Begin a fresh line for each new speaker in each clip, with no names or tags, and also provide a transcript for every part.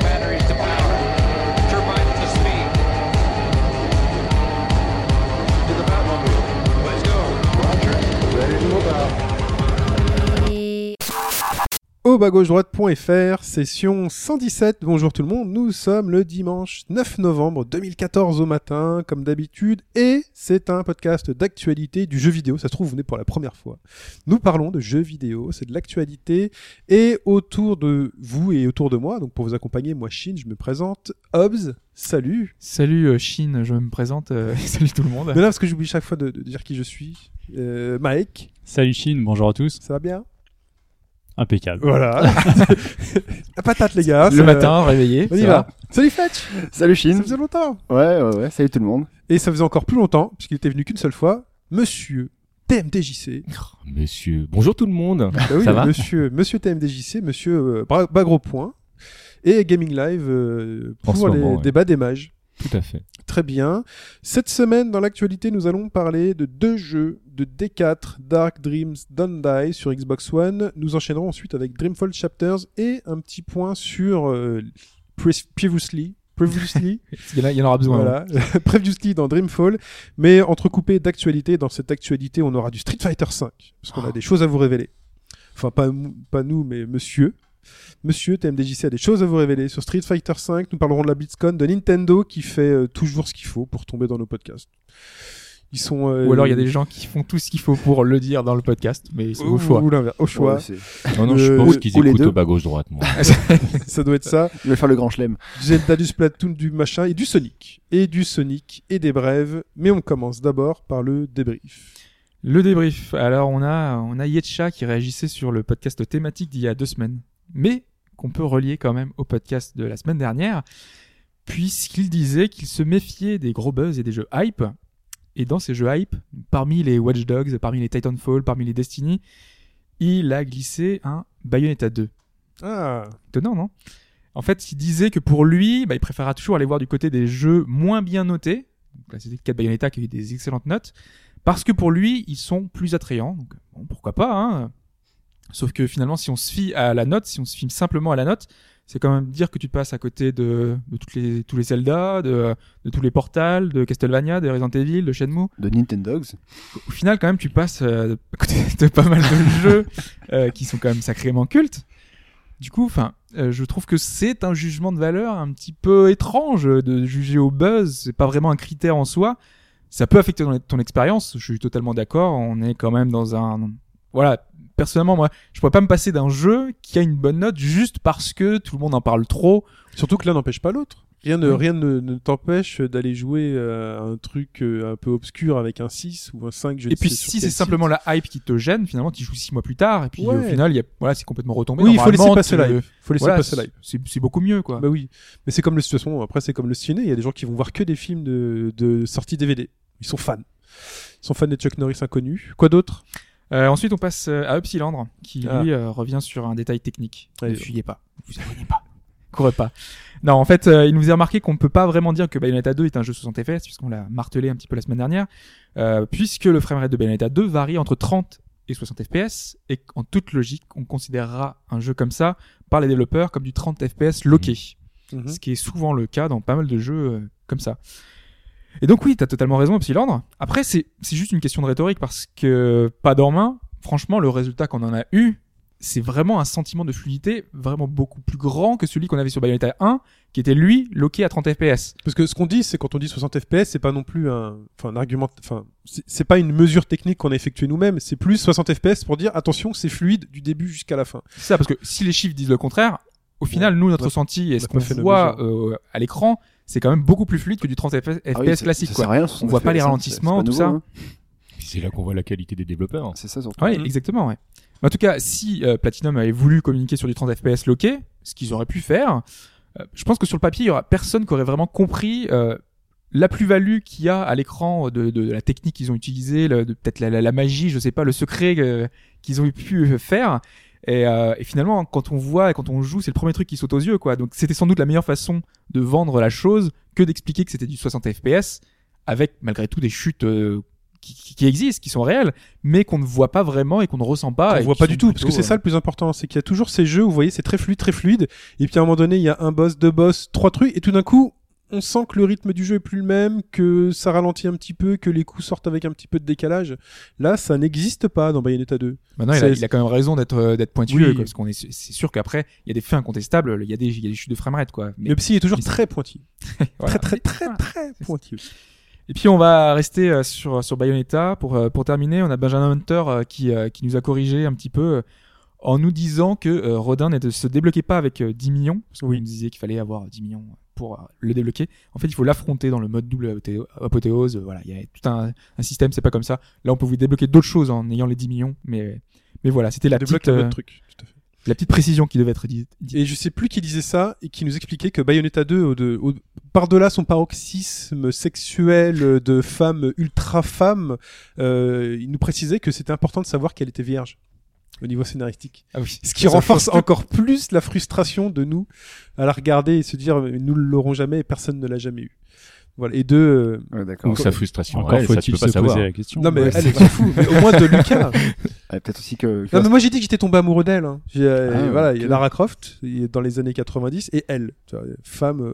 batteries to power. Turbines to speed. To the Batmobile. Let's go.
Au bas gauche droite.fr, session 117. Bonjour tout le monde, nous sommes le dimanche 9 novembre 2014 au matin, comme d'habitude, et c'est un podcast d'actualité du jeu vidéo. Ça se trouve, vous venez pour la première fois. Nous parlons de jeux vidéo, c'est de l'actualité, et autour de vous et autour de moi, donc pour vous accompagner, moi Shin, je me présente, Hobbs, salut.
Salut euh, Chine, je me présente. euh, salut tout le monde.
Mais là, parce que j'oublie chaque fois de, de dire qui je suis, euh, Mike,
Salut Chine, bonjour à tous.
ça va bien
Impeccable.
Voilà. la patate les gars. hein, c'est- euh,
le matin, réveillé.
On y
ça
va. Salut Fetch Ça
Salut Chine.
faisait longtemps
Ouais, ouais, ouais. Salut tout le monde.
Et ça faisait encore plus longtemps, puisqu'il était venu qu'une seule fois, monsieur TMDJC.
Monsieur, bonjour tout le monde.
Bah oui,
Ça va
monsieur, monsieur TMDJC, monsieur euh, Bra- Bagro Point, et Gaming Live euh,
En
pour
ce
les
moment, ouais.
débats des mages.
Tout à fait.
Très bien. Cette semaine, dans l'actualité, nous allons parler de deux jeux de D4, Dark Dreams Don't Die sur Xbox One. Nous enchaînerons ensuite avec Dreamfall Chapters et un petit point sur euh, Pre- Previously. Previously,
Il y en a- il y en aura besoin.
voilà. Previously dans Dreamfall, mais entrecoupé d'actualité. Dans cette actualité, on aura du Street Fighter V, parce qu'on a
Ah.
des choses à vous révéler. Enfin, pas, mou- pas nous, mais monsieur. Monsieur, TMDJC a des choses à vous révéler sur Street Fighter V. Nous parlerons de la BlitzCon, de Nintendo qui fait euh, toujours ce qu'il faut pour tomber dans nos podcasts. Ils sont. euh,
hein. Ou alors il y a des gens qui font tout ce qu'il faut pour le dire dans le podcast, mais c'est
ou-
au choix.
Ou l'inverse, au choix.
Ouais, c'est-
Non, non,
Euh,
je pense qu'ils
ou les
écoutent
deux.
au bas gauche droite, moi.
ça doit être ça.
Il va faire le grand chelem.
du Zelda, du Splatoon, du machin et du Sonic. Et du Sonic et des brèves. Mais on commence d'abord par le débrief.
Le débrief. Alors on a on a Yetcha qui réagissait sur le podcast thématique d'il y a deux semaines, mais qu'on peut relier quand même au podcast de la semaine dernière, puisqu'il disait qu'il se méfiait des gros buzz et des jeux hype. Et dans ces jeux hype, parmi les Watch Dogs, parmi les Titanfall, parmi les Destiny, il a glissé un Bayonetta 2.
Ah,
étonnant, non En fait, il disait que pour lui, bah, il préférera toujours aller voir du côté des jeux moins bien notés. Donc là, c'était le cas de Bayonetta qui a eu des excellentes notes. Parce que pour lui, ils sont plus attrayants. Donc, bon, pourquoi pas, hein Sauf que finalement, si on se fie à la note, si on se filme simplement à la note, c'est quand même dire que tu passes à côté de, de toutes les, tous les Zelda, de, de tous les Portals, de Castlevania, de Resident Evil, de Shenmue
De Nintendogs.
au final, quand même, tu passes euh, à côté de pas mal de jeux euh, qui sont quand même sacrément cultes. Du coup, enfin, euh, je trouve que c'est un jugement de valeur un petit peu étrange euh, de juger au buzz. C'est pas vraiment un critère en soi. Ça peut affecter ton, ton expérience. Je suis totalement d'accord. On est quand même dans un, voilà. Personnellement, moi, je pourrais pas me passer d'un jeu qui a une bonne note juste parce que tout le monde en parle trop.
Surtout que l'un n'empêche pas l'autre. Rien ne,
Oui.
rien ne, ne t'empêche d'aller jouer euh, à un truc euh, un peu obscur avec un 6 ou un 5, je ne
et puis,
sais sur
si
quel
c'est simplement
site.
la hype qui te gêne, finalement, tu joues six mois plus tard. Et puis,
Ouais.
au final, il y a, voilà, c'est complètement retombé.
Oui, il faut laisser
Normalement,
passer
tu-
live. faut laisser
Voilà,
passer live.
c'est c'est beaucoup mieux quoi.
Bah oui. Mais c'est comme le situation. Après, c'est comme le ciné. Il y a des gens qui vont voir que des films de, de sortie DVD. Ils sont fans. Ils sont fans de Chuck Norris inconnu. Quoi d'autre
Euh, ensuite, on passe euh, à Upsilandre, qui
Ah.
lui euh, revient sur un détail technique.
Allez.
ne fuyez pas, ne vous éloignez pas, courez pas. Non, en fait, euh, il nous a remarqué qu'on ne peut pas vraiment dire que Bayonetta 2 est un jeu 60 FPS, puisqu'on l'a martelé un petit peu la semaine dernière, euh, puisque le framerate de Bayonetta 2 varie entre 30 et 60 FPS, et en toute logique, on considérera un jeu comme ça par les développeurs comme du 30 FPS loqué.
Mhm.
ce qui est souvent le cas dans pas mal de jeux euh, comme ça. Et donc oui, t'as totalement raison, Psylandre. Après, c'est c'est juste une question de rhétorique parce que pas d'en main, franchement, le résultat qu'on en a eu, c'est vraiment un sentiment de fluidité vraiment beaucoup plus grand que celui qu'on avait sur Bayonetta 1, qui était lui loqué à 30 fps.
Parce que ce qu'on dit, c'est quand on dit 60 FPS, c'est pas non plus un, enfin, un argument, enfin, c'est c'est pas une mesure technique qu'on a effectuée nous-mêmes. C'est plus 60 FPS pour dire attention, c'est fluide du début jusqu'à la fin.
C'est ça, parce que si les chiffres disent le contraire, au final, nous,
on
notre
a-
ressenti et
on
ce
a
qu'on
pas fait la
voit euh, à l'écran, c'est quand même beaucoup plus fluide que du 30 FPS,
Ah oui, ça-
classique.
ça
quoi.
sert à rien, 60
On voit pas les
FPS, hein.
ralentissements,
C'est pas
tout ça.
nouveau, hein.
Puis C'est là qu'on voit la qualité des développeurs.
C'est ça surtout.
Ouais,
Mhm.
exactement, ouais. Mais en tout cas, si euh, Platinum avait voulu communiquer sur du 30 FPS loqué, ce qu'ils auraient pu faire, euh, je pense que sur le papier, il y aura personne qui aurait vraiment compris euh, la plus-value qu'il y a à l'écran de, de- de la technique qu'ils ont utilisée, le- de- peut-être la, la- la magie, je sais pas, le secret euh, qu'ils ont pu euh, faire. Et, euh, et finalement, quand on voit et quand on joue, c'est le premier truc qui saute aux yeux, quoi. Donc, c'était sans doute la meilleure façon de vendre la chose que d'expliquer que c'était du 60 FPS avec malgré tout des chutes euh, qui, qui- qui existent, qui sont réelles, mais qu'on ne voit pas vraiment et qu'on ne ressent pas.
on
Ah, et
voit
qui
pas
sont
du tout, parce que
plutôt,
c'est ça
euh,
le plus important, c'est qu'il y a toujours ces jeux où vous voyez c'est très fluide, très fluide, et puis à un moment donné il y a un boss, deux boss, trois trucs, et tout d'un coup on sent que le rythme du jeu est plus le même, que ça ralentit un petit peu, que les coups sortent avec un petit peu de décalage. Là ça n'existe pas dans Bayonetta 2.
euh, Maintenant, il a,
c'est-
il a quand même raison d'être euh, d'être pointueux,
Oui.
quoi, parce qu'on est, c'est sûr qu'après, il y a des faits incontestables, il y a des, il y a des chutes de framerate, quoi. Mais,
Le psy est toujours
mais-
très pointillé.
voilà.
Très très très
Voilà,
très
ça.
pointillé.
Et puis on va rester euh, sur sur Bayonetta pour euh, pour terminer. On a Benjamin Hunter euh, qui euh, qui nous a corrigé un petit peu euh, en nous disant que euh, Rodin ne se débloquait pas avec euh, 10 millions. Parce qu'on
Oui.
nous disait qu'il fallait avoir 10 millions pour euh, le débloquer. En fait, il faut l'affronter dans le mode double apothéo- apothéose. euh, Voilà, il y a tout un, un système. C'est pas comme ça. Là, on peut vous débloquer d'autres choses en ayant les 10 millions. Mais mais voilà, c'était la
Débloque
petite
le
euh,
mode truc. Tout à fait.
la petite précision qui devait être dite. dite.
Et je sais plus qui disait ça et qui nous expliquait que Bayonetta 2, au- de- au- par-delà son paroxysme sexuel de femme ultra-femme, euh, il nous précisait que c'était important de savoir qu'elle était vierge au niveau scénaristique.
Ah oui.
Ce qui renforce encore plus la frustration de nous à la regarder et se dire euh, nous ne l'aurons jamais et personne ne l'a jamais eu. Voilà. Et de... euh,
Ouais, d'accord.
Ou sa frustration.
Encore
ouais, ça, tu
faut-il
peux
se
pas
poser
savoir.
la question.
Non mais
Ouais,
elle,
c'est-
elle s'en fout. Mais au moins de Lucas.
Ouais, Peut-être aussi que.
Non, mais moi j'ai dit que j'étais tombé amoureux d'elle. hein. J'ai, euh,
Ah,
voilà,
ok.
il y a Lara Croft il est dans les années 90 et elle, tu vois, femme, euh,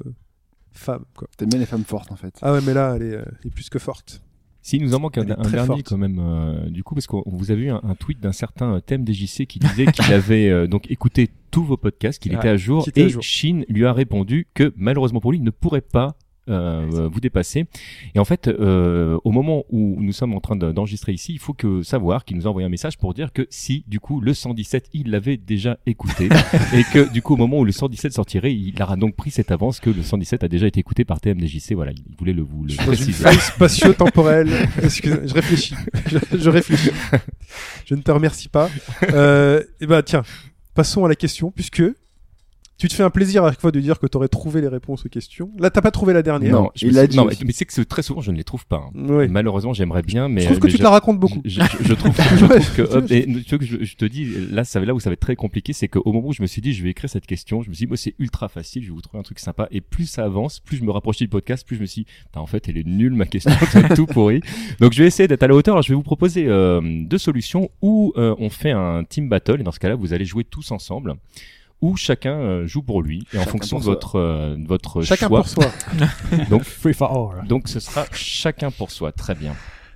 femme quoi.
T'aimes bien les femmes fortes en fait.
Ah ouais, mais là elle est, euh, elle est plus que forte.
Si, il nous en manque un,
Elle est
un
très
dernier
forte.
quand même, euh, du coup, parce qu'on vous a vu un, un tweet d'un certain euh, Thème DJC qui disait qu'il avait euh, donc écouté tous vos podcasts, qu'il
Ouais,
était à jour,
qu'il était à
et
jour.
Shin lui a répondu que malheureusement pour lui, il ne pourrait pas euh, vous dépasser. Et en fait, euh, au moment où nous sommes en train de- d'enregistrer ici, il faut que savoir qu'il nous a envoyé un message pour dire que si, du coup, le 117, il l'avait déjà écouté, et que du coup, au moment où le 117 sortirait, il aura donc pris cette avance que le 117 a déjà été écouté par TMDJC. Voilà, il voulait le vous le
Dans une
préciser.
faille spatio-temporelle. Excusez, je réfléchis. Je, je réfléchis. Je ne te remercie pas. Euh, et bah tiens, passons à la question puisque tu te fais un plaisir à chaque fois de dire que t'aurais trouvé les réponses aux questions. Là t'as pas trouvé la dernière.
Non,
je
il
me
l'a
suis-
dit
non, mais,
aussi.
mais c'est que c'est- très souvent, je ne les trouve pas. hein.
Ouais.
Malheureusement, j'aimerais bien, mais. euh,
je trouve que
mais
tu
je-
te la racontes beaucoup.
Je, je- je trouve, je
Ouais,
trouve
tu
que
vois,
hop, et tu vois que je, je te dis là ça va là où ça va être très compliqué c'est qu'au moment où je me suis dit je vais écrire cette question je me suis dit moi c'est ultra facile je vais vous trouver un truc sympa et plus ça avance plus je me rapprochais du podcast plus je me suis dit, Putain, en fait elle est nulle ma question c'est tout pourri donc je vais essayer d'être à la hauteur alors je vais vous proposer euh, deux solutions où euh, on fait un team battle et dans ce cas là vous allez jouer tous ensemble où chacun euh, joue pour lui et en
Chacun
fonction
pour
de
soi.
votre euh, de votre
Chacun
choix
pour soi.
Free for
oh
all.
donc ce sera chacun pour soi très bien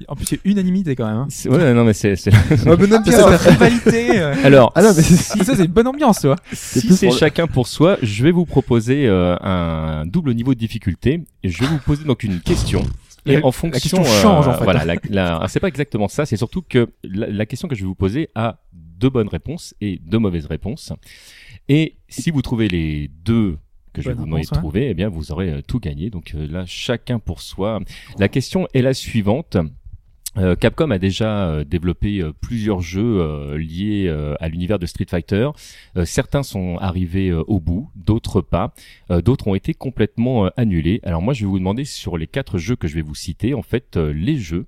En plus, il y a unanimité quand même. hein.
C'est- ouais non mais c'est c'est-
Ah, ben, non,
Ça,
Pierre.
c'est la rivalité. euh.
alors
Ah non, mais c'est-
Ça, c'est une bonne ambiance, tu vois.
Si
plus
c'est
pour le-
chacun pour soi, je vais vous proposer euh, un double niveau de difficulté et je vais vous poser donc une question. Et
La-
en fonction,
question
euh,
change, en fait.
voilà, la, la- ah, c'est pas exactement ça. C'est surtout que la, la question que je vais vous poser a deux bonnes réponses et deux mauvaises réponses. Et si vous trouvez les deux que je vais vous
Bonnes
demander de
réponses, ouais.
trouver, eh bien vous aurez euh, tout gagné. Donc euh, là, chacun pour soi. La question est la suivante. Euh, Capcom a déjà euh, développé euh, plusieurs jeux euh, liés euh, à l'univers de Street Fighter. Euh, certains sont arrivés euh, au bout, d'autres pas. Euh, d'autres ont été complètement euh, annulés. Alors moi, je vais vous demander sur les quatre jeux que je vais vous citer, en fait, euh, les jeux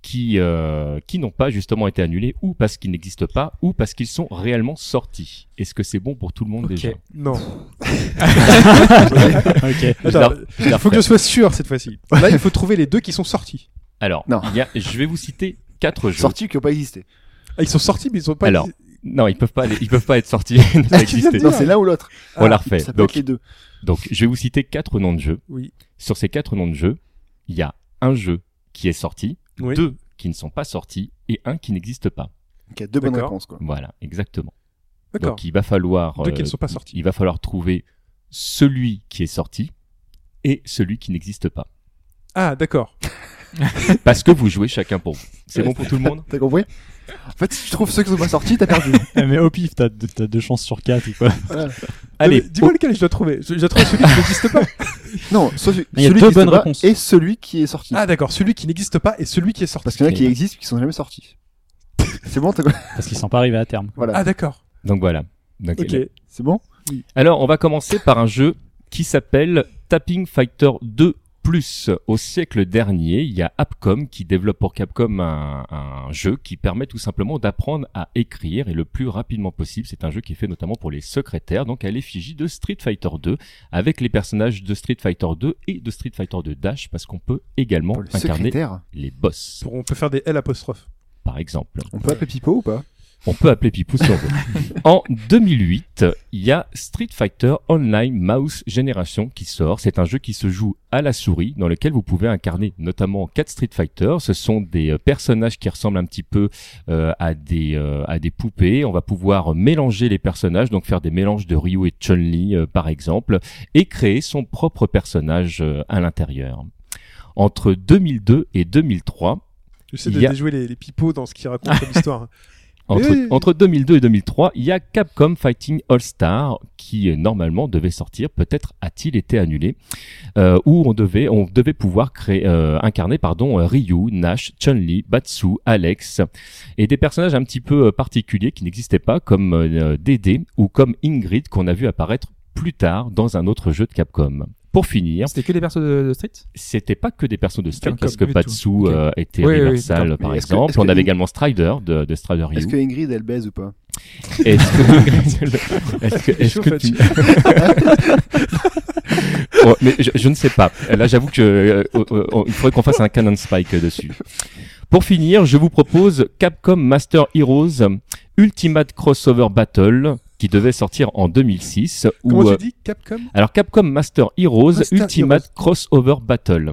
qui euh, qui n'ont pas justement été annulés ou parce qu'ils n'existent pas ou parce qu'ils sont réellement sortis. Est-ce que c'est bon pour tout le monde
Ok.
déjà
Non.
ok.
Je
Attends,
la- je la
faut que
refais.
je sois sûr cette fois-ci. Là il faut trouver les deux qui sont sortis.
Alors,
Non.
il y a- je vais vous citer quatre jeux.
Sorties qui n'ont pas existé.
Ah, ils sont sortis mais ils sont pas.
Alors, Non, ils peuvent pas, aller- ils peuvent pas être sortis. Ils n'ont pas
Ah, tu viens de
existé.
dire. Ah,
Non, c'est l'un ou l'autre.
On la refait.
Ça peut
Donc,
être les deux.
Donc, je vais vous citer quatre noms de jeux.
Oui.
Sur ces quatre noms de jeux, il y a un jeu qui est sorti,
Oui.
deux qui ne sont pas sortis et un qui n'existe pas.
Donc, il y a deux bonnes
D'accord.
réponses quoi.
Voilà, exactement.
D'accord.
Donc, il va falloir,
Deux qui
euh,
ne sont pas sortis.
il va falloir trouver celui qui est sorti et celui qui n'existe pas.
Ah d'accord.
Parce que vous jouez chacun pour vous. C'est bon pour tout le monde?
T'as compris En fait, si tu trouves ceux qui sont pas sortis, t'as perdu.
Mais au pif, t'as t'as deux chances sur quatre ou quoi
Allez,
Euh, dis-moi lequel je dois trouver. Je, je dois trouver celui qui n'existe pas.
non, sauf celui
Il y a
celui
deux
qui
bonnes
est pas
réponses.
Et celui qui est sorti.
Ah d'accord, celui qui n'existe pas et celui qui est sorti.
Parce qu'il y en a
ok.
qui existent et qui sont jamais sortis. C'est bon, t'as quoi
Parce qu'ils sont pas arrivés à terme.
Voilà.
Ah d'accord.
donc voilà. Donc,
Ok.
C'est bon
Alors, on va commencer par un jeu qui s'appelle Tapping Fighter 2 plus, au siècle dernier, il y a Capcom qui développe pour Capcom un, un jeu qui permet tout simplement d'apprendre à écrire et le plus rapidement possible. C'est un jeu qui est fait notamment pour les secrétaires, donc à l'effigie de Street Fighter 2, avec les personnages de Street Fighter 2 et de Street Fighter 2 Dash, parce qu'on peut également
Pour le
incarner
secrétaire,
les boss,
Pour- on peut faire des L apostrophe.
par exemple.
on peut appeler Pipo ou pas
On peut appeler Pipou si on veut. en 2008, il y a Street Fighter Online Mouse Generation qui sort. C'est un jeu qui se joue à la souris, dans lequel vous pouvez incarner notamment quatre Street Fighter. Ce sont des euh, personnages qui ressemblent un petit peu euh, à des euh, à des poupées. On va pouvoir mélanger les personnages, donc faire des mélanges de Ryu et Chun-Li euh, par exemple, et créer son propre personnage euh, à l'intérieur. Entre 2002 et 2003,
Tu sais
Il
de
y a-
déjouer les, les pipeaux dans ce qu'ils racontent comme histoire.
Entre,
Oui.
entre 2002 et 2003, il y a Capcom Fighting All Star qui euh, normalement devait sortir, peut-être a-t-il été annulé, euh, où on devait on devait pouvoir créer euh, incarner pardon euh, Ryu, Nash, Chun-Li, Batsu, Alex et des personnages un petit peu euh, particuliers qui n'existaient pas comme euh, Dédé ou comme Ingrid qu'on a vu apparaître plus tard dans un autre jeu de Capcom. Pour finir,
C'était que les persos de, de Street
c'était pas que des personnes de Street
Capcom,
parce que
oui, tout.
Batsu
Ok.
euh, était
Oui, oui, oui,
Universal
d'accord.
par
Mais est-ce que-
exemple,
est-ce
on
que-
avait également Strider de, de Strider Ryu.
Est-ce que Ingrid, elle baise ou pas
Est-ce que, est-ce que, est-ce que tu... Oh, mais je, je ne sais pas. Là, j'avoue que euh, euh, euh, il faudrait qu'on fasse un canon spike euh, dessus. Pour finir, je vous propose Capcom Master Heroes Ultimate Crossover Battle qui devait sortir en 2006. ou,
Comment
euh,
tu dis Capcom
alors Capcom Master Heroes
Master
Ultimate Crossover Battle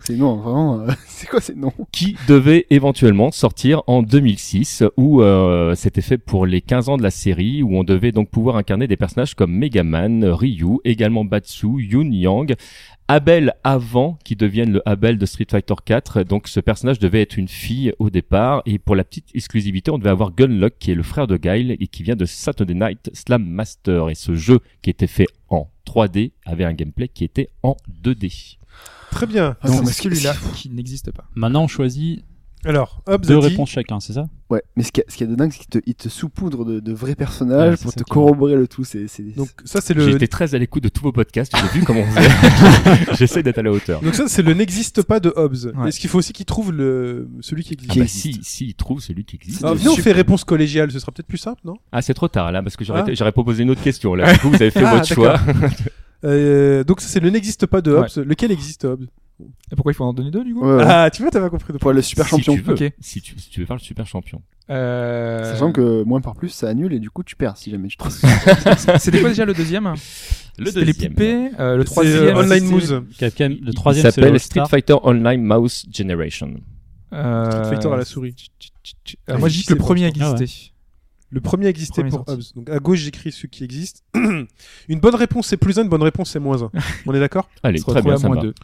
C'est non, vraiment. euh, c'est quoi ces noms
qui devait éventuellement sortir en 2006 où euh, c'était fait pour les 15 ans de la série où on devait donc pouvoir incarner des personnages comme Megaman, Ryu, également Batsu, Yun Yang, Abel avant qui devienne le Abel de Street Fighter 4. Donc ce personnage devait être une fille au départ et pour la petite exclusivité, on devait avoir Gunlock qui est le frère de Guile et qui vient de Saturday Night Slam Master et ce jeu qui était fait en 3D avait un gameplay qui était en 2D.
Très bien.
Ah, non,
C'est
mais
celui-là qui n'existe pas.
Maintenant, on choisit
Alors, hop,
deux
Zati.
réponses chacun, c'est ça
Ouais, mais ce qu'il y, a- ce qu'il y a de dingue, c'est qu'il te, il te saupoudre de, de vrais personnages
Ouais, c'est
pour
ça
te
qui est-
corroborer le tout. C'est, c'est,
Donc ça c'est
J'ai
le
été très à l'écoute de tous vos podcasts, j'ai vu comment vous êtes. J'essaie d'être à la hauteur.
Donc ça c'est le n'existe pas de Hobbes.
Ouais.
Est-ce qu'il faut aussi qu'il trouve le celui qui
Ah
existe
bah si,
existe.
si, il trouve celui qui existe.
Ah, Viens on fait réponse collégiale, ce sera peut-être plus simple, non
Ah, c'est trop tard là, parce que j'aurais
Ah.
été- j'aurais proposé une autre question. Là, du coup, vous avez fait
Ah,
votre choix.
Euh, Donc ça c'est le n'existe pas de Hobbes. Lequel existe Hobbes
Et pourquoi il faut en donner deux du coup
Ouais, ouais.
Ah tu vois t'avais compris de
Pour le super
si
champion.
Tu veux,
Ok.
si, tu, si tu veux faire le super champion.
Euh,
Sachant que moins par plus, ça annule et du coup tu perds si jamais tu trouves.
C'était quoi déjà le deuxième
Le
C'était les
deuxième.
poupées, euh,
C'est, euh,
le troisième.
Online
c'était-
Moose.
Capcom, le
Il
troisième, c'est le
s'appelle Street
All-Star.
Fighter Online Mouse Generation.
Euh,
Street Fighter à la souris.
Alors, Euh, moi, je dis que le premier a
Ah ouais.
existé.
Le premier existait
Premier
pour
sorti.
Hobbes. Donc à gauche j'écris celui qui existe. une bonne réponse c'est plus un, une bonne réponse c'est moins un. On est d'accord
Allez,
se
très bien,
retrouve
ça
à
me
moins
va.
deux.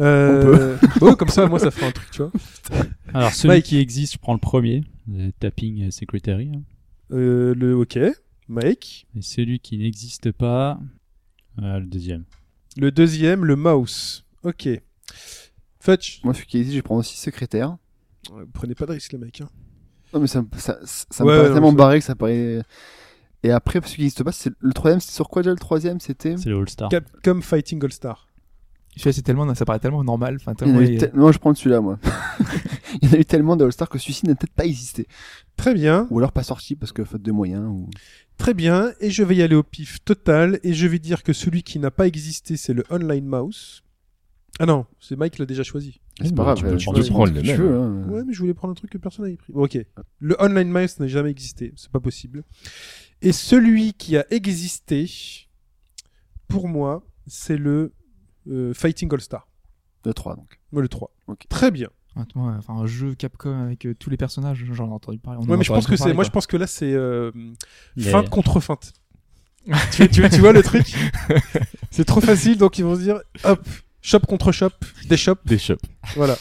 euh... oh, comme ça moi ça fera un truc tu vois.
Alors, celui
Mike.
qui existe, je prends le premier, le Tapping Secretary. hein.
Euh, le OK, Mike.
Et celui qui n'existe pas, euh, le deuxième.
Le deuxième le mouse. OK. Fetch.
Moi, celui qui existe, je prends aussi secrétaire.
Ouais, Prenez pas de risque les mecs. hein.
Non, mais ça, me- ça, ça, ça
Ouais,
me paraît
non,
tellement
ça-
barré que ça paraît. Et après, celui qui n'existe pas, c'est le troisième. C'est sur quoi déjà le troisième C'était.
C'est le All-Star.
Capcom Fighting All Star.
Je sais, c'est tellement, ça paraît tellement normal. Enfin,
Il y en
tellement. euh,
a eu tel- Non, je prends celui-là, moi. Il y en a eu tellement de All-Star que celui-ci n'a peut-être pas existé.
Très bien,
Ou alors pas sorti parce que faute de moyens. Ou...
très bien, et je vais y aller au pif total, et je vais dire que celui qui n'a pas existé, c'est le Online Mouse. Ah non, c'est Mike qui l'a déjà choisi.
C'est pas
bah,
grave.
tu peux-
euh,
tu
prends
peux
ce
prendre
que
le
tu
même.
veux, hein.
Ouais, mais je voulais prendre un truc que personne n'avait pris. Bon, ok. Le Online Mouse n'a jamais existé, c'est pas possible. Et celui qui a existé, pour moi, c'est le euh, Fighting All-Star.
Le 3, donc.
Moi, le 3.
Ok.
Très bien.
Honnêtement, euh, enfin, un jeu Capcom avec euh, tous les personnages, j'en ai entendu parler. on en
Ouais, mais je
entend
pense que c'est,
parler,
moi, je
quoi.
pense que là, c'est euh,
Il y a-
feinte contre feinte. tu, tu- tu vois le truc C'est trop facile, donc ils vont se dire hop, shop contre shop, des shops,
Des shops.
voilà.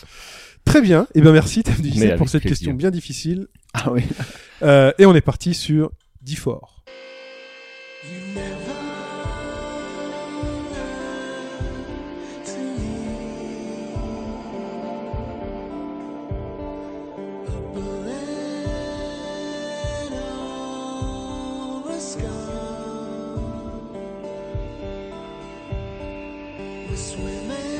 Très bien, et bien merci Thème du
Mais
lycée,
avec
pour cette
plaisir.
question bien difficile.
Ah oui.
Euh, et on est parti sur Difor.
Swimming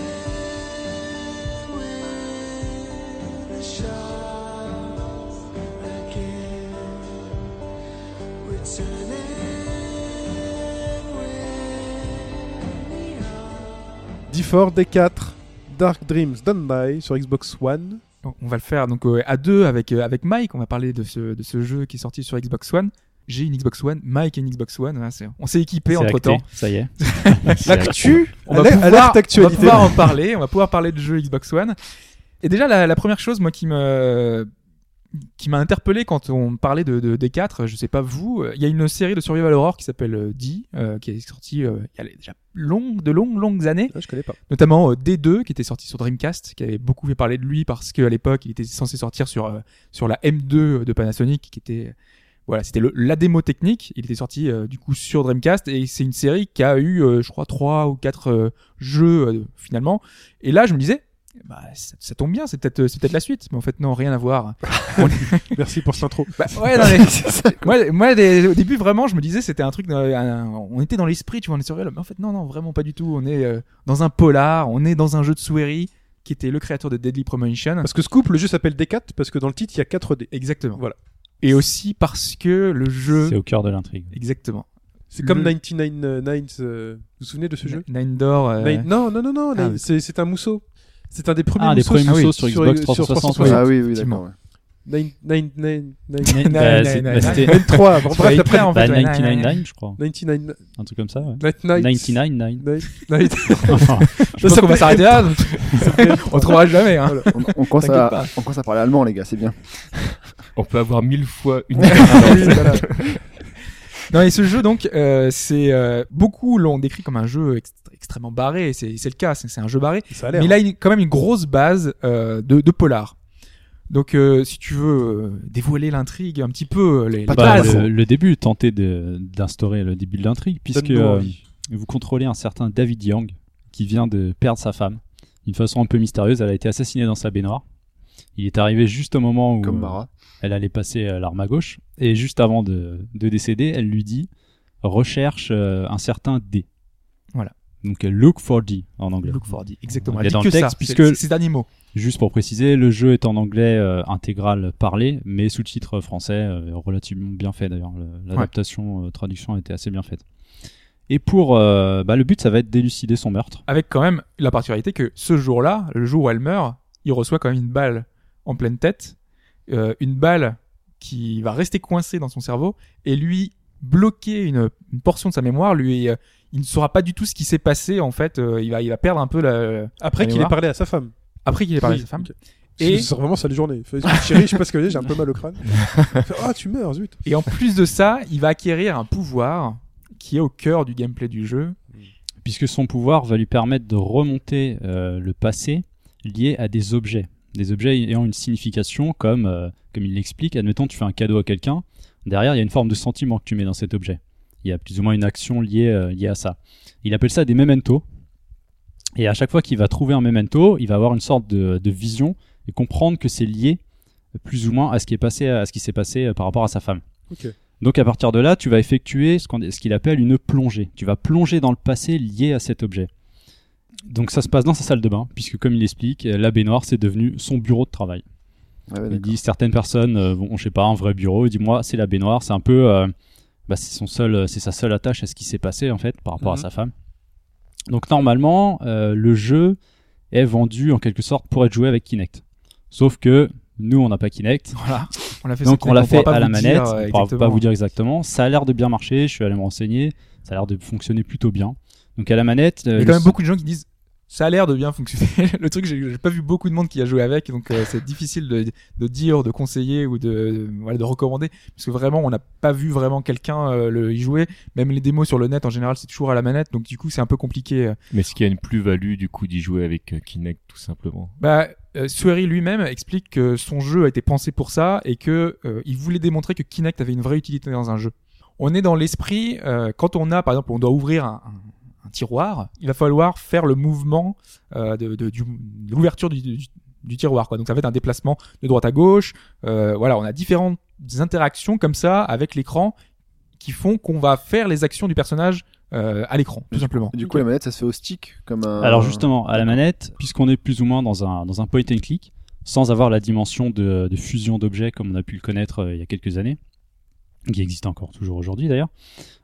D4, D4, Dark Dreams Don't Die sur Xbox One.
On on va le faire donc euh, à deux avec, euh, avec Mike. On va parler de ce, de ce jeu qui est sorti sur Xbox One. J'ai une Xbox One, Mike a une Xbox One. hein, c'est- on s'est équipé
C'est
entre temps.
acté, Ça y est.
L'actu
On va,
Alerte-
pouvoir,
alerte actualité.
on va pouvoir en parler. On va pouvoir parler de jeux Xbox One. Et déjà, la, la première chose, moi, qui me qui m'a interpellé quand on parlait de, de D4, je sais pas vous, euh, il y a une série de survival horror qui s'appelle euh, D, euh, qui est sortie euh, il y a déjà longue, de longues, longues années.
Ah, je connais pas.
notamment euh, D2 qui était sorti sur Dreamcast, qui avait beaucoup fait parler de lui parce qu'à l'époque il était censé sortir sur euh, sur la M2 de Panasonic, qui était euh, voilà, c'était le- la démo technique. Il était sorti euh, du coup sur Dreamcast et c'est une série qui a eu, euh, je crois, trois ou quatre euh, jeux euh, finalement. Et là, je me disais. Bah, ça, ça tombe bien, c'est peut-être euh, c'est peut-être la suite, mais en fait non, rien à voir.
Merci pour cette intro.
Bah, ouais, non, mais- moi, moi des- au début vraiment, je me disais c'était un truc, dans- un- on était dans l'esprit, tu vois, on est sur mais en fait non, non, vraiment pas du tout. On est euh, dans un polar, on est dans un jeu de souris qui était le créateur de Deadly Premonition.
Parce que Scoop, le jeu s'appelle D4 parce que dans le titre, il y a 4 D.
Exactement. Voilà. Et aussi parce que le jeu,
C'est au cœur de l'intrigue.
exactement.
C'est comme
Le- Bah,
99 Nines. euh, Vous vous souvenez de ce jeu
Nine Door. euh,
Nine- Bah, Non, non, non, non.
Ah,
Nine-
oui.
c'est c'est un mousseau. C'est un des premiers
Ah, des
mousseaux
premiers mousseaux
sur,
sur
sur-
Xbox
sur
360.
360.
Ah oui, oui,
effectivement.
d'accord. ouais.
Nine, nine, nine, nine.
Bah,
Nine-
c'est-
Nine-
bah,
Nine-
c'était-
Nine-
23, bon,
Bah,
bref,
hyper, en
Bah,
fait, ouais, Nine- Nine-
99, je crois.
99
Un truc comme ça, ouais.
Night Nights.
99.
Night- Night-
Je pense qu'on va s'arrêter là. donc- on trouvera jamais. Hein.
On, on commence
T'inquiète
à, on commence à parler allemand, les gars, c'est bien.
On peut avoir mille fois une.
Ah, bah
Non, et ce jeu, donc, euh, c'est euh, beaucoup l'ont décrit comme un jeu ext- extrêmement barré. et C'est c'est le cas. C'est c'est un jeu barré.
Ça a
Mais
l'air. hein.
il a une- quand même une grosse base euh, de, de polar. Donc, euh, si tu veux euh, dévoiler l'intrigue un petit peu, euh, les, les
Pas
Bah,
bases.
le, le début, tenter de- d'instaurer le début de l'intrigue, puisque
Donne-nous
euh,
envie.
vous contrôlez un certain David Yang qui vient de perdre sa femme. D'une façon un peu mystérieuse, elle a été assassinée dans sa baignoire. Il est arrivé juste au moment où
Comme
euh,
Bara.
elle allait passer euh, l'arme à gauche. Et juste avant de, de décéder, elle lui dit recherche euh, un certain D.
Voilà.
Donc euh, look for D en anglais.
Look for it. Exactement.
Il
Elle
est
dit
dans
que
le texte,
ça.
puisque-
C'est- C'est ces derniers mots.
Juste pour préciser, le jeu est en anglais euh, intégral parlé, mais sous-titre français euh, relativement bien fait d'ailleurs. Le- L'adaptation, euh, traduction a été assez bien faite. Et pour euh, bah, le but, ça va être d'élucider son meurtre.
Avec quand même la particularité que ce jour-là, le jour où elle meurt, il reçoit quand même une balle en pleine tête, euh, une balle qui va rester coincée dans son cerveau et lui bloquer une, une portion de sa mémoire. Lui, euh, il ne saura pas du tout ce qui s'est passé en fait. euh, il va, il va perdre un peu la.
Après
la
qu'il ait
mémoire.
parlé à sa femme.
Après qu'il ait parlé
Oui,
à sa femme.
ok.
Et-
C'est vraiment sale journée. Fait, Chérie, je sais pas ce que j'ai, j'ai un peu mal au crâne. Fait, Ah, tu meurs, zut.
Et en plus de ça, il va acquérir un pouvoir qui est au cœur du gameplay du jeu.
puisque son pouvoir va lui permettre de remonter euh, le passé lié à des objets. Des objets ayant une signification comme, euh, comme il l'explique, admettons tu fais un cadeau à quelqu'un, derrière il y a une forme de sentiment que tu mets dans cet objet. Il y a plus ou moins une action liée, euh, liée à ça. Il appelle ça des mementos. Et à chaque fois qu'il va trouver un memento, il va avoir une sorte de, de vision et comprendre que c'est lié euh, plus ou moins à ce qui est passé, à ce qui s'est passé euh, par rapport à sa femme.
Ok.
Donc à partir de là, tu vas effectuer ce qu'on- ce qu'il appelle une plongée. Tu vas plonger dans le passé lié à cet objet. Donc ça se passe dans sa salle de bain, puisque comme il explique, euh, la baignoire c'est devenu son bureau de travail.
Ouais, ouais,
il
d'accord.
dit certaines personnes euh, vont, je sais pas, un vrai bureau. Il dit moi c'est la baignoire, c'est un peu, euh, bah, c'est son seul, euh, c'est sa seule attache à ce qui s'est passé en fait par rapport
Mhm.
à sa femme. Donc normalement, euh, le jeu est vendu en quelque sorte pour être joué avec Kinect. Sauf que nous on n'a pas Kinect.
Voilà. On l'a fait.
Donc
sauter,
on l'a
pourra
fait
pas
à la
vous
manette,
dire, euh,
on pourra pas
exactement.
vous dire exactement. Ça a l'air de bien marcher, je suis allé me renseigner, ça a l'air de fonctionner plutôt bien. Donc à la manette,
Il
euh,
y a
le
quand même
s-
beaucoup de gens qui disent ça a l'air de bien fonctionner. le truc, j'ai j'ai pas vu beaucoup de monde qui a joué avec, donc euh, c'est difficile de, de dire, de conseiller ou de, de- voilà, de recommander, parce que vraiment, on n'a pas vu vraiment quelqu'un euh, le y jouer. Même les démos sur le net, en général, c'est toujours à la manette, donc du coup, c'est un peu compliqué. euh,
Mais ce qui a une plus-value du coup d'y jouer avec euh, Kinect tout simplement.
Bah, euh, Sueri lui-même explique que son jeu a été pensé pour ça et que euh, il voulait démontrer que Kinect avait une vraie utilité dans un jeu. On est dans l'esprit euh, quand on a, par exemple, on doit ouvrir un, un- un tiroir, il va falloir faire le mouvement euh, de, de- du- de l'ouverture du, du- du tiroir. Quoi. Donc ça va être un déplacement de droite à gauche. Euh, voilà, on a différentes interactions comme ça avec l'écran qui font qu'on va faire les actions du personnage euh, à l'écran, tout simplement.
Du coup, la manette, ça se fait au stick, comme un.
Alors justement, à la manette, puisqu'on est plus ou moins dans un, dans un point and click, sans avoir la dimension de, de fusion d'objets comme on a pu le connaître euh, il y a quelques années, qui existe encore toujours aujourd'hui d'ailleurs.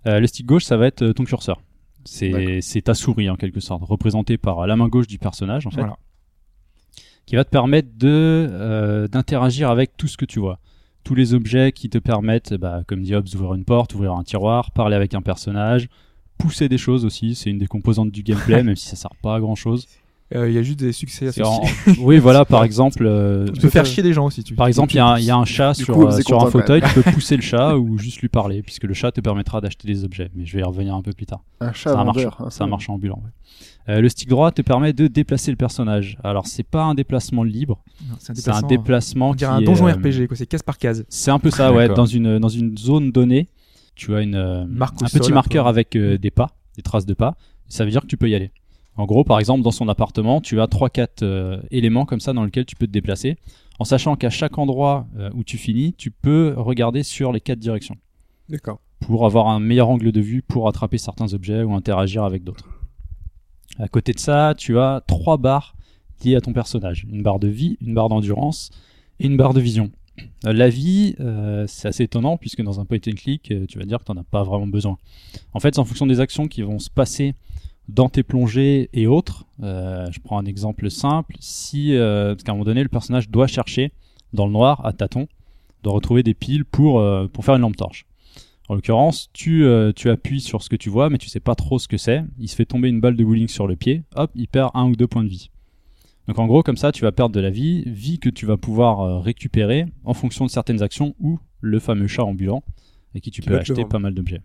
Euh, le stick gauche, ça va être euh, ton curseur. C'est
D'accord.
c'est ta souris en quelque sorte, représentée par la main gauche du personnage en fait
Voilà.
qui va te permettre de euh, d'interagir avec tout ce que tu vois. Tous les objets qui te permettent, bah, comme dit Hobbes, d'ouvrir une porte, ouvrir un tiroir, parler avec un personnage, pousser des choses aussi. C'est une des composantes du gameplay, même si ça sert pas à grand chose.
Euh, Il y a juste des succès
C'est
associés.
en- Oui, voilà, par exemple, euh,
Tu peux faire chier des gens aussi. Tu...
par exemple, il y, a un- il y a un chat
Du
sur,
coup, on
euh,
faisait
sur
content
un
quand même.
fauteuil, tu peux pousser le chat ou juste lui parler, puisque le chat te permettra d'acheter des objets. Mais je vais y revenir un peu plus tard.
Un chat
C'est un,
vendeur,
marchand-
hein,
c'est un marchand ambulant. ouais. Euh, le stick droit te permet de déplacer le personnage. Alors, c'est pas un déplacement libre,
Non, C'est un
c'est un
déplacement.
déplacement
On dirait
qui
un
est,
donjon
euh,
RPG, quoi. C'est case par case.
C'est un peu ça, ouais.
D'accord.
Dans une, euh, dans une zone donnée, tu as une, euh,
Marque au
un
sol,
petit
un
marqueur
peu.
avec euh, des pas, des traces de pas. Ça veut dire que tu peux y aller. En gros, par exemple, dans son appartement, tu as 3-4 éléments comme ça dans lesquels tu peux te déplacer, en sachant qu'à chaque endroit euh, où tu finis, tu peux regarder sur les quatre directions
D'accord.
pour avoir un meilleur angle de vue pour attraper certains objets ou interagir avec d'autres. À côté de ça, tu as trois barres liées à ton personnage une barre de vie, une barre d'endurance et une barre de vision. Euh, La vie, euh, c'est assez étonnant puisque dans un point and click, euh, tu vas dire que tu n'en as pas vraiment besoin. En fait, c'est en fonction des actions qui vont se passer dans tes plongées et autres. Euh, je prends un exemple simple. Si, euh, parce qu'à un moment donné, le personnage doit chercher dans le noir à tâtons, doit retrouver des piles pour, euh, pour faire une lampe torche. En l'occurrence, tu, euh, tu appuies sur ce que tu vois, mais tu sais pas trop ce que c'est. Il se fait tomber une balle de bowling sur le pied, hop, il perd un ou deux points de vie. Donc en gros, comme ça, tu vas perdre de la vie, vie que tu vas pouvoir euh, récupérer en fonction de certaines actions ou le fameux chat ambulant, et qui tu
Qui
peux
va te le
acheter
vendre.
pas mal d'objets.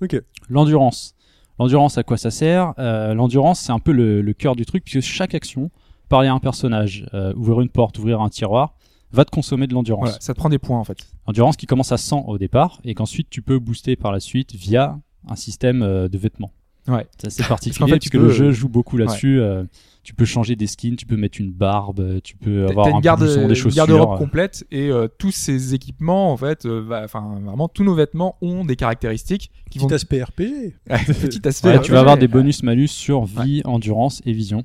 Ok.
L'endurance. L'endurance, à quoi ça sert Euh, L'endurance, c'est un peu le, le cœur du truc, puisque chaque action, parler à un personnage, euh, ouvrir une porte, ouvrir un tiroir, va te consommer de l'endurance.
Voilà, ça te prend des points en fait.
Endurance qui commence à 100 au départ et qu'ensuite tu peux booster par la suite via un système euh, de vêtements.
Ouais.
Ça c'est
qu'en
particulier
fait,
puisque
tu
le
peux,
jeu
euh,
joue beaucoup là-dessus. euh, tu peux changer des skins, tu peux mettre une barbe, tu peux
T'as
avoir
t'as
un
une garde,
blouson, des
une
chaussures.
garde-robe
euh,
complète et euh, tous ces équipements en fait, euh, va- enfin vraiment tous nos vêtements ont des caractéristiques qui
Petit
vont
aspect RPG.
petit aspect. euh,
Ouais,
RPG.
tu vas avoir des bonus malus sur vie, endurance et vision.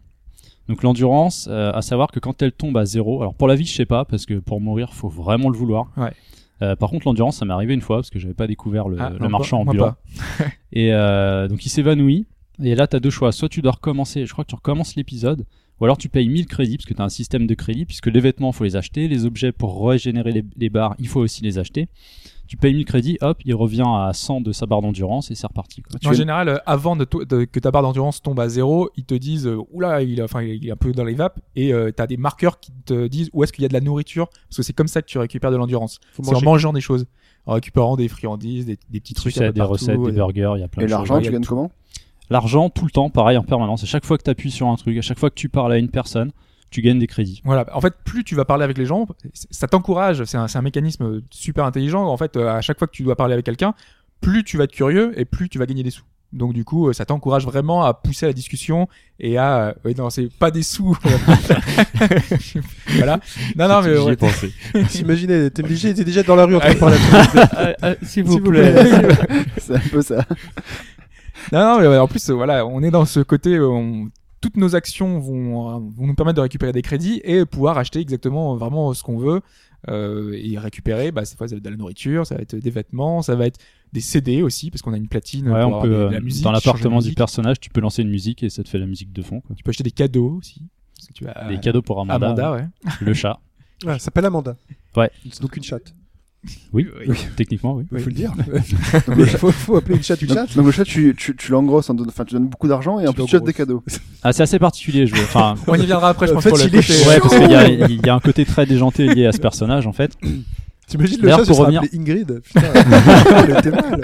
Donc l'endurance, euh, à savoir que quand elle tombe à zéro, alors pour la vie je sais pas parce que pour mourir faut vraiment le vouloir.
Ouais.
Euh, par contre l'endurance ça m'est arrivé une fois parce que j'avais pas découvert le,
Ah,
euh, le
moi
marchand
pas, moi
ambulant.
pas.
Et euh, donc il s'évanouit. Et là, tu as deux choix. Soit tu dois recommencer, je crois que tu recommences l'épisode, ou alors tu payes 1000 crédits, parce que tu as un système de crédit, puisque les vêtements, il faut les acheter, les objets pour régénérer les, les barres, il faut aussi les acheter. Tu payes 1000 crédits, hop, il revient à 100 de sa barre d'endurance et c'est reparti. quoi.
en
Tu-
général, euh, avant de to- de- que ta barre d'endurance tombe à zéro, ils te disent euh, oula, il, a- enfin, il est un peu dans les vapes et euh, t'as des marqueurs qui te disent où est-ce qu'il y a de la nourriture parce que c'est comme ça que tu récupères de l'endurance.
Faut
C'est en
manger.
mangeant des choses, en récupérant des friandises, des, des petits
Tu
trucs, un
sais,
peu
des
partout,
recettes,
euh,
des burgers, il y a plein
Et
de choses.
l'argent,
ouais,
tu
y a
gagnes
tout.
comment
L'argent, tout le temps, pareil, en permanence. À chaque fois que tu appuies sur un truc, à chaque fois que tu parles à une personne, tu gagnes des crédits.
Voilà. En fait, plus tu vas parler avec les gens, c- ça t'encourage. C'est un, c'est un mécanisme super intelligent. En fait, euh, à chaque fois que tu dois parler avec quelqu'un, plus tu vas être curieux et plus tu vas gagner des sous. Donc du coup, euh, ça t'encourage vraiment à pousser la discussion et à. euh, ouais, non, c'est pas des sous. voilà. Non, non, mais
J'y ai
ouais.
pensé.
T'imaginais, t'es obligé, t'es déjà dans la rue en train de parler.
S'il
vous
vous
S'il vous plaît.
plaît.
plaît.
C'est un peu ça.
Non, non, mais ouais, en plus, euh, voilà, on est dans ce côté. euh, on- Toutes nos actions vont, euh, vont nous permettre de récupérer des crédits et pouvoir acheter exactement euh, vraiment euh, ce qu'on veut. Euh, et récupérer, bah, cette fois, ça va être de la nourriture, ça va être des vêtements, ça va être des CD aussi, parce qu'on a une platine
Ouais,
pour
on
avoir
peut,
des- de
euh,
la musique.
dans
changer la
l'appartement du
musique.
personnage, tu peux lancer une musique et ça te fait la musique de fond. quoi.
Tu peux acheter des cadeaux aussi. parce que tu as-
Des cadeaux pour Amanda, hein,
Amanda, ouais.
le chat.
Ah, ça s'appelle Amanda.
Ouais.
C'est donc une chatte.
Oui, techniquement, oui.
Il faut le dire. Il faut, faut appeler une chatte une chatte.
Donc, donc le chat, tu, tu, tu l'engrosses, en don- enfin, tu donnes beaucoup d'argent et en
Tu
plus tu as des
l'engrosses.
cadeaux.
Ah, c'est assez particulier, je veux. Enfin,
On y viendra après, je
En
pense,
fait,
pour le
il est
côté-
chaud.
ouais, parce qu'il y, a- il y a un côté très déjanté lié à ce personnage, en fait.
T'imagines le
D'ailleurs,
chat, ça
pour
sera
revenir-
appelé Ingrid. Putain, on était mal.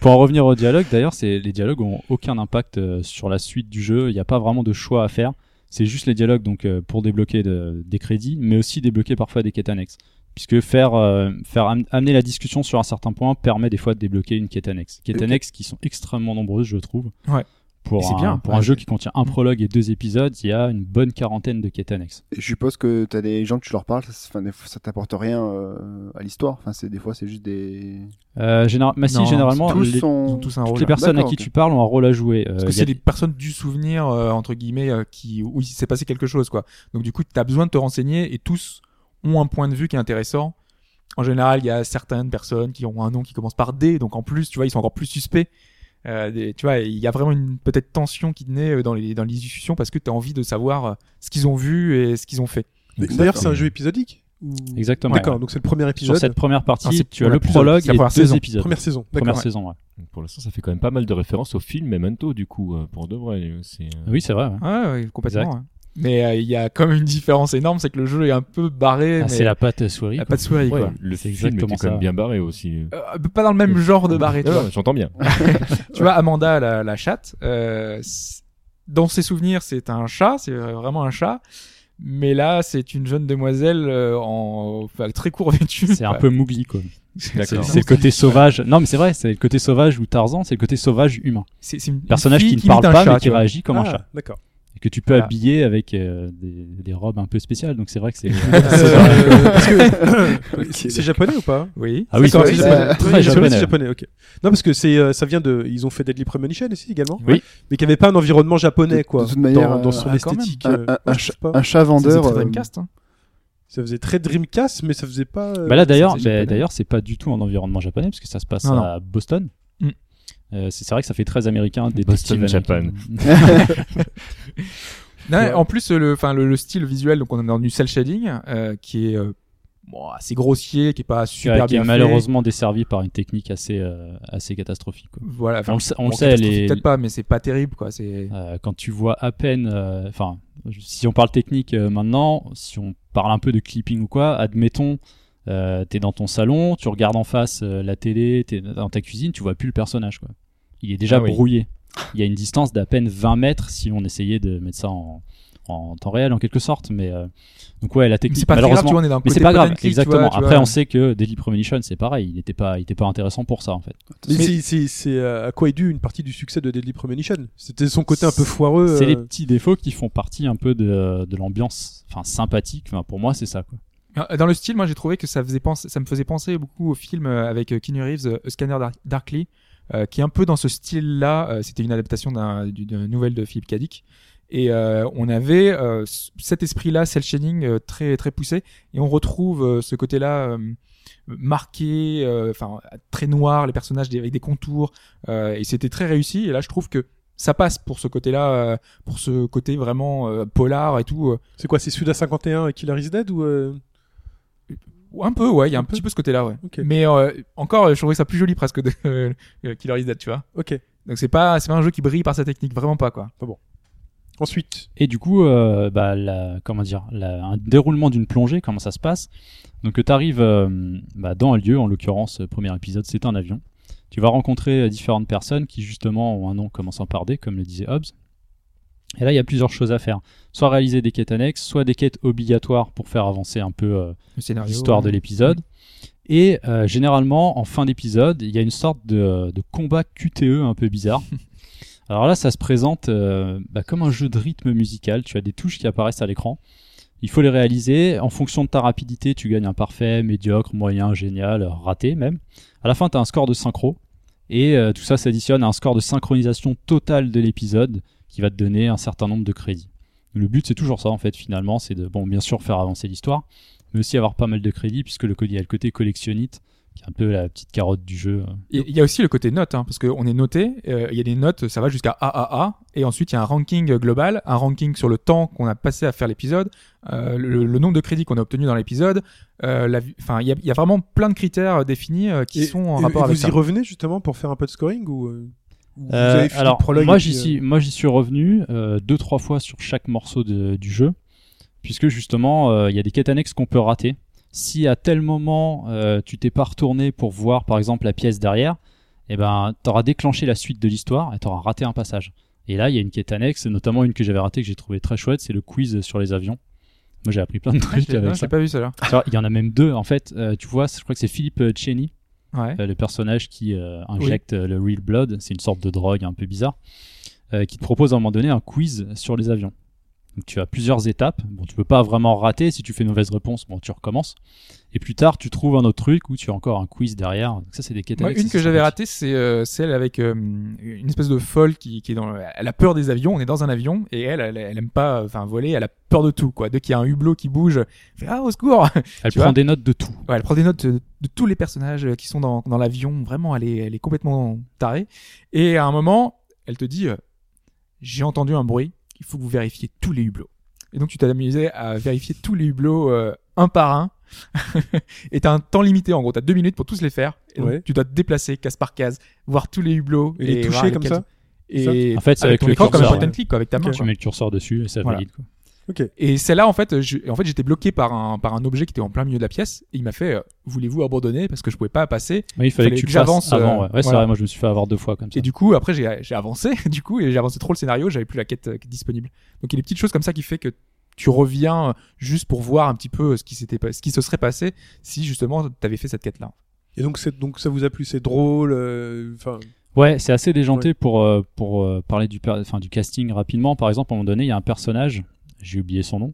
Pour en revenir au dialogue, d'ailleurs, c'est les dialogues ont aucun impact euh, sur la suite du jeu. Il n'y a pas vraiment de choix à faire. C'est juste les dialogues, donc euh, pour débloquer de- des crédits, mais aussi débloquer parfois des quêtes annexes, puisque faire euh, faire am- amener la discussion sur un certain point permet des fois de débloquer une quête annexe. Quêtes
Ok.
annexes qui sont extrêmement nombreuses, je trouve.
Ouais.
Pour,
Et c'est
un,
bien.
pour un
Ouais. Mm.
jeu qui contient un prologue et deux épisodes, il y a une bonne quarantaine de quêtes annexes.
Et je suppose que t'as des gens que tu leur parles, ça, enfin, des fois, ça t'apporte rien euh, à l'histoire. Enfin, c'est des fois c'est juste des.
Euh, général- mais si,
Non,
généralement,
tous
Oh, les,
sont.
Ils ont tous un
toutes
rôle.
les personnes à
D'accord,
qui
ok.
tu parles ont un rôle à jouer. Euh,
Parce que
il y a
c'est
des-
des personnes du souvenir, euh, entre guillemets, euh, qui, où il s'est passé quelque chose, quoi. Donc, du coup, tu as besoin de te renseigner et tous ont un point de vue qui est intéressant. En général, il y a certaines personnes qui ont un nom qui commence par D, donc en plus, tu vois, ils sont encore plus suspects. Euh, des- tu vois, il y a vraiment une peut-être tension qui naît euh, dans les, dans les discussions parce que tu as envie de savoir euh, ce qu'ils ont vu et ce qu'ils ont fait.
D'ailleurs, c'est un jeu épisodique ou-
Exactement.
D'accord,
ouais.
donc c'est le premier
Sur
épisode.
cette première partie,
Non, c'est
tu as
pour
le
la-
prologue
c'est la
et deux
première saison.
épisodes.
Première saison.
Première
D'accord.
saison, ouais.
Donc, Pour l'instant, ça fait quand même pas mal de références au film Memento, du coup, euh, pour de vrai. euh, C'est, euh,
Oui, c'est vrai. ouais.
Ouais, ouais, complètement.
Exact.
ouais. Mais euh, il y a quand même une différence énorme, c'est que le jeu est un peu barré.
Ah,
mais
c'est la pâte souris.
y a
quoi.
pas de souris,
ouais,
quoi.
le
C'est
film était
exactement
quand même
ça.
bien barré aussi.
Euh, pas dans le
Mm.
même genre de barré, tu vois.
Ouais, Ah, J'entends bien.
Tu vois, Amanda, la, la chatte, euh, c- dans ses souvenirs, c'est un chat, c'est vraiment un chat. Mais là, c'est une jeune demoiselle euh, en enfin, très court vêtue.
C'est un peu mougli, quoi. C'est
D'accord.
c'est le côté sauvage. Non, mais c'est vrai, c'est le côté sauvage ou Tarzan, c'est le côté sauvage humain.
C'est c'est une
Personnage
fille
qui ne parle
imite un
pas,
chat,
mais qui
tu vois.
réagit comme un
Ah,
chat.
D'accord.
Et que tu peux
Voilà.
habiller avec euh, des, des robes un peu spéciales. Donc c'est vrai que c'est.
Euh, parce que- c'est japonais ou pas
Oui.
Ah oui,
D'accord,
c'est
c'est
vrai.
japonais.
Très
Oui, japonais,
japonais.
c'est japonais, ok. Non, parce que c'est, euh, ça vient de, ils ont fait Deadly Premonition aussi également.
Oui.
Mais qui avait pas un environnement japonais,
De-
quoi.
de toute manière,
dans, dans
euh,
son
ah, quand
esthétique.
même.
euh,
Un- un-
moi, je trouve pas.
Un chat vendeur.
C'est
euh,
Dreamcast. hein.
Ça faisait très Dreamcast, mais ça faisait pas. euh,
Bah là d'ailleurs,
ça faisait
bah,
japonais.
d'ailleurs, c'est pas du tout un environnement japonais parce que ça se passe
Non,
à Boston.
Mm.
Euh, c'est c'est vrai que ça fait très américain des
Boston,
Non,
Ouais.
En plus, euh, le, enfin, le, le style visuel, donc on est dans du cel shading, euh, qui est euh, bon, assez grossier, qui est pas super
qui
bien
est
fait.
malheureusement desservi par une technique assez euh, assez catastrophique. quoi.
Voilà. enfin,
on le sait, on
bon,
le sait,
catastrophique,
les-
Peut-être pas, mais c'est pas terrible, quoi. C'est.
euh, quand tu vois à peine, euh, enfin, je- si on parle technique euh, maintenant, si on parle un peu de clipping ou quoi, admettons, euh, t'es dans ton salon, tu regardes en face euh, la télé, t'es dans ta cuisine, tu vois plus le personnage. Quoi. Il est déjà
Ah oui.
brouillé. Il y a une distance d'à peine 20 mètres si on essayait de mettre ça en, en temps réel en quelque sorte. Mais euh, donc ouais, la
Mais
technique
c'est pas très grave,
malheureusement.
tu vois, on est d'un
mais
côté
c'est pas
point
grave,
and click, tu vois,
exactement.
tu vois.
Après, on sait que Daily Premonition, c'est pareil. Il n'était pas, il était pas intéressant pour ça en fait.
Mais
Mais-
c'est- c'est c'est, euh, à quoi est dû une partie du succès de Deadly Premonition C'était son côté un peu foireux.
C'est les
euh,
petits défauts qui font partie un peu de, de l'ambiance, enfin sympathique. Enfin, pour moi, c'est ça. Quoi.
Euh, Dans le style, moi j'ai trouvé que ça, faisait penser, ça me faisait penser beaucoup au film euh, avec euh, Keanu Reeves, euh, A Scanner Dark- Darkly, euh, qui est un peu dans ce style-là. euh, C'était une adaptation d'un- d'une nouvelle de Philippe Dick Et euh, on avait euh, c- cet esprit-là, cel shading euh, très très poussé, et on retrouve euh, ce côté-là euh, marqué, euh, enfin très noir, les personnages des- avec des contours, euh, et c'était très réussi. Et là, je trouve que ça passe pour ce côté-là, euh, pour ce côté vraiment euh, polar et tout. euh,
C'est quoi C'est Suda 51 et Killer is Dead ou euh,
Un peu, ouais, il y a un
Un peu.
petit peu ce côté-là, ouais.
Ok.
Mais euh, encore, euh, je trouvais ça plus joli presque de euh, Killer Is Dead, tu vois.
Ok.
Donc c'est pas, c'est pas un jeu qui brille par sa technique, vraiment pas quoi.
Ensuite,
Et du coup, euh, bah, la, comment dire, la- un déroulement d'une plongée, comment ça se passe Donc, euh, tu arrives bah, dans un lieu, en l'occurrence, euh, premier épisode, c'est un avion. Tu vas rencontrer euh, différentes personnes qui, justement, ont un nom commençant par D, comme le disait Hobbes. Et là, il y a plusieurs choses à faire. Soit réaliser des quêtes annexes, soit des quêtes obligatoires pour faire avancer un peu euh,
Le scénario.
l'histoire de
ouais.
l'épisode. Et euh, généralement, en fin d'épisode, il y a une sorte de, de combat QTE un peu bizarre. Alors là, ça se présente euh, bah, comme un jeu de rythme musical. Tu as des touches qui apparaissent à l'écran. Il faut les réaliser. En fonction de ta rapidité, tu gagnes un parfait, médiocre, moyen, génial, raté même. À la fin, tu as un score de synchro. Et euh, tout ça s'additionne à un score de synchronisation totale de l'épisode qui va te donner un certain nombre de crédits. Le but, c'est toujours ça, en fait, finalement. C'est de, bon, bien sûr, faire avancer l'histoire, mais aussi avoir pas mal de crédits, puisque le, co- il y a le côté collectionnite, qui est un peu la petite carotte du jeu. euh.
Et Il y a aussi le côté note, hein, parce qu'on est noté, euh, il y a des notes, ça va jusqu'à AAA, et ensuite il y a un ranking global, un ranking sur le temps qu'on a passé à faire l'épisode, euh, le, le nombre de crédits qu'on a obtenu dans l'épisode, euh, la vi- enfin il y a, il y a vraiment plein de critères euh, définis euh, qui
et-
sont en
et-
rapport
et
avec
vous
ça.
y revenez justement pour faire un peu de scoring ou euh, ou vous
Euh,
avez fini
alors,
le prologue
moi,
et
j'y
puis, euh,
suis, moi, j'y suis revenu euh, deux, trois fois sur chaque morceau de- du jeu, puisque justement, euh, il y a des quêtes annexes qu'on peut rater. Si à tel moment, euh, tu t'es pas retourné pour voir, par exemple, la pièce derrière, eh ben, t'auras déclenché la suite de l'histoire et t'auras raté un passage. Et là, il y a une quête annexe, notamment une que j'avais ratée que j'ai trouvé très chouette, c'est le quiz sur les avions. Moi, j'ai appris plein de
Ouais,
trucs
je l'ai- non,
avec
je
ça.
l'ai Ah, pas vu ça là.
Alors, il y en a même deux, en fait. Euh, tu vois, je crois que c'est Philippe euh, Cheney,
Ouais.
euh, le personnage qui euh, injecte euh, le Real Blood. C'est une sorte de drogue un peu bizarre. euh, qui te propose à un moment donné un quiz sur les avions. Donc tu as plusieurs étapes. Bon, tu peux pas vraiment rater. Si tu fais une mauvaise réponse, bon, tu recommences. Et plus tard, tu trouves un autre truc où tu as encore un quiz derrière. Donc ça, c'est des quêtes.
Moi,
annexes,
une
c'est
que j'avais
sympathique.
ratée, c'est euh, celle avec euh, une espèce de folle qui, qui est dans. le- Elle a peur des avions. On est dans un avion et elle, elle, elle aime pas, euh, enfin, voler. Elle a peur de tout, quoi. Dès qu'il y a un hublot qui bouge, elle fait ah au secours.
Elle
tu
prend
vois.
des notes de tout.
Ouais, elle prend des notes euh, de tous les personnages euh, qui sont dans, dans l'avion. Vraiment, elle est, elle est complètement tarée. Et à un moment, elle te dit euh, J'ai entendu un bruit, il faut que vous vérifiez tous les hublots. Et donc, tu t'es amusé à vérifier tous les hublots euh, un par un. et t'as un temps limité, en gros. T'as deux minutes pour tous les faire. Et donc,
Ouais.
tu dois te déplacer case par case, voir tous les hublots.
euh, Et les toucher
voir
comme
lesquels-
ça
Et
En fait, c'est avec
ton
le
écran, comme un
curseur,
point and
ouais.
click, quoi, avec ta main.
Ok.
quoi.
Tu mets le curseur dessus et ça
Voilà.
valide. Quoi.
Ok.
Et celle-là, en fait, je- en fait, j'étais bloqué par un, par un objet qui était en plein milieu de la pièce. Et il m'a fait, euh, voulez-vous abandonner parce que je pouvais pas passer.
Oui, il fallait,
Fallait
que
que
tu fasses
j'avance,
avant.
euh,
ouais, Ouais, c'est
voilà.
vrai. Moi, je me suis fait avoir deux fois comme ça.
Et du coup, après, j'ai, j'ai avancé, du coup, et j'ai avancé trop le scénario, j'avais plus la quête euh, disponible. Donc il y a des petites choses comme ça qui fait que tu reviens euh, juste pour voir un petit peu euh, ce qui s'était, pas- ce qui se serait passé si justement t'avais fait cette quête-là.
Et donc, c'est- donc ça vous a plu, c'est drôle. euh, Enfin,
Ouais, c'est assez déjanté pour, euh, pour euh, parler du, per- enfin, du casting rapidement. Par exemple, à un moment donné, il y a un personnage, j'ai oublié son nom,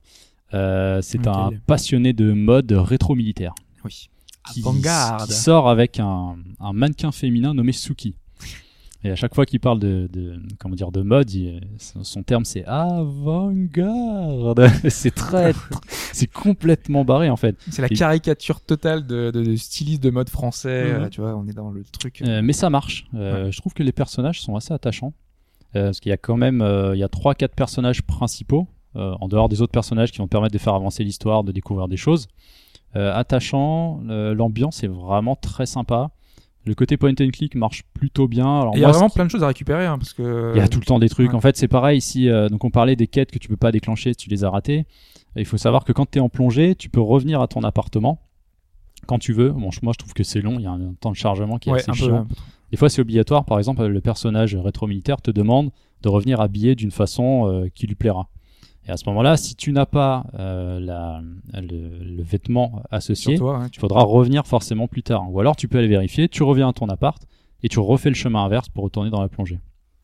euh, c'est
Lequel
un passionné de mode rétro-militaire
Oui.
qui,
Avant-garde.
qui sort avec un, un mannequin féminin nommé Suki. Et à chaque fois qu'il parle de, de- comment dire, de mode, il- son son terme c'est avant-garde. c'est très, tr- c'est complètement barré en fait.
C'est la
Et-
caricature totale de, de, de styliste de mode français.
Mhm.
euh, tu vois, on est dans le truc.
Euh, mais ça marche. Euh, Je trouve que les personnages sont assez attachants. Euh, parce qu'il y a quand même euh, il y a 3-4 personnages principaux, euh, en dehors des autres personnages qui vont te permettre de faire avancer l'histoire, de découvrir des choses. Euh, attachant, euh, l'ambiance est vraiment très sympa. Le côté point and click marche plutôt bien. Alors
Et il y a
moi, ce
vraiment
qui-
plein de choses à récupérer, hein, parce que.
il y a tout le temps des trucs.
ouais.
En fait, c'est pareil ici. euh, donc, on parlait des quêtes que tu peux pas déclencher si tu les as ratées. Et Il faut savoir que quand tu es en plongée, tu peux revenir à ton appartement quand tu veux. Bon, je- moi, je trouve que c'est long. Il y a un temps de chargement qui est
Ouais,
assez
un peu,
chiant.
un peu.
Des fois, c'est obligatoire. Par exemple, le personnage rétro-militaire te demande de revenir habillé d'une façon euh, qui lui plaira. Et à ce moment-là, si tu n'as pas euh, la- le, le vêtement
Sur
associé,
toi, hein, tu
il faudra revenir forcément plus tard. Ou alors, tu peux aller vérifier, tu reviens à ton appart et tu refais le chemin inverse pour retourner dans la plongée.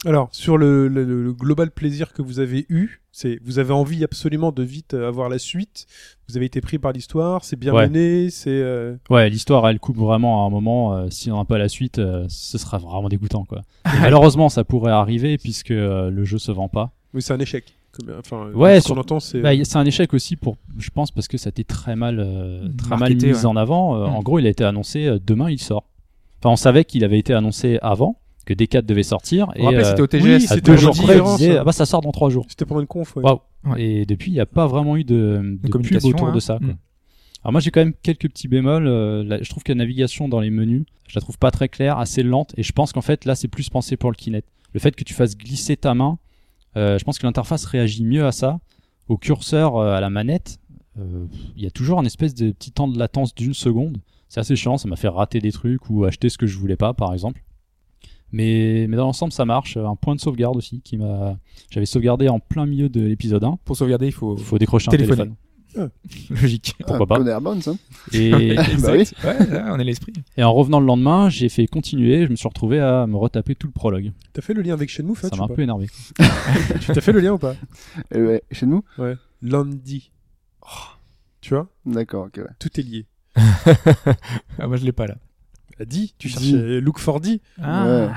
alors sur le, le- le- le global plaisir que vous avez eu, c'est vous avez envie absolument de vite euh, avoir la suite. Vous avez été pris par l'histoire, c'est bien
Ouais.
mené, c'est euh,
Ouais, l'histoire, elle coupe vraiment à un moment. euh, si on n'a pas la suite, euh, ce sera vraiment dégoûtant. Quoi. Et malheureusement, ça pourrait arriver puisque euh, le jeu se vend pas.
oui, c'est un échec. Comme- Enfin, euh,
Ouais,
ce qu'on
sur-
entend, c'est
Bah, y- c'est un échec aussi pour, je pense, parce que ça a été très mal, euh,
Mm.
très
Marketé,
mal mis
ouais.
en avant. Euh,
Mm.
En gros, il a été annoncé euh, demain, il sort. Enfin, on savait qu'il avait été annoncé avant, que D4 devait sortir.
On rappelle,
euh,
c'était au
oui,
TGS.
à
c'était
deux
en
jours
jeudi,
près, il
hein,
disait,
ça.
ah bah, ça sort dans trois jours.
c'était pendant une conf. ouais.
Waouh.
Ouais.
Et depuis, il n'y a pas vraiment eu de, de, pub
communication,
autour
hein.
de ça. quoi.
Mm.
Alors moi, j'ai quand même quelques petits bémols. euh, là, je trouve que la navigation dans les menus, je la trouve pas très claire, assez lente, et je pense qu'en fait, là, c'est plus pensé pour le Kinect. Le fait que tu fasses glisser ta main, euh, je pense que l'interface réagit mieux à ça. Au curseur, euh, à la manette, euh, il y a toujours un espèce de petit temps de latence d'une seconde. C'est assez chiant, ça m'a fait rater des trucs ou acheter ce que je voulais pas, par exemple. Mais, mais dans l'ensemble, ça marche. Un point de sauvegarde aussi qui m'a. J'avais sauvegardé en plein milieu de l'épisode 1.
Pour sauvegarder, il faut.
Il faut décrocher un
Téléphoner.
téléphone.
Logique.
Pourquoi pas.
Connard Bones, hein.
Et,
Bah oui.
Ouais, là, on est l'esprit.
et en revenant le lendemain, j'ai fait continuer. Je me suis retrouvé à me retaper tout le prologue.
T'as fait le lien avec Shenmue, Fetch,
ça
ou
m'a un
pas
peu énervé.
T'as fait le lien ou pas
Euh, ouais, Chez nous
Ouais. Landy. Oh. Tu vois,
D'accord, ok. ouais.
tout est lié.
Ah, moi, je l'ai pas là.
Ah, Di, tu
Di.
cherchais Look for Di.
Ah,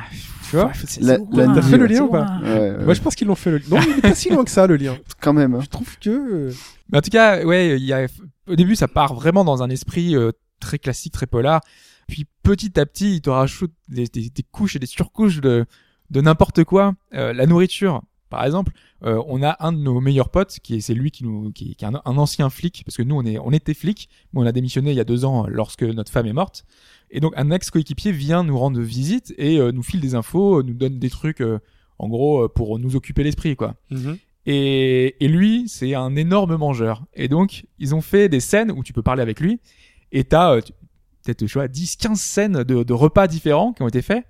tu
vois,
La- la-
T'as fait le lien ou pas
Ouais, ouais,
Moi, je pense qu'ils l'ont fait le lien. Non, il est pas si loin que ça, le lien.
quand même. hein.
Je trouve que.
Mais en tout cas, ouais, il y a... au début, ça part vraiment dans un esprit euh, très classique, très polar. Puis petit à petit, il te rajoute des, des- des couches et des surcouches de, de n'importe quoi. Euh, la nourriture, par exemple, euh, on a un de nos meilleurs potes, qui est c'est lui qui nous, qui, qui est un, un ancien flic, parce que nous, on est, on était flic, mais on a démissionné il y a deux ans euh, lorsque notre femme est morte. Et donc, un ex coéquipier vient nous rendre visite et euh, nous file des infos, euh, nous donne des trucs, euh, en gros, euh, pour nous occuper l'esprit, quoi.
Mhm.
Et, et lui, c'est un énorme mangeur. Et donc, ils ont fait des scènes où tu peux parler avec lui. Et t'as euh, tu- peut-être, je sais pas, 10, 15 scènes de, de repas différents qui ont été faits.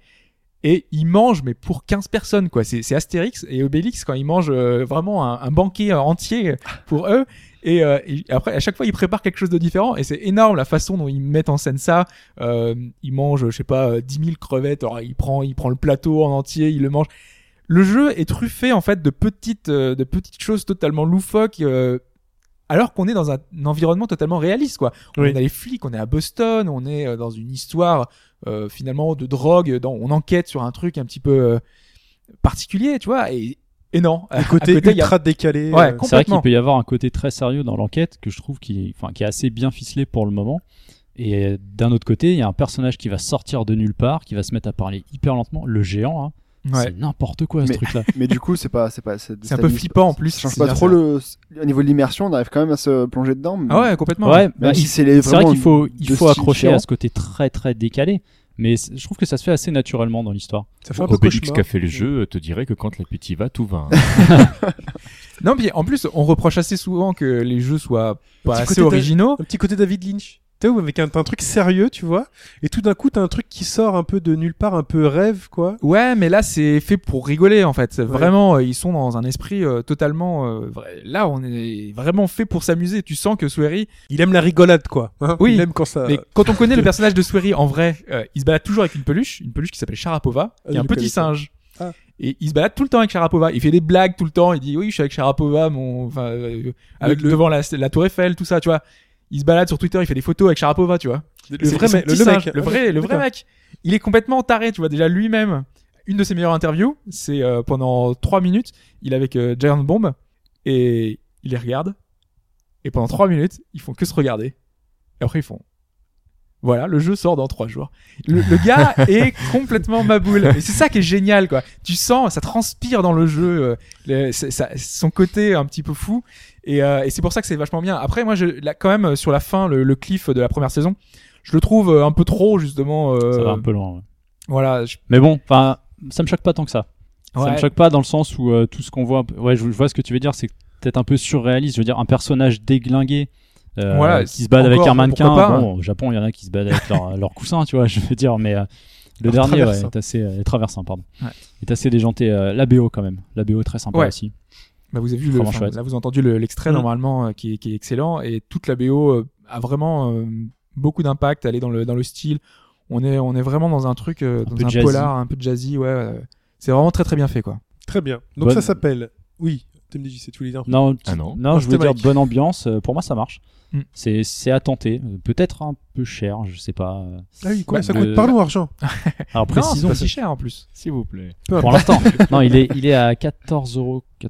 Et il mange, mais pour 15 personnes, quoi. C'est, c'est Astérix et Obélix quand ils mangent euh, vraiment un, un banquet euh, entier pour eux. Et, euh, et après, à chaque fois, ils préparent quelque chose de différent. Et c'est énorme la façon dont ils mettent en scène ça. Euh, il mange, je sais pas, euh, 10 000 crevettes. Alors, il prend, il prend le plateau en entier, il le mange. le jeu est truffé en fait de petites euh, de petites choses totalement loufoques euh, alors qu'on est dans un, un environnement totalement réaliste quoi. On
Oui.
est dans les flics, on est à Boston, on est euh, dans une histoire euh, finalement de drogue, dans- on enquête sur un truc un petit peu euh, particulier, tu vois et et non, à- à
Côté,
il y a-
ultra décalé.
Ouais,
euh,
C'est vrai qu'il
complètement.
peut y avoir un côté très sérieux dans l'enquête que je trouve qui, enfin, qui est assez bien ficelé pour le moment. Et euh, d'un autre côté, il y a un personnage qui va sortir de nulle part, qui va se mettre à parler hyper lentement, le géant. hein.
Ouais.
C'est n'importe quoi ce
Mais-
truc-là.
Mais du coup, c'est pas, c'est pas,
C'est un peu flippant en plus.
Ça change
c'est
pas
bien
trop
ça.
le. Au niveau de l'immersion, on arrive quand même à se plonger dedans. mais-
Ah ouais, complètement.
Ouais, bah,
Même si
il-
c'est les-
c'est vrai
vraiment
qu'il faut, il
deux
faut
styles
accrocher à
différents.
ce côté très très décalé. Mais c'est- je trouve que ça se fait assez naturellement dans l'histoire.
Ça fait un peu
Obélix qui
cauchemar.
a fait le jeu te dirait que quand l'appétit va, tout va. hein.
Non, puis en plus, on reproche assez souvent que les jeux soient pas
Petit
assez
côté de-
originaux.
un petit côté David Lynch. T'es où avec un, t'as un truc sérieux, tu vois, et tout d'un coup t'as un truc qui sort un peu de nulle part, un peu rêve, quoi.
Ouais, mais là, c'est fait pour rigoler, en fait. Vraiment, euh, ils sont dans un esprit euh, totalement... euh, vrai- Là, on est vraiment fait pour s'amuser. Tu sens que Swery...
Il aime la rigolade, quoi. hein.
Oui.
Il aime quand ça.
Mais quand on connaît le personnage de Swery, en vrai, euh, il se balade toujours avec une peluche, une peluche qui s'appelle Sharapova, qui
je
est un
le
petit
connais pas.
singe.
Euh, Ah.
Et il se balade tout le temps avec Sharapova. Il fait des blagues tout le temps. Il dit oui, je suis avec Sharapova, mon, enfin, euh, avec
Le- le-
devant la, la Tour Eiffel, tout ça, tu vois. Il se balade sur Twitter, il fait des photos avec Sharapova, tu vois.
le
C'est-
vrai,
c'est
mec-
le,
le mec,
singe, le vrai, le vrai
D'accord.
mec. Il est complètement taré, tu vois. Déjà lui-même, une de ses meilleures interviews, c'est euh, pendant trois minutes, il est avec euh, Giant Bomb et il les regarde. Et pendant trois minutes, ils font que se regarder. Et après, ils font. Voilà, le jeu sort dans trois jours. Le, le gars est complètement maboule. Et c'est ça qui est génial, quoi. Tu sens, ça transpire dans le jeu, euh, le- c'est- ça- son côté un petit peu fou. Et, euh, et c'est pour ça que c'est vachement bien. Après, moi, je, là, quand même, euh, sur la fin, le, le cliff de la première saison, je le trouve euh, un peu trop, justement. euh,
Ça va un peu loin. ouais.
Voilà. je-
Mais bon, enfin, ça me choque pas tant que ça. Ça
ouais.
me choque pas dans le sens où euh, tout ce qu'on voit. Ouais, je, je vois ce que tu veux dire. C'est peut-être un peu surréaliste. Je veux dire, un personnage déglingué euh,
Voilà,
qui se balade
encore,
avec un
pourquoi
mannequin.
pas, hein.
bon, au Japon, il y en a qui se baladent avec leur, leur coussin, tu vois. Je veux dire, mais euh, le
Leur
dernier ouais,
traversin.
est assez euh, traversin, pardon.
Ah, Ouais.
Est assez déjanté. euh, la BO quand même. La BO très sympa
Ouais.
aussi.
Bah, vous avez vu le,
Vraiment
enfin,
chouette.
là, vous avez entendu le- l'extrait
Mm.
normalement euh, qui, est- qui est excellent et toute la BO euh, a vraiment euh, beaucoup d'impact. Elle est dans le dans le style. On est on est vraiment dans un truc euh,
peu
dans un
jazzy.
polar un peu jazzy. Ouais, euh, c'est vraiment très très bien fait quoi.
Très bien. Donc
Bonne-
ça s'appelle. Oui. TMDJ, c'est tous les derniers.
Non,
Ah non.
Non, je voulais dire
Thématique.
bonne ambiance. euh, Pour moi, ça marche.
Mm.
C'est c'est à tenter. Euh, Peut-être un peu cher, je sais pas. euh.
Ah oui, combien
Bah,
ça
de-
coûte Parlons argent. Ah
Alors
Non, c'est
précisons.
pas si cher en plus.
S'il vous plaît.
Peu
Pour
importe.
l'instant. non, il est il est à
Ah,
14,99
mais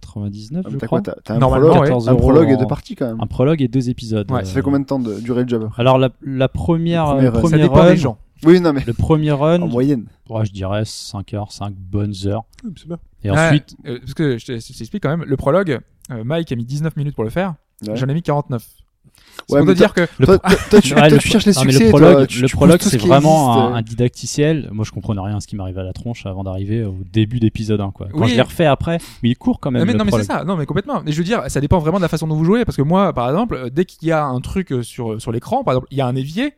je
T'as
crois.
quoi T'as t'as un
Normalement,
prologue,
ouais.
14
un
euros
prologue et
en-
deux parties quand même.
Un prologue et deux épisodes.
Ouais,
euh,
Ça fait combien de temps de durée le job après
Alors la, la première,
La
euh,
première run.
Ça
première
dépend des
run,
gens.
Oui, non, mais
le premier run,
en moyenne.
ouais, je dirais 5 heures, 5 bonnes heures.
Oui, c'est bien.
Et
Ouais,
ensuite,
euh, parce que je te- je t'explique quand même, le prologue, euh, Mike a mis 19 minutes pour le faire,
Ouais.
j'en ai mis 49.
Ouais,
on
mais
peut dire que
le
Toi, toi- toi, tu,
Ouais,
toi, tu
le pro-
cherches les
non, mais
succès.
le
toi,
prologue,
tu-
le
tu
prologue,
pousses tout
c'est
ce qui
vraiment
existe,
un,
euh.
un didacticiel. Moi, je comprenais rien à ce qui m'arrivait à la tronche avant d'arriver au début d'épisode 1. Quoi. Quand
Oui.
je l'ai refait après, mais il court quand même.
Non
Ah,
Ah, mais,
le
non, mais c'est ça,
prologue.
non mais complètement. Et je veux dire, ça dépend vraiment de la façon dont vous jouez, parce que moi, par exemple, euh, dès qu'il y a un truc euh, sur, sur l'écran, par exemple, il y a un évier,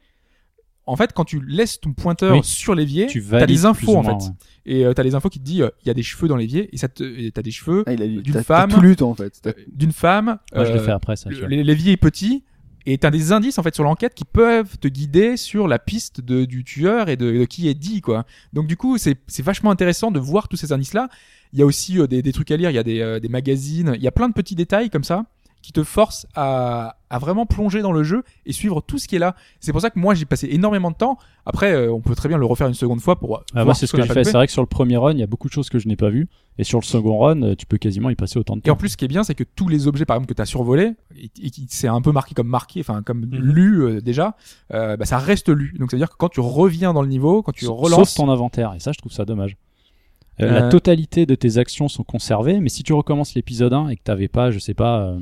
en fait, quand tu laisses ton pointeur
Oui.
sur l'évier,
Tu
t'as
valides
des
plus
infos
ou
en fait.
moins, ouais.
Et euh, t'as des infos qui te disent, euh, il y a des cheveux dans l'évier, et ça te, et t'as des cheveux
Ah, il a lu-
d'une
t'as-
femme.
T'as tout lu, toi, en fait. T'as-
euh, d'une femme.
Moi, je l'ai
euh,
fait après ça. hein, tu
le-
vois.
l'é- l'évier est petit et t'as des indices en fait sur l'enquête qui peuvent te guider sur la piste de, du tueur et de, de qui est dit quoi. Donc du coup c'est c'est vachement intéressant de voir tous ces indices là. Il y a aussi euh, des, des trucs à lire, il y a des, euh, des magazines, il y a plein de petits détails comme ça qui te forcent à, à vraiment plonger dans le jeu et suivre tout ce qui est là. C'est pour ça que moi j'ai passé énormément de temps. Après euh, on peut très bien le refaire une seconde fois pour
Ah,
voir
moi, c'est ce
qu'on
que
a
j'ai
pas
fait.
loupé.
C'est vrai que sur le premier run, il y a beaucoup de choses que je n'ai pas vues. Et sur le second run, euh, tu peux quasiment y passer autant de
Et en
temps.
plus, ce qui est bien, c'est que tous les objets, par exemple, que tu as survolés, et et qui c'est un peu marqué comme marqué, enfin comme
Mhm.
lu euh, déjà, euh, bah, ça reste lu. Donc, ça veut dire que quand tu reviens dans le niveau, quand tu
Sa-
relances,
Sauf ton inventaire, et ça, je trouve ça dommage. Euh,
Euh,
La totalité de tes actions sont conservées, mais si tu recommences l'épisode 1 et que t'avais pas, je sais pas, euh,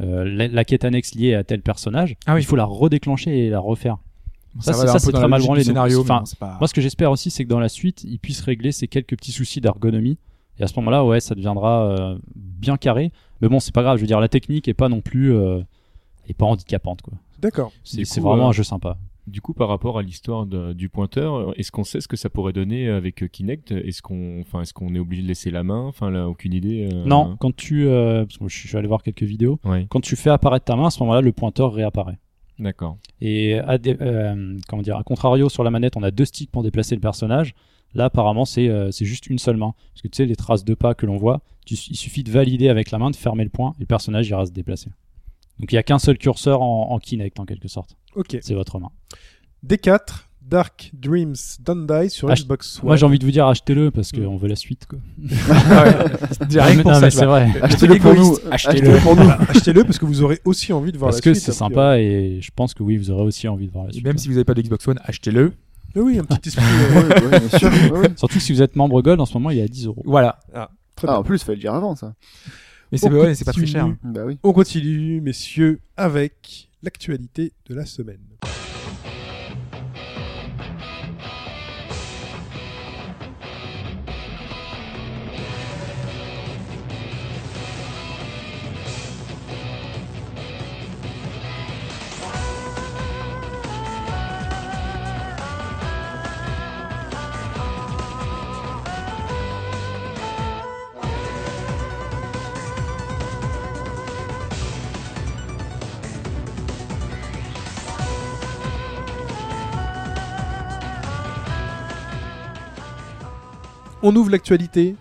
euh, la, la quête annexe liée à tel personnage,
Ah oui.
il faut la redéclencher et la refaire. ça, c'est-
va
ça,
un peu
c'est
dans
très
la
mal
logique
branlé,
du
donc,
Scénario,
enfin,
mais c'est pas-
Moi, ce que j'espère aussi, c'est que dans la suite, ils puissent régler ces quelques petits soucis d'ergonomie. Et à ce moment-là, ouais, ça deviendra euh, bien carré. Mais bon, c'est pas grave. Je veux dire, la technique est pas non plus, euh, est pas handicapante, quoi.
D'accord.
C'est
Du
c'est
coup,
vraiment
euh,
un jeu sympa.
Du coup, par rapport à l'histoire de- du pointeur, est-ce qu'on sait ce que ça pourrait donner avec euh, Kinect Est-ce qu'on, enfin, est-ce qu'on est obligé de laisser la main Enfin, là, aucune idée. euh,
Non, quand tu, euh, parce que je suis je suis allé voir quelques vidéos.
Ouais.
Quand tu fais apparaître ta main, à ce moment-là, le pointeur réapparaît.
D'accord.
Et à des- euh, comment dire, à contrario sur la manette, on a deux sticks pour déplacer le personnage. Là, apparemment, c'est euh, c'est juste une seule main. Parce que tu sais, les traces de pas que l'on voit, tu- il suffit de valider avec la main, de fermer le point, et le personnage ira se déplacer. Donc il n'y a qu'un seul curseur en, en Kinect, en quelque sorte.
Ok.
C'est votre main.
D4, Dark Dreams Don't Die sur
Ah, je-
Xbox One.
Moi, j'ai envie de vous dire, achetez-le, parce
Mm.
qu'on veut la suite. Quoi.
J'ai rien que pour
Non,
ça,
mais
tu
c'est
vois.
vrai.
Achetez-le pour nous.
Achetez-le.
pour nous.
Achetez-le parce que vous aurez aussi envie de voir
Parce
la
que
suite. hein,
c'est
a priori.
sympa, et je pense que oui, vous aurez aussi envie de voir la
Et
suite.
même si vous n'avez pas de Xbox One, achetez-le.
Mais oui, un petit esprit.
Ouais,
euh,
ouais, bien sûr. ouais, ouais.
Surtout que si vous êtes membre Gold, en ce moment, il est à 10 euros.
Voilà.
très
Ah,
bien.
en plus, fallait le dire avant ça.
Mais c'est
On
ouais, c'est pas très cher.
continue.
Bah oui.
On continue, messieurs, avec l'actualité de la semaine. On ouvre l'actualité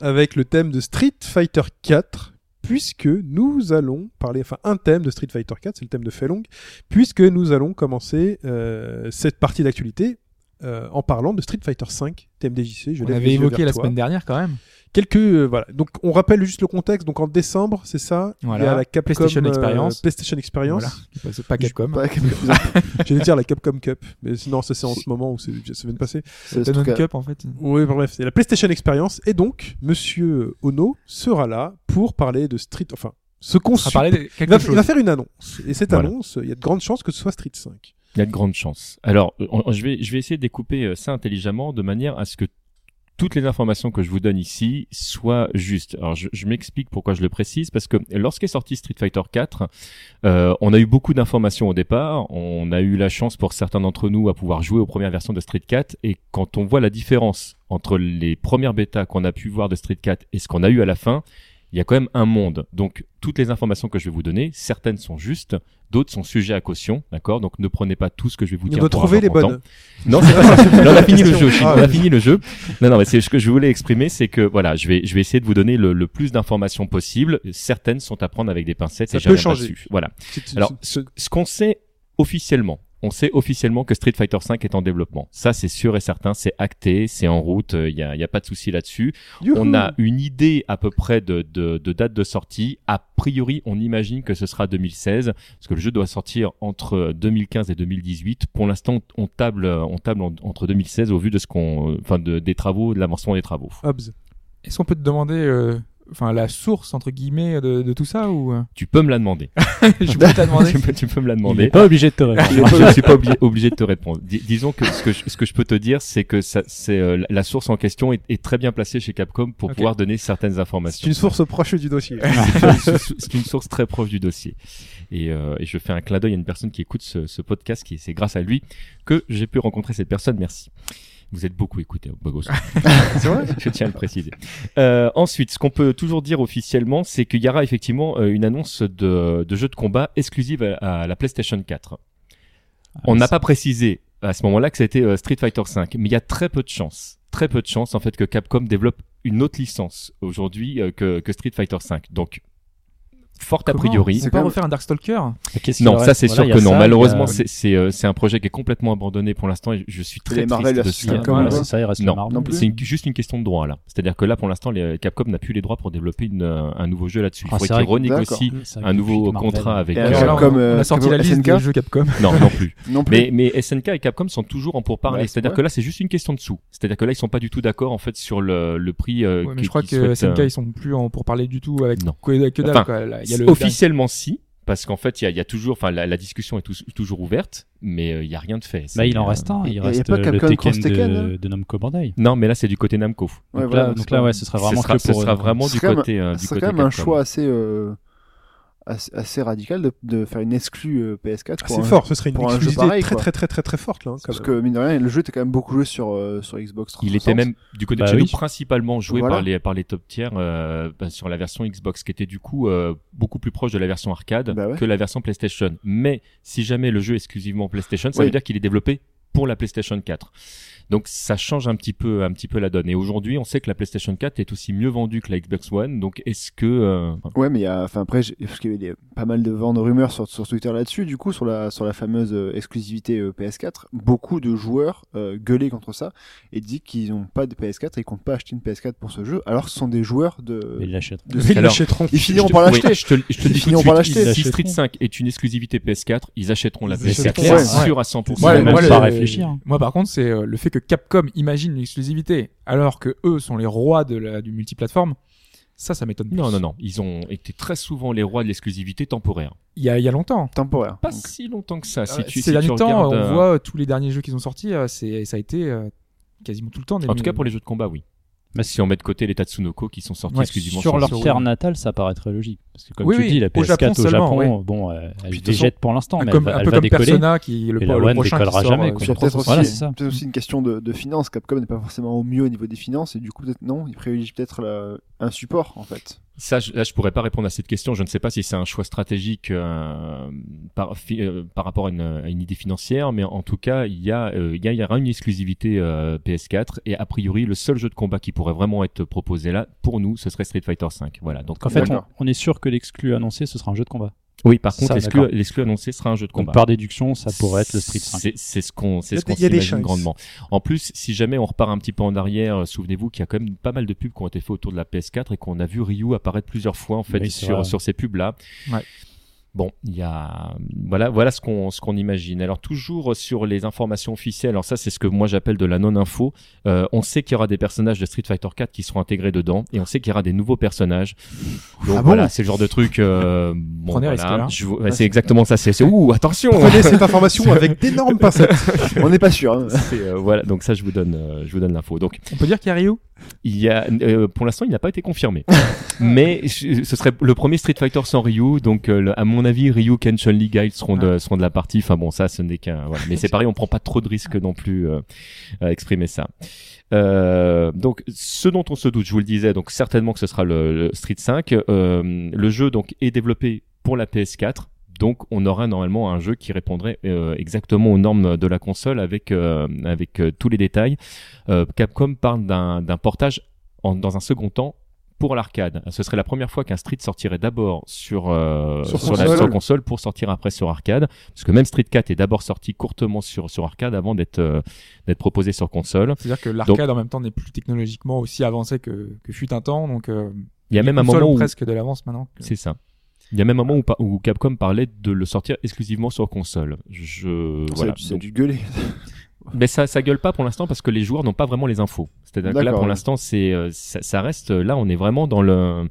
avec le thème de Street Fighter 4 puisque nous allons parler, enfin un thème de Street Fighter 4, c'est le thème de Felong, puisque nous allons commencer euh, cette partie d'actualité euh, en parlant de Street Fighter 5, thème DJC, je
On
lève
l'avait
les yeux
évoqué
vers
la
toi.
semaine dernière quand même.
Quelques, euh, voilà, donc on rappelle juste le contexte, donc en décembre, c'est ça, il y a
Voilà.
la Capcom,
PlayStation
euh,
Experience.
PlayStion Experience,
Voilà. C'est Pas Capcom. hein.
Pas quelque chose.
j'allais dire la Capcom Cup, mais sinon ça c'est en ce moment, ou c'est- ça vient de passer.
C'est
Donut
surtout qu'à-
Cup en fait.
Oui, bref, c'est la PlayStation Experience. Et donc, Monsieur Ono sera là pour parler de Street. Enfin, ce qu'on
On va
suit-
parler de
il, va,
quelque
il
chose.
va faire une annonce. Et cette
Voilà.
annonce, il y a de grandes chances que ce soit Street 5.
Il y a de grandes chances. Alors, euh, on- on- je, vais, je vais essayer de découper euh, ça intelligemment de manière à ce que toutes les informations que je vous donne ici soient justes. Alors, je, je m'explique pourquoi je le précise, parce que lorsqu'est sorti Street Fighter 4, euh, on a eu beaucoup d'informations au départ. On a eu la chance pour certains d'entre nous à pouvoir jouer aux premières versions de Street 4. Et quand on voit la différence entre les premières bêtas qu'on a pu voir de Street 4 et ce qu'on a eu à la fin, il y a quand même un monde. Donc, toutes les informations que je vais vous donner, certaines sont justes, d'autres sont sujets à caution, d'accord Donc, ne prenez pas tout ce que je vais vous
Il
dire.
doit
pour
trouver
argent
les
comptant.
bonnes.
Non, c'est pas ça. Là, on a fini le
Question.
jeu. Chine.
Ah,
on a
oui.
fini le jeu. Non, non, mais c'est ce que je voulais exprimer, c'est que voilà, je vais, je vais essayer de vous donner le, le plus d'informations possible. Certaines sont à prendre avec des pincettes.
Ça
et je
peut
reviendrai
changer.
dessus. Voilà.
C'est- c'est-
Alors,
c'est-
Ce qu'on sait officiellement, on sait officiellement que Street Fighter 5 est en développement. Ça, c'est sûr et certain. C'est acté, c'est en route. Il y a, il y a pas de souci là-dessus.
Youhou
On a une idée à peu près de, de- de date de sortie. A priori, on imagine que ce sera 2016, parce que le jeu doit sortir entre 2015 et 2018. Pour l'instant, on table, on table en- entre 2016 au vu de ce qu'on, enfin, de- des travaux, de l'avancement des travaux.
Hobbs.
Est-ce qu'on peut te demander euh, enfin la source entre guillemets de, de tout ça ou euh,
Tu peux me la demander.
je peux te la demander
tu, peux, tu peux me la
Il n'est
demander. Ah,
pas obligé de te répondre.
je ne suis pas obligé, obligé de te répondre. Dis- disons que ce que, je, ce que je peux te dire, c'est que ça, c'est, euh, la source en question est, est très bien placée chez Capcom pour
Ok.
pouvoir donner certaines informations.
C'est une source proche du dossier.
C'est une- c'est une source très proche du dossier. Et, euh, et je fais un clin d'œil à une personne qui écoute ce, ce podcast, qui c'est grâce à lui que j'ai pu rencontrer cette personne. Merci. Vous êtes beaucoup oh, écouté, Bogos.
c'est vrai
je tiens à le préciser. Euh, ensuite, ce qu'on peut toujours dire officiellement, c'est qu'il y aura effectivement euh, une annonce de, de jeu de combat exclusive à, à la PlayStation 4. On n'a pas précisé à ce moment-là que c'était euh, Street Fighter 5, mais il y a très peu de chances, très peu de chances en fait que Capcom développe une autre licence aujourd'hui euh, que, que Street Fighter 5. Donc, fort a
Comment
priori.
On peut
quand même-
refaire un Darkstalker
Qu'est-ce qu'il
Non,
reste
ça c'est
Voilà, il y
sûr
a
que non.
ça,
Malheureusement,
il y a-
c'est- c'est euh, c'est un projet qui est complètement abandonné pour l'instant. Et je suis très
les
triste
Marvel hein,
de
vs.
ce
il y a-
Capcom,
qui-
voilà,
non,
c'est ça, il reste
non,
le Marvel.
non plus.
c'est une- juste une question de droit là. C'est-à-dire que là, pour l'instant, les- Capcom n'a plus les droits pour développer une, euh, un nouveau jeu là-dessus. Il
Ah,
faudrait
c'est
qu'ils
vrai
renégocient
C'est vrai
un
que
nouveau
depuis Marvel,
contrat avec.
Et
euh,
alors,
Voilà, on-
comme,
on
euh,
a sorti
comme
la liste
SNK.
des jeux Capcom.
Non, non plus.
Non plus.
Mais, mais SNK et Capcom sont toujours en pourparlers.
Ouais,
C'est-à-dire
ouais.
que là, c'est juste une question de sous. C'est-à-dire que là, ils sont pas du tout d'accord en fait sur le, le prix. euh,
Ouais, mais
qui-
je crois
qui
que
souhaite,
SNK
euh,
ils sont plus en pour parler du tout avec
Non.
que, que dalle
Enfin,
quoi. Là, il y a le
officiellement si, parce qu'en fait, il y a, il y a toujours, enfin, la, la discussion est tous- toujours ouverte, mais euh, il y a rien de fait.
Bah,
C'est,
il en
euh,
reste un.
Et- et
Il
y a
reste
pas
le
Capcom Cross
Tekken
Tekken,
de, de Namco Bandai.
Non, mais là, c'est du côté Namco.
Ouais,
donc,
voilà,
là,
donc
donc là, ouais, ce serait vraiment
ce sera,
que pour.
ce sera
euh,
vraiment
Ce
du
serait quand
côté. euh, du
Ce serait
côté
Ah, quand même un
Capcom.
choix assez, euh, assez, assez radical de, de faire une exclue euh, PS4.
Ah,
pour
C'est
un-
fort, ce serait une
pour un jeu
exclusivité
pareil,
très,
quoi.
très très très très forte là. hein, quand
Parce
même.
que, mine de rien, le jeu était quand même beaucoup joué sur, euh, sur Xbox 360.
Il était même du côté
Bah
de chez
oui.
nous principalement joué
Voilà.
par les par les top tiers euh, bah, sur la version Xbox qui était du coup euh, beaucoup plus proche de la version arcade
Bah ouais.
que la version PlayStation. Mais si jamais le jeu est exclusivement PlayStation, ça
Oui.
veut dire qu'il est développé pour la PlayStation 4. Donc ça change un petit peu, un petit peu la donne. Et aujourd'hui, on sait que la PlayStation 4 est aussi mieux vendue que la Xbox One. Donc est-ce que euh,
Ouais, mais il y a, enfin après, j'ai- parce qu'il y avait des- pas mal de ventes, de rumeurs sur, sur Twitter là-dessus, du coup, sur la, sur la fameuse euh, exclusivité euh, PS4, beaucoup de joueurs euh, gueulaient contre ça et disent qu'ils n'ont pas de PS4 et qu'ils comptent pas acheter une PS4 pour ce jeu, alors que ce sont des joueurs
Mais
de.
il l'achète.
de
Mais ils
Alors,
l'achèteront.
Ils finiront
je te-
par
oui,
l'acheter.
je te, je te le dis
finiront
tout
par
de suite,
l'acheter.
si Street
Ils
5 est une exclusivité PS4, ils achèteront la
Ils
PS4.
achèteront,
C'est
ouais.
sûr à 100%.
Ouais,
mais
même
moi,
pas
le-
réfléchir.
Moi, par contre, c'est euh, le fait que Capcom imagine l'exclusivité, alors que eux sont les rois de la, du multiplateforme. Ça, ça m'étonne. plus.
Non, non, non. Ils ont été très souvent les rois de l'exclusivité temporaire.
Il y a, il y a longtemps.
Temporaire.
Pas si longtemps que ça. Bah, Si
Euh,
tu,
Ces
si tu
derniers temps,
regardes,
on
euh,
voit euh, tous les derniers jeux qu'ils ont sortis, euh, c'est, ça a été euh, quasiment tout le temps. des
En
mi-
tout cas, pour les jeux de combat, oui.
Mais
Bah, si on met de côté les Tatsunoko qui sont sortis
Ouais,
exclusivement
Sur leur
sur-
terre natale, ça paraît très logique. Parce que comme
Oui,
tu
oui,
dis, la
au Japon
PS4 au
seulement,
Japon,
ouais.
bon, euh, elle
Puis, de toute
végète pour l'instant,
Un
mais
comme-
elle va,
un
elle
peu
va
comme
décoller.
Persona, qui le,
Et la
le
One
prochain qui
décollera
sort,
jamais,
euh,
quoi.
Puis
sur-
Voilà,
peut-être aussi,
c'est ça.
peut-être aussi une question de, de finances. Capcom n'est pas forcément au mieux au niveau des finances et du coup, peut-être non, ils privilégient peut-être la- un support en fait.
Ça, je, là, je pourrais pas répondre à cette question. Je ne sais pas si c'est un choix stratégique euh, par, fi- euh, par rapport à une, à une idée financière, mais en tout cas, il y, a, euh, il y, a- il y aura une exclusivité euh, PS4 et a priori, le seul jeu de combat qui pourrait vraiment être proposé là, pour nous, ce serait Street Fighter 5. Voilà. Donc,
En fait, on,
D'accord.
on est sûr que l'exclu annoncé, ce sera un jeu de combat.
oui. Par
ça,
contre, l'exclu-
d'accord.
l'exclu annoncé sera un jeu de
Donc
combat.
par déduction, ça pourrait être le Street 5.
C'est- C'est ce qu'on c'est
Il y a
ce qu'on
des- il y a des
s'imagine
chances.
grandement. En plus, si jamais on repart un petit peu en arrière, euh, souvenez-vous qu'il y a quand même pas mal de pubs qui ont été faites autour de la PS4 et qu'on a vu Ryu apparaître plusieurs fois en fait
Oui, c'est vrai.
sur, sur ces pubs là.
Ouais.
Bon, il y a voilà voilà ce qu'on ce qu'on imagine. Alors toujours sur les informations officielles. Alors ça c'est ce que moi j'appelle de la non info. on sait qu'il y aura des personnages de Street Fighter 4 qui seront intégrés dedans et on sait qu'il y aura des nouveaux personnages. Donc
Ah bon
voilà, c'est le genre de truc euh, bon,
Prenez
voilà,
risque, là.
je vous- ouais, c'est exactement ça, c'est c'est- ouh, attention.
hein.
Prenez cette information avec d'énormes pincettes.
on n'est pas sûr. hein.
C'est, euh, voilà, donc ça, je vous donne, euh, je vous donne l'info. Donc,
On peut dire qu'il y a Ryu
il y a, euh, pour l'instant, il n'a pas été confirmé, mais je- ce serait le premier Street Fighter sans Ryu. Donc, euh, le- à mon avis, Ryu, Ken, Chun, Li, Guile seront de, seront de la partie. Enfin bon, ça, ce n'est qu'un. Voilà. Mais c'est pareil, on prend pas trop de risques non plus euh, à exprimer ça. Euh, donc, ce dont on se doute, je vous le disais, donc certainement que ce sera le, le Street 5. Euh, le jeu donc est développé pour la PS4. Donc, on aura normalement un jeu qui répondrait euh, exactement aux normes de la console avec euh, avec euh, tous les détails. Euh, Capcom parle d'un d'un portage en- dans un second temps pour l'arcade. Ce serait la première fois qu'un Street sortirait d'abord sur, euh,
Sur
sur la-
console.
sur console pour sortir après sur arcade. Parce que même Street 4 est d'abord sorti courtement sur, sur arcade avant d'être euh, d'être proposé sur console.
C'est-à-dire que l'arcade en même temps n'est plus technologiquement aussi avancé que, que fut un temps, donc euh,
Il y a même un
consoles
moment
ont
où...
presque de l'avance maintenant. que-
C'est ça. Il y a même un moment où, pa- où Capcom parlait de le sortir exclusivement sur console. Je,
Ça,
voilà.
a dû- ça a
Donc-
dû gueuler.
mais ça, ça gueule pas pour l'instant parce que les joueurs n'ont pas vraiment les infos. C'est-à-dire que là,
D'accord,
pour
ouais.
l'instant, c'est, euh, ça, ça reste. Là, on est vraiment dans le.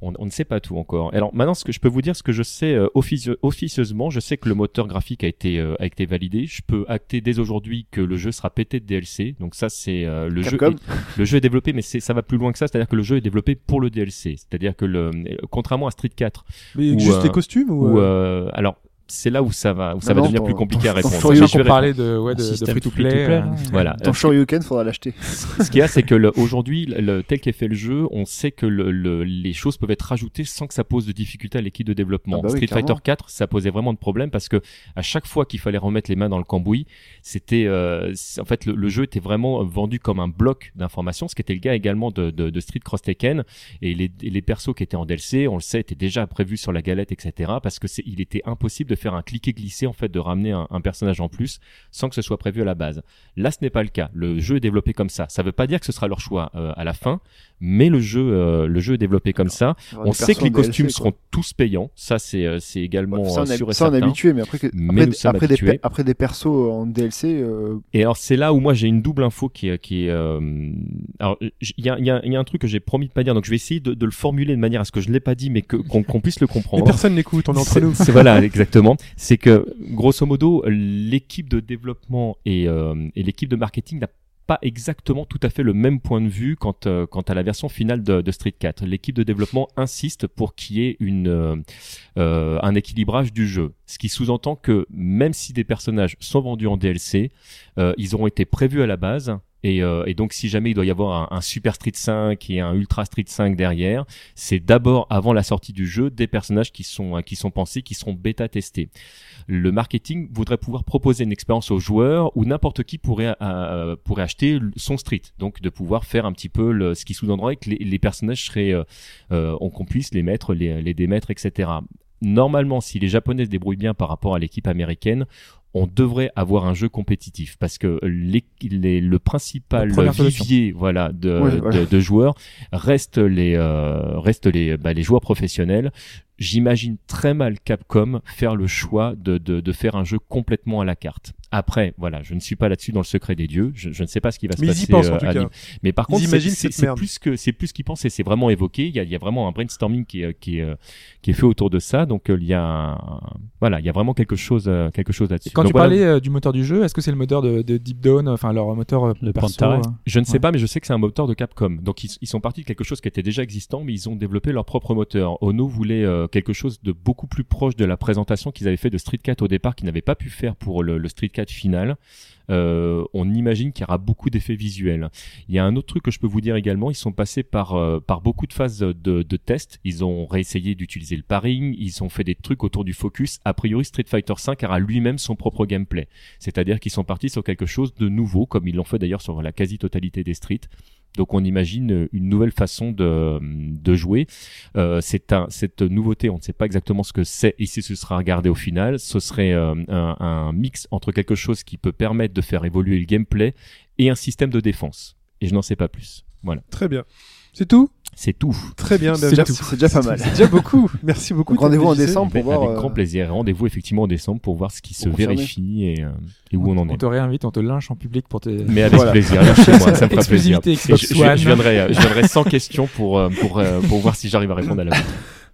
On, on ne sait pas tout encore. Alors maintenant, ce que je peux vous dire, ce que je sais euh, officie- officieusement, je sais que le moteur graphique a été euh, a été validé. Je peux acter dès aujourd'hui que le jeu sera pété de DLC. Donc ça, c'est euh, le jeu.
Capcom.
Le jeu est développé, mais c'est, ça va plus loin que ça. C'est-à-dire que le jeu est développé pour le DLC. C'est-à-dire que le, contrairement à Street 4,
Mais
Ou,
juste
euh,
les costumes ou,
où
euh,
euh, alors c'est là où ça va où ça
Non,
va
non,
devenir
ton-
plus compliqué à
ton-
répondre.
Faut
Mais
dire
je
qu'on
vais répondre.
parlait de, ouais,
Un
de,
système
free to play.
free-to-play,
euh.
là.
Voilà.
Ton Shoryuken, faudra l'acheter.
ce qu'il y a, c'est que le- aujourd'hui, le- le- tel qu'est fait le jeu, on sait que le- le- les choses peuvent être rajoutées sans que ça pose de difficulté à l'équipe de développement.
Ah bah oui,
Street
clairement.
Fighter 4, ça posait vraiment de problèmes parce que à chaque fois qu'il fallait remettre les mains dans le cambouis, c'était euh, c'est- en fait le, le jeu était vraiment vendu comme un bloc d'informations, ce qui était le cas également de, de- de Street Cross Tekken et les, et les persos qui étaient en DLC, on le sait, étaient déjà prévus sur la galette, etc. Parce que c'est, il était impossible de faire un cliquer glisser en fait de ramener un- un personnage en plus sans que ce soit prévu à la base. Là, ce n'est pas le cas. Le jeu est développé comme ça. Ça ne veut pas dire que ce sera leur choix euh, à la fin, mais le jeu, euh, le jeu est développé comme ça. On sait que les costumes seront tous payants. Ça, c'est euh, c'est également
ça, on
euh,
est,
sûr et
ça, on est
certain.
habitué, mais après, que-
Mais
après,
nous sommes
après des,
habitués.
pe- après des persos en DLC, euh,
Et alors, c'est là où moi j'ai une double info qui est. Qui est euh, alors, j- il y a, il y a- il y a un truc que j'ai promis de pas dire, donc je vais essayer de, de le formuler de manière à ce que je l'ai pas dit, mais que- qu'on qu'on puisse le
Mais
comprendre.
personne n'écoute, on est entre
C'est-
nous.
c'est- voilà, exactement. C'est que, grosso modo, l'équipe de développement et, euh, et l'équipe de marketing n'a pas exactement tout à fait le même point de vue quant, euh, quant à la version finale de, de Street 4. L'équipe de développement insiste pour qu'il y ait une, euh, euh, un équilibrage du jeu. Ce qui sous-entend que même si des personnages sont vendus en DLC, euh, ils auront été prévus à la base Et, euh, et donc, si jamais il doit y avoir un, un Super Street 5 et un Ultra Street 5 derrière, c'est d'abord avant la sortie du jeu des personnages qui sont euh, qui sont pensés, qui seront bêta testés. Le marketing voudrait pouvoir proposer une expérience aux joueurs où n'importe qui pourrait euh, pourrait acheter l- son street, donc de pouvoir faire un petit peu le, ce qui sous-entendrait que les, les personnages seraient euh, euh, on- qu'on puisse les mettre, les, les démettre, etc. Normalement, si les Japonais se débrouillent bien par rapport à l'équipe américaine, on devrait avoir un jeu compétitif parce que les- les- le principal
La première solution.
vivier voilà, de,
Oui,
de-
voilà.
de joueurs reste les, euh, reste les, bah, les joueurs professionnels. J'imagine très mal Capcom faire le choix de, de, de faire un jeu complètement à la carte. Après, voilà, je ne suis pas là-dessus dans le secret des dieux. Je, je ne sais pas ce qui va se
Mais ils
passer.
y pensent
euh,
en tout
à
cas.
Nîmes. Mais par
Ils
contre, c'est-
imaginent
c'est
cette
c'est
merde.
plus que c'est plus qu'ils pensent et c'est vraiment évoqué. Il y a, il y a vraiment un brainstorming qui est, euh, qui est, qui est fait autour de ça. Donc euh, il y a un- voilà, il y a vraiment quelque chose euh, quelque chose là-dessus.
Et quand
Donc
tu
voilà,
parlais euh, du moteur du jeu, est-ce que c'est le moteur de, de Deep Down, enfin leur moteur euh,
Le
perso,
Pantare.
euh,
je ne sais
Ouais.
pas, mais je sais que c'est un moteur de Capcom. Donc ils, ils sont partis de quelque chose qui était déjà existant, mais ils ont développé leur propre moteur. Ono voulait euh, quelque chose de beaucoup plus proche de la présentation qu'ils avaient fait de Street 4 au départ, qu'ils n'avaient pas pu faire pour le, le Street 4 final. Euh, on imagine qu'il y aura beaucoup d'effets visuels. Il y a un autre truc que je peux vous dire également, ils sont passés par, euh, par beaucoup de phases de, de tests. Ils ont réessayé d'utiliser le paring, ils ont fait des trucs autour du focus. A priori, Street Fighter V aura lui-même son propre gameplay. C'est-à-dire qu'ils sont partis sur quelque chose de nouveau, comme ils l'ont fait d'ailleurs sur la quasi-totalité des streets. Donc on imagine euh, une nouvelle façon de, de jouer. Euh, c'est un, cette nouveauté, on ne sait pas exactement ce que c'est et si ce sera regardé au final. Ce serait euh, un, un mix entre quelque chose qui peut permettre de faire évoluer le gameplay et un système de défense. Et je n'en sais pas plus. Voilà,
Très bien. C'est tout
c'est tout.
Très bien. ben,
C'est déjà-
merci.
c'est déjà pas mal.
C'est déjà beaucoup. Merci beaucoup.
Donc rendez-vous en
TMDJC.
décembre pour
Avec
voir. euh,
grand plaisir. Rendez-vous effectivement en décembre pour voir ce qui se
confirmer.
vérifie et, euh, et où on en
On
est.
te réinvite, on te lynche en public pour tes.
Mais avec
Voilà.
plaisir, alors chez moi, ça me fera plaisir.
Exclusivité
Et
Xbox
je, je- je
One.
viendrai, euh, je viendrai sans question pour, euh, pour, euh, pour voir si j'arrive à répondre à la vôtre.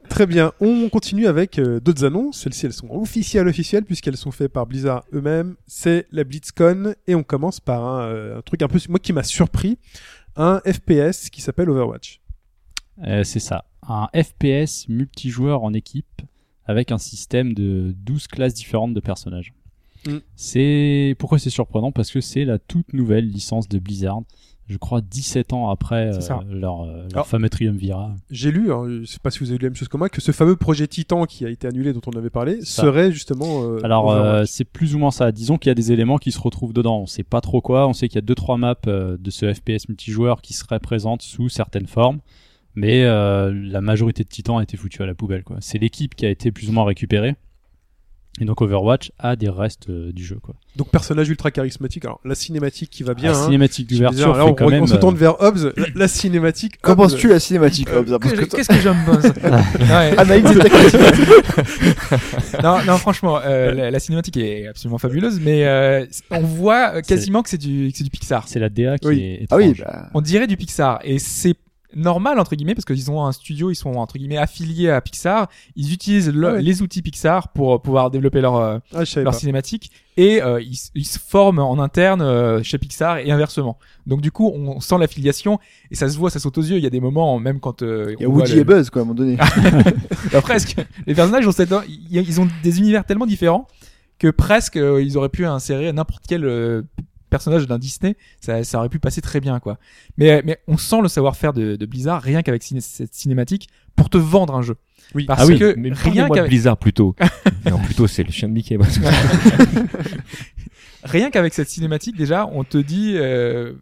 Très bien. On continue avec euh, d'autres annonces. Celles-ci, elles sont officielles, officielles, puisqu'elles sont faites par Blizzard eux-mêmes. C'est la BlitzCon. Et on commence par un, euh, un truc un peu, moi, qui m'a surpris. Un FPS qui s'appelle Overwatch.
Euh, c'est ça. Un FPS multijoueur en équipe avec un système de 12 classes différentes de personnages.
Mm.
C'est pourquoi c'est surprenant parce que c'est la toute nouvelle licence de Blizzard. Je crois 17 ans après
C'est
euh,
ça.
leur, euh, leur
Alors-
fameux Triumvirat.
J'ai lu, hein, je sais pas si vous avez lu la même chose que moi, que ce fameux projet Titan qui a été annulé, dont on avait parlé,
Ça.
serait justement. euh,
Alors
Overwatch.
euh, c'est plus ou moins ça. Disons qu'il y a des éléments qui se retrouvent dedans. On sait pas trop quoi. On sait qu'il y a deux trois maps euh, de ce FPS multijoueur qui seraient présentes sous certaines formes, mais euh, la majorité de Titans a été foutue à la poubelle. quoi. C'est l'équipe qui a été plus ou moins récupérée. Et donc Overwatch a des restes euh, du jeu. Quoi.
Donc personnage ultra charismatique. Alors la cinématique qui va bien.
la
hein.
cinématique
Je suis désolé,
d'ouverture
là, on,
fait quand
on
même.
se tourne
euh,
vers Hobbs. La, la cinématique.
Qu'en
Hobbs,
penses-tu de la cinématique Hobbs Parce Euh, que
Que-
toi-
Qu'est-ce que j'aime bien
Ah.
ça Ouais.
bah,
Anaïs, c'est ta question.
non, non, franchement, euh, la, la cinématique est absolument fabuleuse, mais euh, c'est- on voit euh, quasiment que c'est du, que c'est du Pixar.
C'est la DA qui
Oui.
est
Ah oui,
étrange.
bah,
On dirait du Pixar, et c'est normal entre guillemets parce qu'ils ont un studio, ils sont entre guillemets affiliés à Pixar. Ils utilisent le-
Ouais.
les outils Pixar pour pouvoir développer leur euh,
Ah, je savais
leur
pas.
cinématique et euh, ils, s- ils se forment en interne euh, chez Pixar et inversement. Donc du coup, on sent l'affiliation et ça se voit, ça saute aux yeux. Il y a des moments même quand euh,
il y a
on voit
Woody
le-
et Buzz quoi à un moment donné.
bah, presque. Les personnages ont cette, ils ils ont des univers tellement différents que presque euh, ils auraient pu insérer n'importe quel euh, personnage d'un Disney, ça, ça aurait pu passer très bien quoi. Mais euh, mais on sent le savoir-faire de, de Blizzard rien qu'avec ciné- cette cinématique pour te vendre un jeu.
Oui.
Parce
Ah oui,
que
mais
rien
parlez-moi de
qu'avec
Blizzard plutôt. non, plutôt c'est le chien de Mickey. parce que-
rien qu'avec cette cinématique déjà on te dit euh,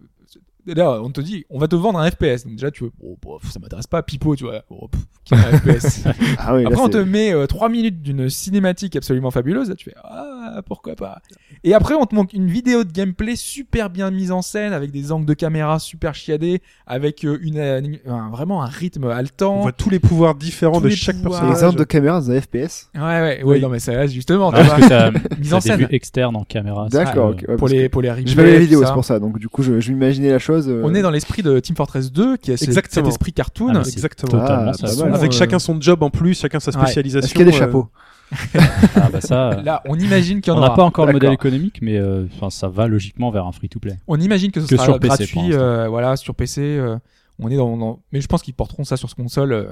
là on te dit on va te vendre un FPS donc déjà tu veux oh, bof, ça m'intéresse pas pipo tu vois oh, pff, qui a un FPS
Ah oui, là,
après on te
c'est-
met 3 minutes d'une cinématique absolument fabuleuse là tu fais ah pourquoi pas et après on te manque une vidéo de gameplay super bien mise en scène avec des angles de caméra super chiadés avec euh, une, euh, un- vraiment un rythme
On
haletant
voit tous les pouvoirs différents
Tous
de
les
chaque
pouvoirs.
personnage.
les angles de caméra dans un FPS.
ouais ouais ouais
Oui.
non mais ça justement
Non,
tu
Ah, parce
vois,
que ça-
mise
ça
en
a des vues
scène
externes en
Ah,
caméra. ça,
D'accord.
euh,
ok, ouais,
pour
parce
les
que
pour les replays,
Je vais les
tout
vidéos,
ça.
c'est pour ça. Donc du coup, je, je m'imaginais la chose. euh,
On est dans l'esprit de Team Fortress 2 qui a ce- cet
Exactement.
esprit cartoon.
Ah, mais c'est
Exactement.
Totalement
Ah,
ça.
pas
ça.
mal.
Avec
euh,
chacun son job en plus, chacun sa
Ouais.
spécialisation.
Est-ce qu'il y a des
euh,
chapeaux
Ah, bah, ça, euh,
Là, on imagine qu'il y
on
en
n'a
aura.
pas encore le
D'accord.
modèle économique, mais euh, enfin, ça va logiquement vers un free-to-play.
On imagine que ce
Que
sera
sur PC, pour
gratuit,
l'instant.
euh, voilà, sur PC. euh, on est dans, dans- mais je pense qu'ils porteront ça sur ce console. euh,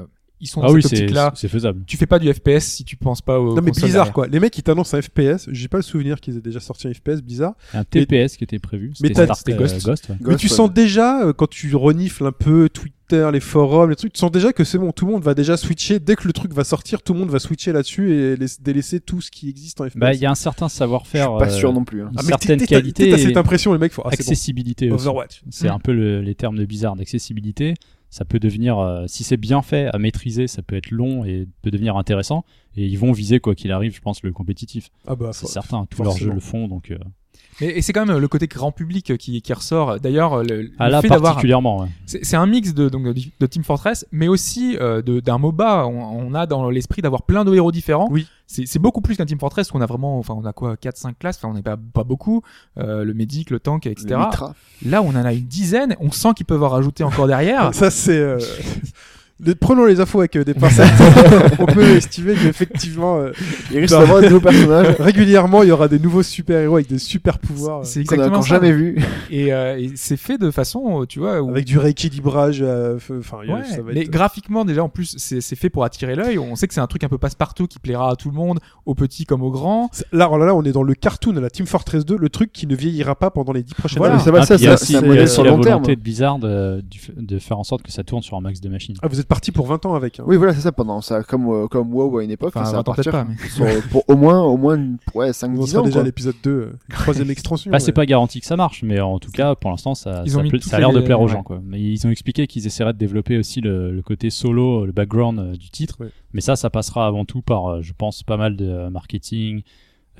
ils sont
Ah
dans
oui,
cette
c'est
optique-là.
c'est faisable.
Tu fais pas du FPS si tu penses pas au.
Non mais bizarre quoi, les mecs ils t'annoncent un FPS, j'ai pas le souvenir qu'ils aient déjà sorti un FPS bizarre.
Un TPS qui était prévu. C'était
t'as-
Star-
c'était Ghost.
ouais.
mais tu sens déjà euh, quand tu renifles un peu Twitter, les forums, les trucs, tu sens déjà que c'est bon, tout le monde va déjà switcher dès que le truc va sortir, tout le monde va switcher là-dessus et laisser- délaisser tout ce qui existe en FPS.
Bah, il y a un certain
Je suis
savoir-faire,
pas
euh,
sûr non plus. hein.
une
Ah, mais t'es-
certaine
t'es- t'as-
qualité,
T'as
et
cette impression, les mecs font ah, c'est bon,
accessibilité aussi.
Overwatch.
C'est
Mm.
un peu le- les termes de bizarre d'accessibilité. Ça peut devenir, euh, si c'est bien fait, à maîtriser, ça peut être long et peut devenir intéressant. Et ils vont viser, quoi qu'il arrive, je pense, le compétitif.
Ah bah
c'est
faut-
certain, tous
forcément.
leurs jeux le font. Donc, euh,
Mais- et c'est quand même euh, le côté grand public qui, qui ressort. D'ailleurs, euh, le, le
Ah là,
fait d'avoir
particulièrement, ouais.
C'est c'est un mix de, donc, de de Team Fortress, mais aussi euh, de- d'un MOBA. On, on a dans l'esprit d'avoir plein de héros différents.
Oui.
C'est c'est beaucoup plus qu'un Team Fortress où on a vraiment, enfin, on a quoi, 4-5 classes, enfin, on n'est pas, pas beaucoup, euh, le médic, le tank,
Le
etc.
Mitra.
Là, on en a une dizaine, on sent qu'ils peuvent en rajouter encore derrière.
Ah, Ça c'est. euh, les- Prenons les infos avec euh, des pincettes. On peut estimer qu'effectivement, euh,
Il risque d'avoir des nouveaux personnages
Ah, régulièrement, il y aura des nouveaux super-héros avec des super-pouvoirs, euh,
C'est
qu'on
exactement
a encore
ça.
jamais vu.
Et, euh, et c'est fait de façon, euh, tu vois, où-
avec du rééquilibrage. euh, f- Enfin, il y a-
Ouais,
ça va
mais
être-
graphiquement déjà en plus c'est c'est fait pour attirer l'œil. On sait que c'est un truc un peu passe-partout qui plaira à tout le monde, aux petits comme aux grands.
C'est- Là, oh là, là, on est dans le cartoon, la Team Fortress 2, le truc qui ne vieillira pas pendant les 10 prochaines
Voilà.
Mais
années.
ça va,
Ah,
ça,
puis il y a
ça-
aussi,
c'est un
il y a
modèle
aussi
sur
la
long terme.
volonté de Blizzard de, du f- de faire en sorte que ça tourne sur un max de machines.
Ah, vous êtes parti pour 20 ans avec. hein.
Oui, voilà, c'est ça. Pendant ça, comme euh, comme WoW à une époque,
Enfin,
ça va
attends, peut-être
partir
pas, mais-
sur- pour au moins au moins une- ouais 5
On
10
sera
ans.
déjà
quoi.
à l'épisode 2, euh, la troisième extension. euh.
Bah, c'est
ouais.
pas garanti que ça marche, mais en tout cas, pour l'instant, ça,
Ils
ça,
ont mis
pla-
toutes
ça a l'air de
les-
plaire aux
ouais.
gens. Quoi. Mais ils ont expliqué qu'ils essaieraient de développer aussi le, le côté solo, le background euh, du titre.
Ouais.
Mais ça, ça passera avant tout par, euh, je pense, pas mal de euh, marketing,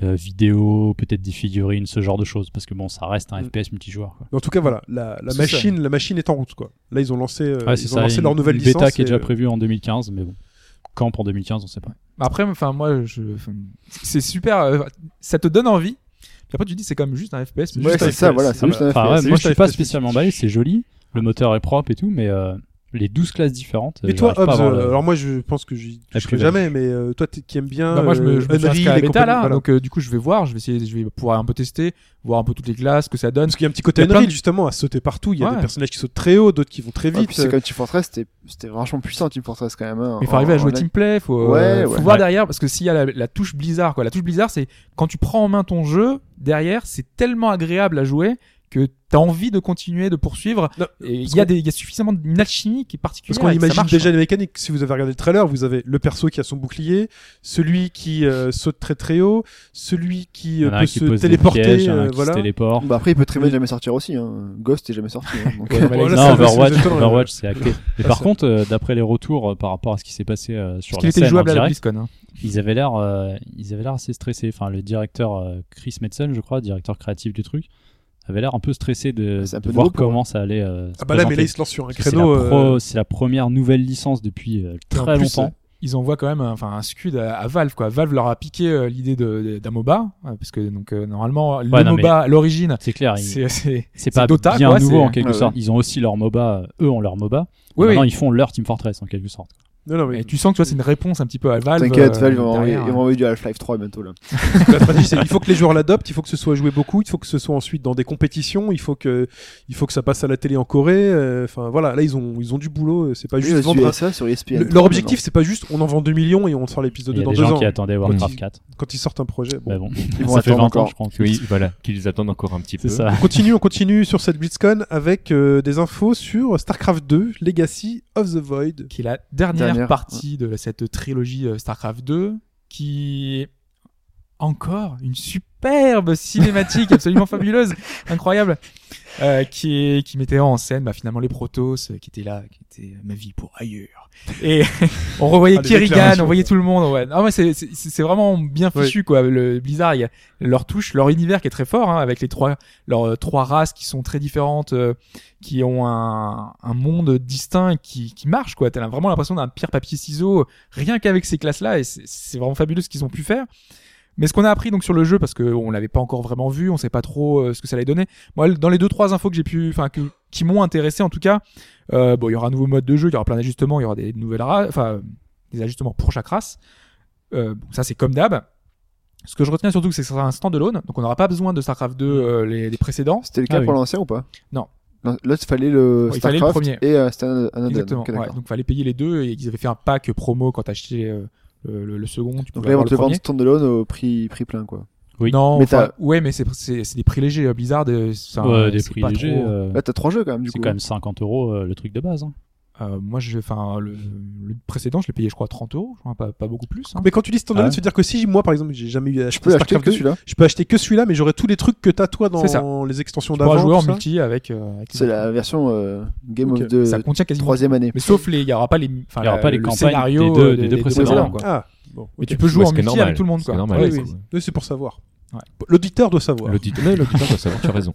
euh, vidéo, peut-être des figurines, ce genre de choses. Parce que bon, ça reste un
Mm.
FPS multijoueur. Quoi.
Mais En tout cas, voilà, la, la
C'est
machine, la machine est en route, quoi. Là, ils ont lancé, euh,
Ouais, c'est
ils ont
ça,
lancé
une-
leur nouvelle
une
licence.
bêta qui est
et,
déjà
euh,
prévue en 2015, mais bon. Quand pour 2015, on sait pas.
Après, enfin moi, je... enfin, c'est super, euh, ça te donne envie. Puis après, tu te dis c'est quand même juste un FPS. mais
Ouais,
juste
c'est
un
ça,
FPS.
voilà, c'est
Ah,
juste un
enfin,
FPS.
ouais,
c'est
moi,
juste
je
un
suis pas
FPS.
spécialement emballé, c'est joli, le moteur est propre et tout, mais euh, les 12 classes différentes.
Mais
euh,
toi,
j'arrive pas à
Hobbs,
avoir
euh,
le-
alors moi, je pense que j'y
La
toucherai
plus-value.
jamais, mais euh, toi, t'es- qui aimes bien. euh,
Bah, moi, je me, je me suis
Unreal
inscrit à la
et
bêta,
compagnie,
là,
voilà.
donc euh, du coup, je vais voir, je vais essayer, je vais pouvoir un peu tester, voir un peu toutes les classes, ce que ça donne.
Parce qu'il y a un petit côté
Il y a plein
Unreal,
de-
justement, à sauter partout. Il y a
Ouais.
des personnages qui sautent très haut, d'autres qui vont très
Ouais,
vite. euh,
puis c'est comme Team Fortress, c'était c'était vachement puissant Team Fortress quand même. hein,
Mais il faut
en-
arriver à
en
jouer
live.
teamplay, faut,
Ouais,
euh, faut
ouais.
voir
Ouais.
derrière parce que s'il y a la, la touche Blizzard quoi, la touche Blizzard c'est quand tu prends en main ton jeu derrière, c'est tellement agréable à jouer que t'as envie de continuer, de poursuivre.
Non,
Et il
parce
y a
qu'on-
des, il y a suffisamment d'une alchimie qui est particulière.
Parce qu'on
et que ça
imagine
marche, hein.
déjà
hein.
quoi.
les mécaniques. Si vous avez regardé le trailer, vous avez le perso qui a son bouclier, celui qui euh, saute très très haut, celui qui
Il y
euh,
en a un
peut
qui
se
pose des
téléporter.
pièges, il y en a un
euh,
qui se
voilà.
téléporte.
Bah après, il peut très bien jamais sortir aussi. Hein. Ghost est jamais sorti. hein, donc,
Ouais, voilà,
Voilà,
non,
ça, ça,
Overwatch,
ça, ça, ça, ça,
Overwatch, c'est acté. Mais
Ça,
par
ça.
contre, euh, d'après les retours euh, par rapport à ce qui s'est passé euh, sur
Parce qu'il
la
était
scène en
jouable à la
direct,
BlizzCon. hein.
ils avaient l'air, euh, ils avaient l'air assez stressés. Enfin, le directeur euh, Chris Metzen, je crois, directeur créatif du truc, avait l'air un peu stressé de,
C'est un
de
peu
voir
nouveau pour
comment ça allait. euh, se
Ah bah là, mais là,
présenter.
il se lance sur un
Parce que c'est
créneau.
la, pro-
euh,
c'est la première nouvelle licence depuis euh,
Et en
très
plus,
longtemps.
Ils envoient quand même un- enfin un scud à, à Valve quoi. Valve leur a piqué euh, l'idée de- de- d'un MOBA euh, parce que donc euh, normalement le
Ouais, non, mais-
MOBA à l'origine
C'est clair, ils-
c'est c'est
c'est pas
Dota,
bien
quoi,
nouveau
c'est-
en quelque
Ouais,
sorte. Ils ont aussi leur MOBA, euh, eux ont leur MOBA.
Oui,
Maintenant,
oui.
ils font leur Team Fortress en quelque sorte.
Non, non, mais
Et tu sens que tu vois c'est une réponse un petit peu à Valve.
T'inquiète,
euh,
Valve, ils vont envoyer-
derrière,
ils vont envoyer du Half-Life 3 bientôt là.
la stratégie, c'est il faut que les joueurs l'adoptent, il faut que ce soit joué beaucoup, il faut que ce soit ensuite dans des compétitions, il faut que, il faut que ça passe à la télé en Corée. euh, Enfin voilà, là ils ont, ils ont du boulot. euh, C'est pas juste
Juste
vendre. un-
ça sur ESPN.
Le- leur objectif, c'est pas juste on en vend 2 millions et on sort l'épisode
Il y a
dans
des
2
gens
ans.
qui attendaient Warcraft 4.
Quand ils sortent un projet, bon.
Bah bon,
Ils vont
ça fait
attendre
20 ans,
encore.
je pense.
Oui, voilà, qu'ils attendent encore un petit peu.
C'est ça.
On continue, on continue sur cette BlitzCon avec euh, des infos sur StarCraft 2, Legacy of the Void.
qui est la dernière,
Dernière,
partie de cette trilogie euh, StarCraft 2, qui est encore une superbe cinématique absolument fabuleuse, incroyable, euh, qui, est, qui mettait en scène bah, finalement les Protoss euh, qui étaient là, qui étaient ma vie pour ailleurs. Et on revoyait
Ah, les
Kerrigan,
déclarations,
on voyait
quoi.
tout le monde. Ouais. Ah ouais, c'est- c'est c'est vraiment bien fichu quoi. Le Blizzard, il y a leur touche, leur univers qui est très fort hein, avec les trois leurs euh, trois races qui sont très différentes, euh, qui ont un, un monde distinct qui, qui marche quoi. T'as vraiment l'impression d'un pierre papier ciseau rien qu'avec ces classes là et c'est- c'est vraiment fabuleux ce qu'ils ont pu faire. Mais ce qu'on a appris donc sur le jeu parce que on l'avait pas encore vraiment vu, on sait pas trop euh, ce que ça allait donner. Moi, dans les deux trois infos que j'ai pu, enfin que qui m'ont intéressé en tout cas, euh, bon il y aura un nouveau mode de jeu, il y aura plein d'ajustements, il y aura des nouvelles races, enfin des ajustements pour chaque race. Euh, bon, ça c'est comme d'hab. Ce que je retiens surtout, c'est que ça sera un stand-alone, donc on n'aura pas besoin de StarCraft 2 euh, les, les précédents.
C'était le cas
Ah
pour
oui.
l'ancien ou pas Non, là, il fallait le
Ouais, il fallait le
Starcraft
premier.
et euh, c'était un, un add-on.
Exactement.
Ok, d'accord.
ouais. Donc fallait payer les deux et ils avaient fait un pack promo quand t'achetais euh, le, le- le second. Tu
Donc
pouvais
là, ils vont
avoir
te
le
vendre
premier.
standalone au prix, prix plein, quoi.
Oui.
Non,
Mais
enfin, ouais, mais c'est c'est c'est des prix légers. euh, Blizzard, euh, c'est un-
Ouais, des
c'est
prix
pas
légers.
trop-
euh,
Là, t'as trois jeux quand même, du
c'est
coup.
quand même 50 euros euh, le truc de base. hein.
Euh, moi, j'ai, enfin, le, le précédent, je l'ai payé, je crois, 30 euros, je crois, pas, pas beaucoup plus. hein.
Mais quand tu dis standalone,
Ah ouais.
ça veut dire que si moi, par exemple, j'ai jamais eu
Je peux acheter que
2,
celui-là.
je peux acheter que celui-là, mais j'aurai tous les trucs que t'as toi
C'est ça.
dans les extensions
Tu pourras
d'avant.
jouer en
tout ça.
multi avec. euh, avec les
C'est
autres.
la version euh, Game
Ok.
of the
Ça contient quasiment.
troisième année.
Mais sauf les, il y aura pas les, enfin,
Il y aura
la-
pas les
le
campagnes
scénario
des deux-
euh,
des deux précédents,
quoi.
Ah, bon.
Mais
ok.
tu peux jouer
Ouais,
en
ce qui est
multi
normal,
avec tout le monde,
ce qui
quoi.
est normal,
Ouais,
ça,
oui.
ouais.
Oui, c'est pour savoir.
Ouais.
L'auditeur doit savoir.
L'auditeur, mais l'auditeur doit savoir, tu as raison.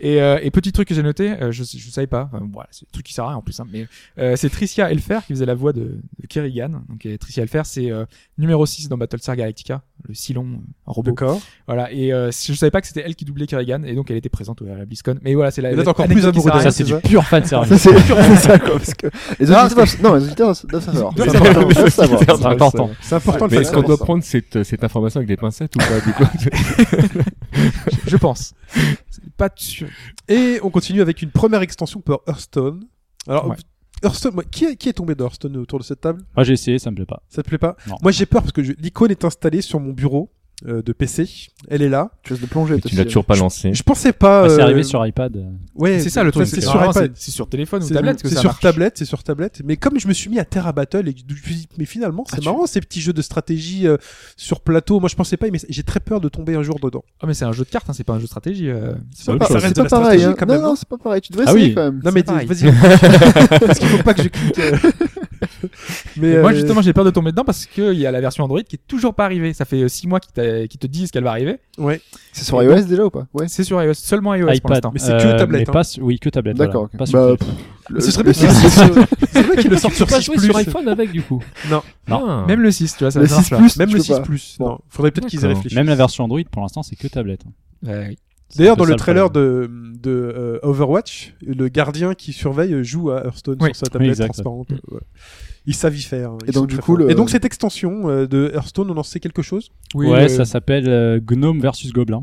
Et, euh, et petit truc que j'ai noté, euh, je, je savais pas, enfin, voilà, c'est un truc qui sert à rien en plus, hein, mais euh, c'est Tricia Elfer qui faisait la voix de, de Kerrigan. Donc euh, Tricia Elfer, c'est euh, numéro 6 dans Battlestar Galactica, le Silon, euh, un robot.
D'accord.
Voilà, et euh, je savais pas que c'était elle qui doublait Kerrigan, et donc elle était présente ouais, à la BlizzCon. Mais voilà, c'est la.
Vous êtes
la-
encore
anecdote
plus
qui
amoureux
sert à
de
rien.
ça,
c'est
c'est du pur fan service.
Ça, c'est c'est ça, quoi. Parce que les auditeurs doivent- non, les auditeurs doivent savoir.
doivent
C'est
savoir.
important, ils doivent savoir.
C'est
important.
C'est important de
Mais
faire
est-ce qu'on
ça.
doit prendre cette, cette information avec des pincettes ou pas du coup
Je pense. C'est pas sûr.
Et on continue avec une première extension pour Hearthstone. Alors,
Ouais.
Hearthstone, moi, qui, est, qui est tombé de Hearthstone autour de cette table
Moi j'ai essayé, ça me plaît pas.
Ça te plaît pas
Non.
Moi j'ai peur parce que je- l'icône est installée sur mon bureau euh, de PC. Elle est là.
Tu vas de plonger.
Tu l'as toujours pas lancé.
Je pensais pas.
bah,
Ah, C'est
euh,
arrivé sur iPad. euh,
Ouais,
C'est ça le truc.
C'est sur
vraiment,
iPad.
c'est- C'est sur téléphone ou
C'est
tablette que
c'est
ça
sur
marche.
tablette, c'est sur tablette. Mais comme je me suis mis à Terra Battle et que je me suis dit, mais finalement, c'est
Ah, tu-
marrant ces petits jeux de stratégie euh, sur plateau. Moi, je pensais pas, mais j'ai très peur de tomber un jour dedans.
Ah mais c'est un jeu de cartes, hein, c'est pas un jeu de stratégie. euh.
pas
C'est
pareil,
pas,
ça reste de la
pareil.
stratégie,
hein.
quand
Non,
même,
non,
hein.
c'est pas pareil. Tu devrais
Ah
essayer
oui.
quand même.
Non mais dis-
pareil.
vas-y. Parce qu'il faut pas que je clique. euh. Mais
Et Moi
euh,
justement j'ai peur de tomber dedans parce qu'il y a la version Android qui est toujours pas arrivée. Ça fait 6 mois qu'ils t'a- qu'ils te disent qu'elle va arriver.
ouais.
C'est sur iOS déjà ou pas Ouais.
C'est sur iOS, seulement iOS pour
iPad.
l'instant.
Mais c'est que tablette,
mais pas su- oui, que tablette.
D'accord.
voilà.
ok.
Pas sur
Bah,
téléphone.
pff, le-
Ce serait bien
le-
qu'il ce serait bien qu'il le sorte
Tu
sur
peux pas
6
jouer sur
plus.
iPhone avec du coup
Non.
Ah.
Même le 6, tu vois, ça
Le
marche
6
pas.
plus,
Même
tu
le
peux
6
pas.
plus. Non, faudrait peut-être qu'ils y
D'accord.
réfléchissent.
Même la version Android pour l'instant c'est que tablette. hein.
Ouais, oui.
C'est un
D'ailleurs,
peu
dans
ça,
le trailer
problème.
de, de euh, Overwatch, le gardien qui surveille joue à Hearthstone
Oui.
sur sa tablette
exact.
transparente.
Mm.
Ouais. Ils savent y faire. hein.
Et
Ils
donc,
sont
du
très
coup,
forts.
le-
Et donc, cette extension euh, de Hearthstone, on en sait quelque chose
Oui,
ouais,
le-
ça s'appelle euh, Gnome versus Gobelin.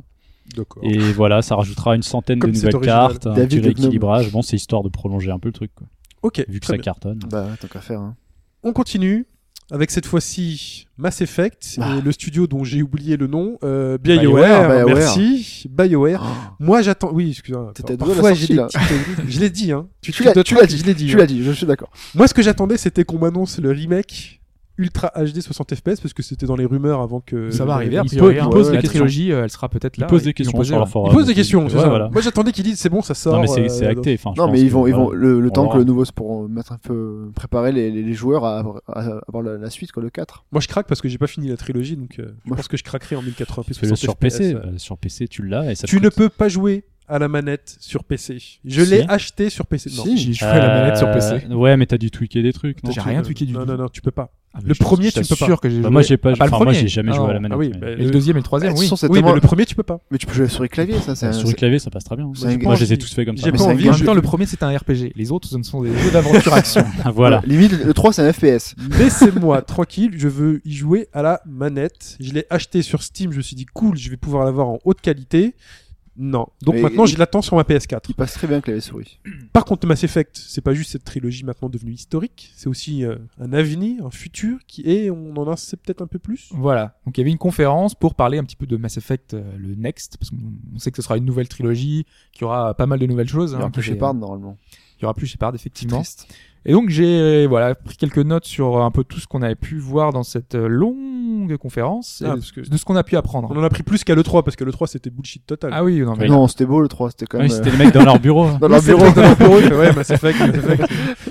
D'accord.
Et voilà, ça rajoutera une centaine
Oh. Comme
de
c'est
nouvelles
original.
cartes, un
David
petit
le Gnome.
rééquilibrage. Bon, c'est histoire de prolonger un peu le truc, quoi.
Ok,
vu que
très
ça
bien.
cartonne.
Bah, tant qu'à faire. hein.
On continue avec cette fois-ci Mass Effect
Ah.
et le studio dont j'ai oublié le nom, euh, BioWare,
BioWare,
BioWare.
Merci, BioWare. Moi, j'attends. Oui, excusez-moi.
T'étais
Alors,
doué à la
Parfois,
sortie,
j'ai des
là.
petites- Je l'ai dit, hein. Tu,
Tu l'as-
te
tu
doutes
l'as
que
dit,
Je l'ai dit.
Tu
ouais.
l'as dit, je suis d'accord.
Moi, ce que j'attendais, c'était qu'on m'annonce le remake Ultra HD 60 FPS, parce que c'était dans les rumeurs avant que.
ça va arriver.
il
A
pose-
priori,
il
hein.
pose
la
des questions.
trilogie, euh, elle sera peut-être
Ils
là.
posent des
Ils
questions
l'ont posé,
sur leur
ouais.
forum.
Ils posent des questions,
Ouais,
c'est ça.
voilà.
Moi, j'attendais qu'ils disent c'est bon, ça sort.
Non, mais c'est
euh,
c'est acté. Enfin, je
Non,
pense
mais ils
que,
vont, ils vont
voilà.
le, le
On
temps que
verra.
le nouveau se pour mettre un peu préparer les, les, les joueurs à, à, à avoir la, la suite quoi, le 4.
Moi, je craque parce que j'ai pas fini la trilogie, donc euh, je
Moi,
pense que je craquerai en 1080p.
Parce que
60
le sur PC,
FPS, euh.
euh, sur PC, tu l'as et ça.
Tu
te
ne
coûte-
peux pas jouer à la manette sur PC. Je
Si.
l'ai acheté sur PC. Non.
J'ai joué à la manette sur PC.
Euh, Ouais, mais t'as dû tweaker des trucs. non
J'ai
Tu
rien
ne-
tweaké du
Non,
tout.
non, non, tu peux pas.
Ah, mais
Le
je-
premier,
je
tu peux pas.
t'assure que j'ai
Bah,
joué.
moi, j'ai pas.
Ah, le
enfin, moi,
premier.
j'ai jamais joué
Ah,
à la manette.
ah oui,
mais-
bah,
Et le deuxième et le troisième,
Ouais,
oui.
sans cette
Oui, mais
demande-
le premier, tu peux pas.
Mais tu peux jouer sur les claviers, ça c'est
Bah,
un-
Sur le
c'est-
clavier, ça passe très bien.
c'est un-
Moi, je les ai
pense-
tous faits comme ça.
j'ai
Mais
pas
c'est un
envie.
En
game
je-
même temps, le premier c'était un RPG. Les autres, ce ne sont des jeux d'aventure action.
Voilà. Mm.
Limite, le 3 c'est un FPS.
Laissez-moi tranquille, je veux y jouer à la manette. Je l'ai acheté sur Steam, je me suis dit cool, je vais pouvoir l'avoir en haute qualité. Non. Donc
Mais-
maintenant, je l'attends sur ma PS4.
Il passe très bien clavier souris.
Par contre, Mass Effect, c'est pas juste cette trilogie maintenant devenue historique, c'est aussi euh, un avenir, un futur qui est, on en sait peut-être un peu plus.
Voilà. Donc il y avait une conférence pour parler un petit peu de Mass Effect, euh, le Next, parce qu'on on sait que ce sera une nouvelle trilogie, qu'il y aura pas mal de nouvelles choses.
Il y a
hein,
un
que
peu
j'ai-
Shepard normalement.
Il y aura plus Shepard, effectivement.
Triste.
Et donc j'ai euh, voilà pris quelques notes sur euh, un peu tout ce qu'on avait pu voir dans cette euh, longue conférence, et
Ah,
de-
parce que-
de ce qu'on a pu apprendre.
On en a pris plus qu'à l'E3, parce que l'E3 c'était bullshit total.
Ah oui, non mais
Non, c'était beau le 3, c'était quand
Ouais,
même
C'était les mecs dans leur bureau. hein.
euh, dans
Oui,
leur
c'est
bureau.
vrai que dans leur bureau, ils font, ouais, Mass Effect, Mass Effect.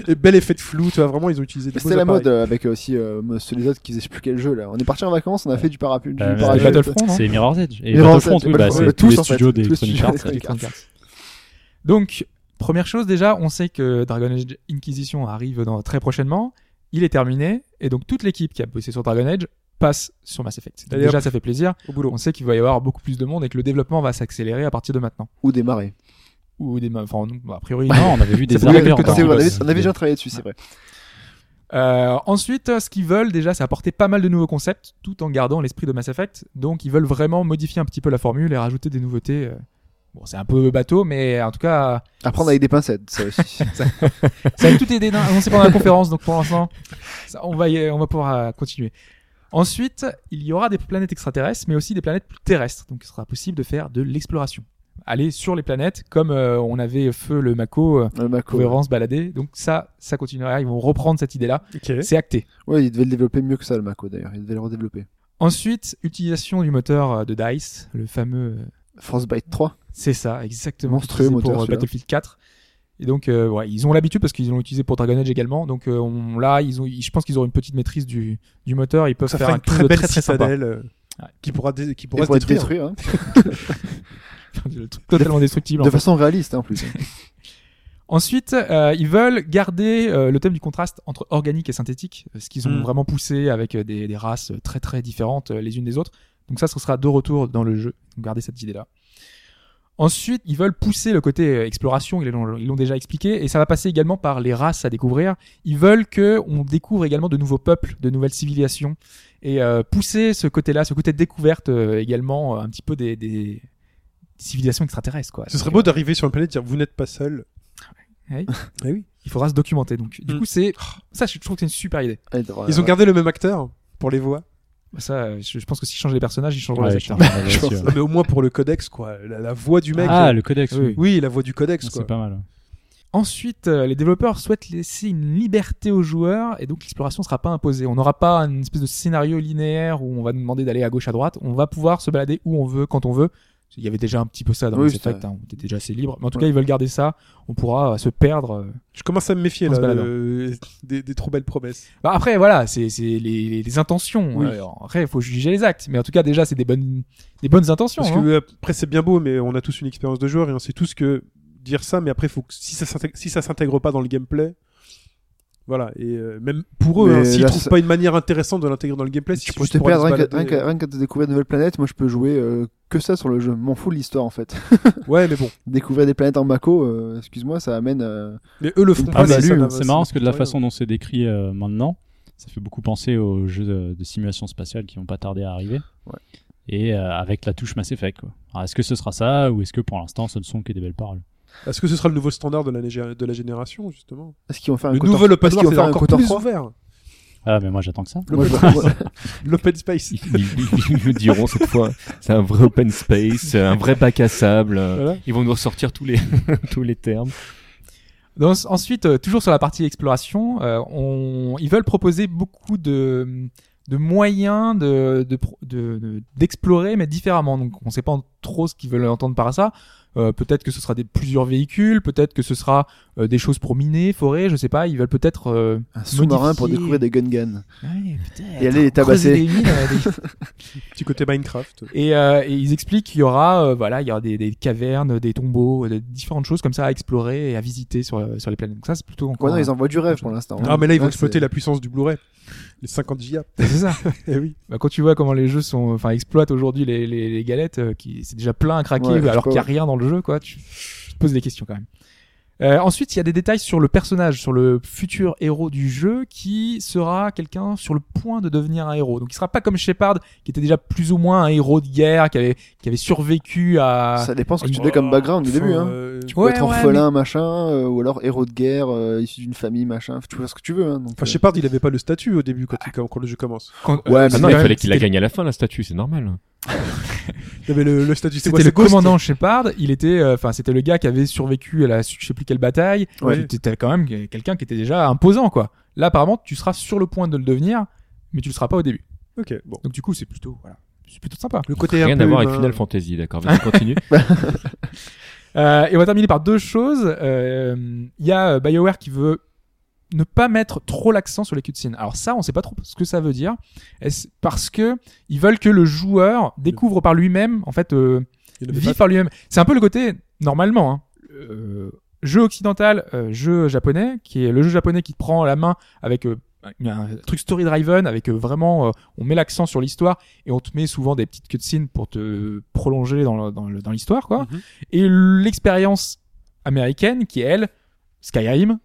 Et bel effet de flou, tu vois, vraiment, ils ont utilisé des
C'était
beaux
la mode
appareils.
euh, avec aussi euh, ceux les autres qui faisaient je sais plus quel jeu là. On est parti en vacances, on a fait du parapluie,
Bah,
du
mais
c'est
Battle-
parapluie.
Battlefront, hein. non
C'est Mirror's Edge. Et
Mirror's
Battlefront,
Edge,
oui, bah,
Battlefront,
c'est tous
tous,
les
en fait.
studios
Tous les
d'Electronic
studios
Arts. euh,
d'Electronic
Electronic Arts.
Donc, première chose déjà, on sait que Dragon Age Inquisition arrive dans, très prochainement. Il est terminé. Et donc, toute l'équipe qui a bossé sur Dragon Age passe sur Mass Effect. Donc,
Allez,
déjà, ça fait plaisir.
Au boulot.
On sait qu'il va y avoir beaucoup plus de monde et que le développement va s'accélérer à partir de maintenant.
Ou démarrer.
Ou des, ma- enfin, non, a priori,
Non,
non.
on avait vu
C'est
des
pour
arrivées
les
en
quelques
temps.
C'est
temps.
vrai, On avait
Ouais.
on avait déjà travaillé dessus, c'est vrai.
Euh, ensuite, euh, ce qu'ils veulent déjà, c'est apporter pas mal de nouveaux concepts tout en gardant l'esprit de Mass Effect. Donc, ils veulent vraiment modifier un petit peu la formule et rajouter des nouveautés euh, Bon, c'est un peu bateau, mais en tout cas,
Apprendre avec des pincettes, ça aussi.
Ça a tout été annoncé pendant la conférence, donc pour l'instant, ça, on va, y- on va pouvoir euh, continuer. Ensuite, il y aura des planètes extraterrestres, mais aussi des planètes plus terrestres, donc il sera possible de faire de l'exploration. Aller sur les planètes, comme euh, on avait Feu le Mako, euh,
Le Mac OS.
cohérence, balader, donc ça, ça continuera, ils vont reprendre cette idée-là,
Ok.
c'est acté.
Ouais, il devait le développer mieux que ça, le Mako d'ailleurs. Il devait le redévelopper.
Ensuite, utilisation du moteur euh, de DICE, le fameux... euh,
Frostbite 3.
C'est ça, exactement.
Monstrueux
utilisé
moteur,
pour euh,
celui-là.
Battlefield 4. Et donc, euh, ouais, ils ont l'habitude parce qu'ils l'ont utilisé pour Dragon Age également. Donc euh, on, là, ils ont, ils- je pense qu'ils auront une petite maîtrise du, du moteur. Ils peuvent
Ça
faire
fera
un
une
clone
très
de
belle
très très sympa.
citadelle euh,
Ouais.
qui pourra, dé- qui
Pour
pourra
être
se détruire.
détruire. hein.
Le truc totalement destructible. en
De
fait.
façon réaliste, hein, en plus.
Ensuite, euh, ils veulent garder euh, le thème du contraste entre organique et synthétique, euh, ce qu'ils ont
Mm.
vraiment poussé avec euh, des, des races très très différentes euh, les unes des autres. Donc ça, ce sera de retour dans le jeu. Donc gardez cette idée-là. Ensuite, ils veulent pousser le côté euh, exploration, ils l'ont ils l'ont déjà expliqué, et ça va passer également par les races à découvrir. Ils veulent que on découvre également de nouveaux peuples, de nouvelles civilisations, et euh, pousser ce côté-là, ce côté de découverte euh, également, euh, un petit peu des, des civilisations extraterrestres. Quoi.
Ce serait
Donc,
beau d'arriver sur une planète et dire vous n'êtes pas seul.
Ouais.
Eh oui.
il faudra se documenter. Donc, du
Mm.
coup, c'est ça, je trouve que c'est une super idée.
Ils ont gardé le même acteur pour les voix.
Ça, euh, je je pense que s'ils changent les personnages, ils changent
Ouais,
les
je
acteurs.
t'en remercie, ouais.
Mais au moins pour le codex, quoi. La, la voix du mec.
Ah,
euh,
le codex,
Oui,
oui.
Oui, la voix du codex, quoi.
C'est pas
Ah,
mal. Ah,
Ensuite, euh, les développeurs souhaitent laisser une liberté aux joueurs et donc l'exploration ne sera pas imposée. On n'aura pas une espèce de scénario linéaire où on va nous demander d'aller à gauche à droite. On va pouvoir se balader où on veut, quand on veut. Il y avait déjà un petit peu ça dans
Oui,
les
c'était-
Effect, hein. on était déjà assez libre. Mais en tout
Ouais.
cas, ils veulent garder ça. On pourra euh, se perdre. euh,
Je commence à me méfier
On
là,
se balade, hein.
euh, des, des trop belles promesses.
Bah, après, voilà, c'est c'est les, les- les intentions.
Oui.
Alors, après, il faut juger les actes. Mais en tout cas, déjà, c'est des bonnes, des bonnes intentions.
Parce
hein.
que euh, après c'est bien beau, mais on a tous une expérience de joueur et on sait tous que dire ça, mais après faut que, si ça s'intègre- si ça s'intègre pas dans le gameplay, voilà. Et euh, même pour eux,
Mais
hein, s'ils
là,
trouvent
ça-
pas une manière intéressante de l'intégrer dans le gameplay, si
Tu peux te perdre rien que- rien que rien que de découvrir de nouvelles planètes. Moi, je peux jouer euh, que ça sur le jeu. M'en fous de l'histoire, en fait.
Ouais, mais bon.
Découvrir des planètes en Mako, euh, excuse-moi, ça amène. euh,
Mais eux le font
Ah
pas.
bah,
si ça n'a-
c'est
ça n'a
marrant parce que de la
rien.
façon dont c'est décrit euh, maintenant, ça fait beaucoup penser aux jeux de, de simulation spatiale qui vont pas tarder à arriver.
Ouais.
Et euh, avec la touche Mass Effect, quoi. Alors, est-ce que ce sera ça ou est-ce que pour l'instant ce ne sont que des belles paroles
Est-ce que ce sera le nouveau standard de la, nég- de la génération justement
Est-ce qu'ils vont faire un
Le
Kotor-
nouvel open
est-ce qu'ils
source
vont
c'est
faire un
encore
Kotor
plus
3
ouvert.
Ah, mais moi j'attends que ça.
Moi, je- moi-
L'open space.
Ils, ils- ils le diront cette fois. C'est un vrai open space, un vrai bac à sable.
Voilà.
Ils vont nous ressortir tous les, tous les termes.
Dans- ensuite, euh, toujours sur la partie exploration, euh, on, ils veulent proposer beaucoup de, de moyens d'explorer, de, pro- de, de- d'explorer, mais différemment. Donc, on ne sait pas en- trop ce qu'ils veulent entendre par ça. Euh, peut-être que ce sera des plusieurs véhicules, peut-être que ce sera euh, des choses pour miner, forêt, je sais pas. Ils veulent peut-être euh,
Un sous-marin pour
Modifier.
découvrir des gun-guns.
et
aller les tabasser.
creuser des mines, euh, des-
Petit côté Minecraft.
Et, euh, et ils expliquent qu'il y aura, euh, voilà, il y aura des, des cavernes, des tombeaux, euh, des différentes choses comme ça à explorer et à visiter sur, euh, sur les planètes. Donc ça, c'est plutôt encore.
Ouais, non, ils envoient du rêve pour l'instant. hein.
Ah mais là ils vont exploiter
c'est-
la puissance du Blu-ray. Les 50 Go.
C'est ça.
Eh oui.
Bah, quand tu vois comment les jeux sont, enfin, exploitent aujourd'hui les, les, les galettes, euh, qui c'est déjà plein à craquer,
Ouais, je
alors
sais
qu'il n'y a
pas.
rien dans le jeu, quoi. Tu, tu te poses des questions quand même. Euh, ensuite, il y a des détails sur le personnage, sur le futur héros du jeu, qui sera quelqu'un sur le point de devenir un héros. Donc, il sera pas comme Shepard, qui était déjà plus ou moins un héros de guerre, qui avait, qui avait survécu à.
Ça dépend ce que tu donnes comme background au
Faut,
début. Hein.
euh,
Tu peux
Ouais,
être
ouais,
orphelin, machin, euh, ou alors héros de guerre, euh, issu d'une famille, machin. Tu peux faire ce que tu veux. Hein, donc,
Enfin,
euh, Ah.
Shepard, il avait pas le statut au début quand, il- quand le jeu commence.
Quand-
Ouais, mais
c'était
Ah non,
quand
il
même-
fallait qu'il la
c'était-
gagne à la fin, la statue, c'est normal.
Il avait le, le statut. c'est quoi,
C'était le
c'est Ghost
commandant Shepard. Il était, euh, enfin, c'était le gars qui avait survécu à la, je sais plus quelle bataille.
Ouais.
Tu- T'étais quand même quelqu'un qui était déjà imposant, quoi. Là, apparemment, tu seras sur le point de le devenir, mais tu le seras pas au début.
Ok, bon.
Donc, du coup, c'est plutôt, voilà, c'est plutôt sympa.
Le côté un
Rien
peu
à voir avec
humain.
Final Fantasy, d'accord. Vas-y, continue.
Euh, et on va terminer par deux choses. Euh, Il y a euh, BioWare qui veut ne pas mettre trop l'accent sur les cutscenes. Alors ça, on sait pas trop ce que ça veut dire. Est-ce- parce que ils veulent que le joueur découvre par lui-même, en fait, euh,
Il avait
vit
pas-
par lui-même. C'est un peu le côté, normalement, hein, euh, jeu occidental, euh, jeu japonais, qui est le jeu japonais qui te prend la main avec euh, un truc story-driven, avec euh, vraiment, euh, on met l'accent sur l'histoire et on te met souvent des petites cutscenes pour te prolonger dans, le- dans, le- dans l'histoire, quoi.
Mhm.
Et l'expérience américaine, qui est elle, Skyrim,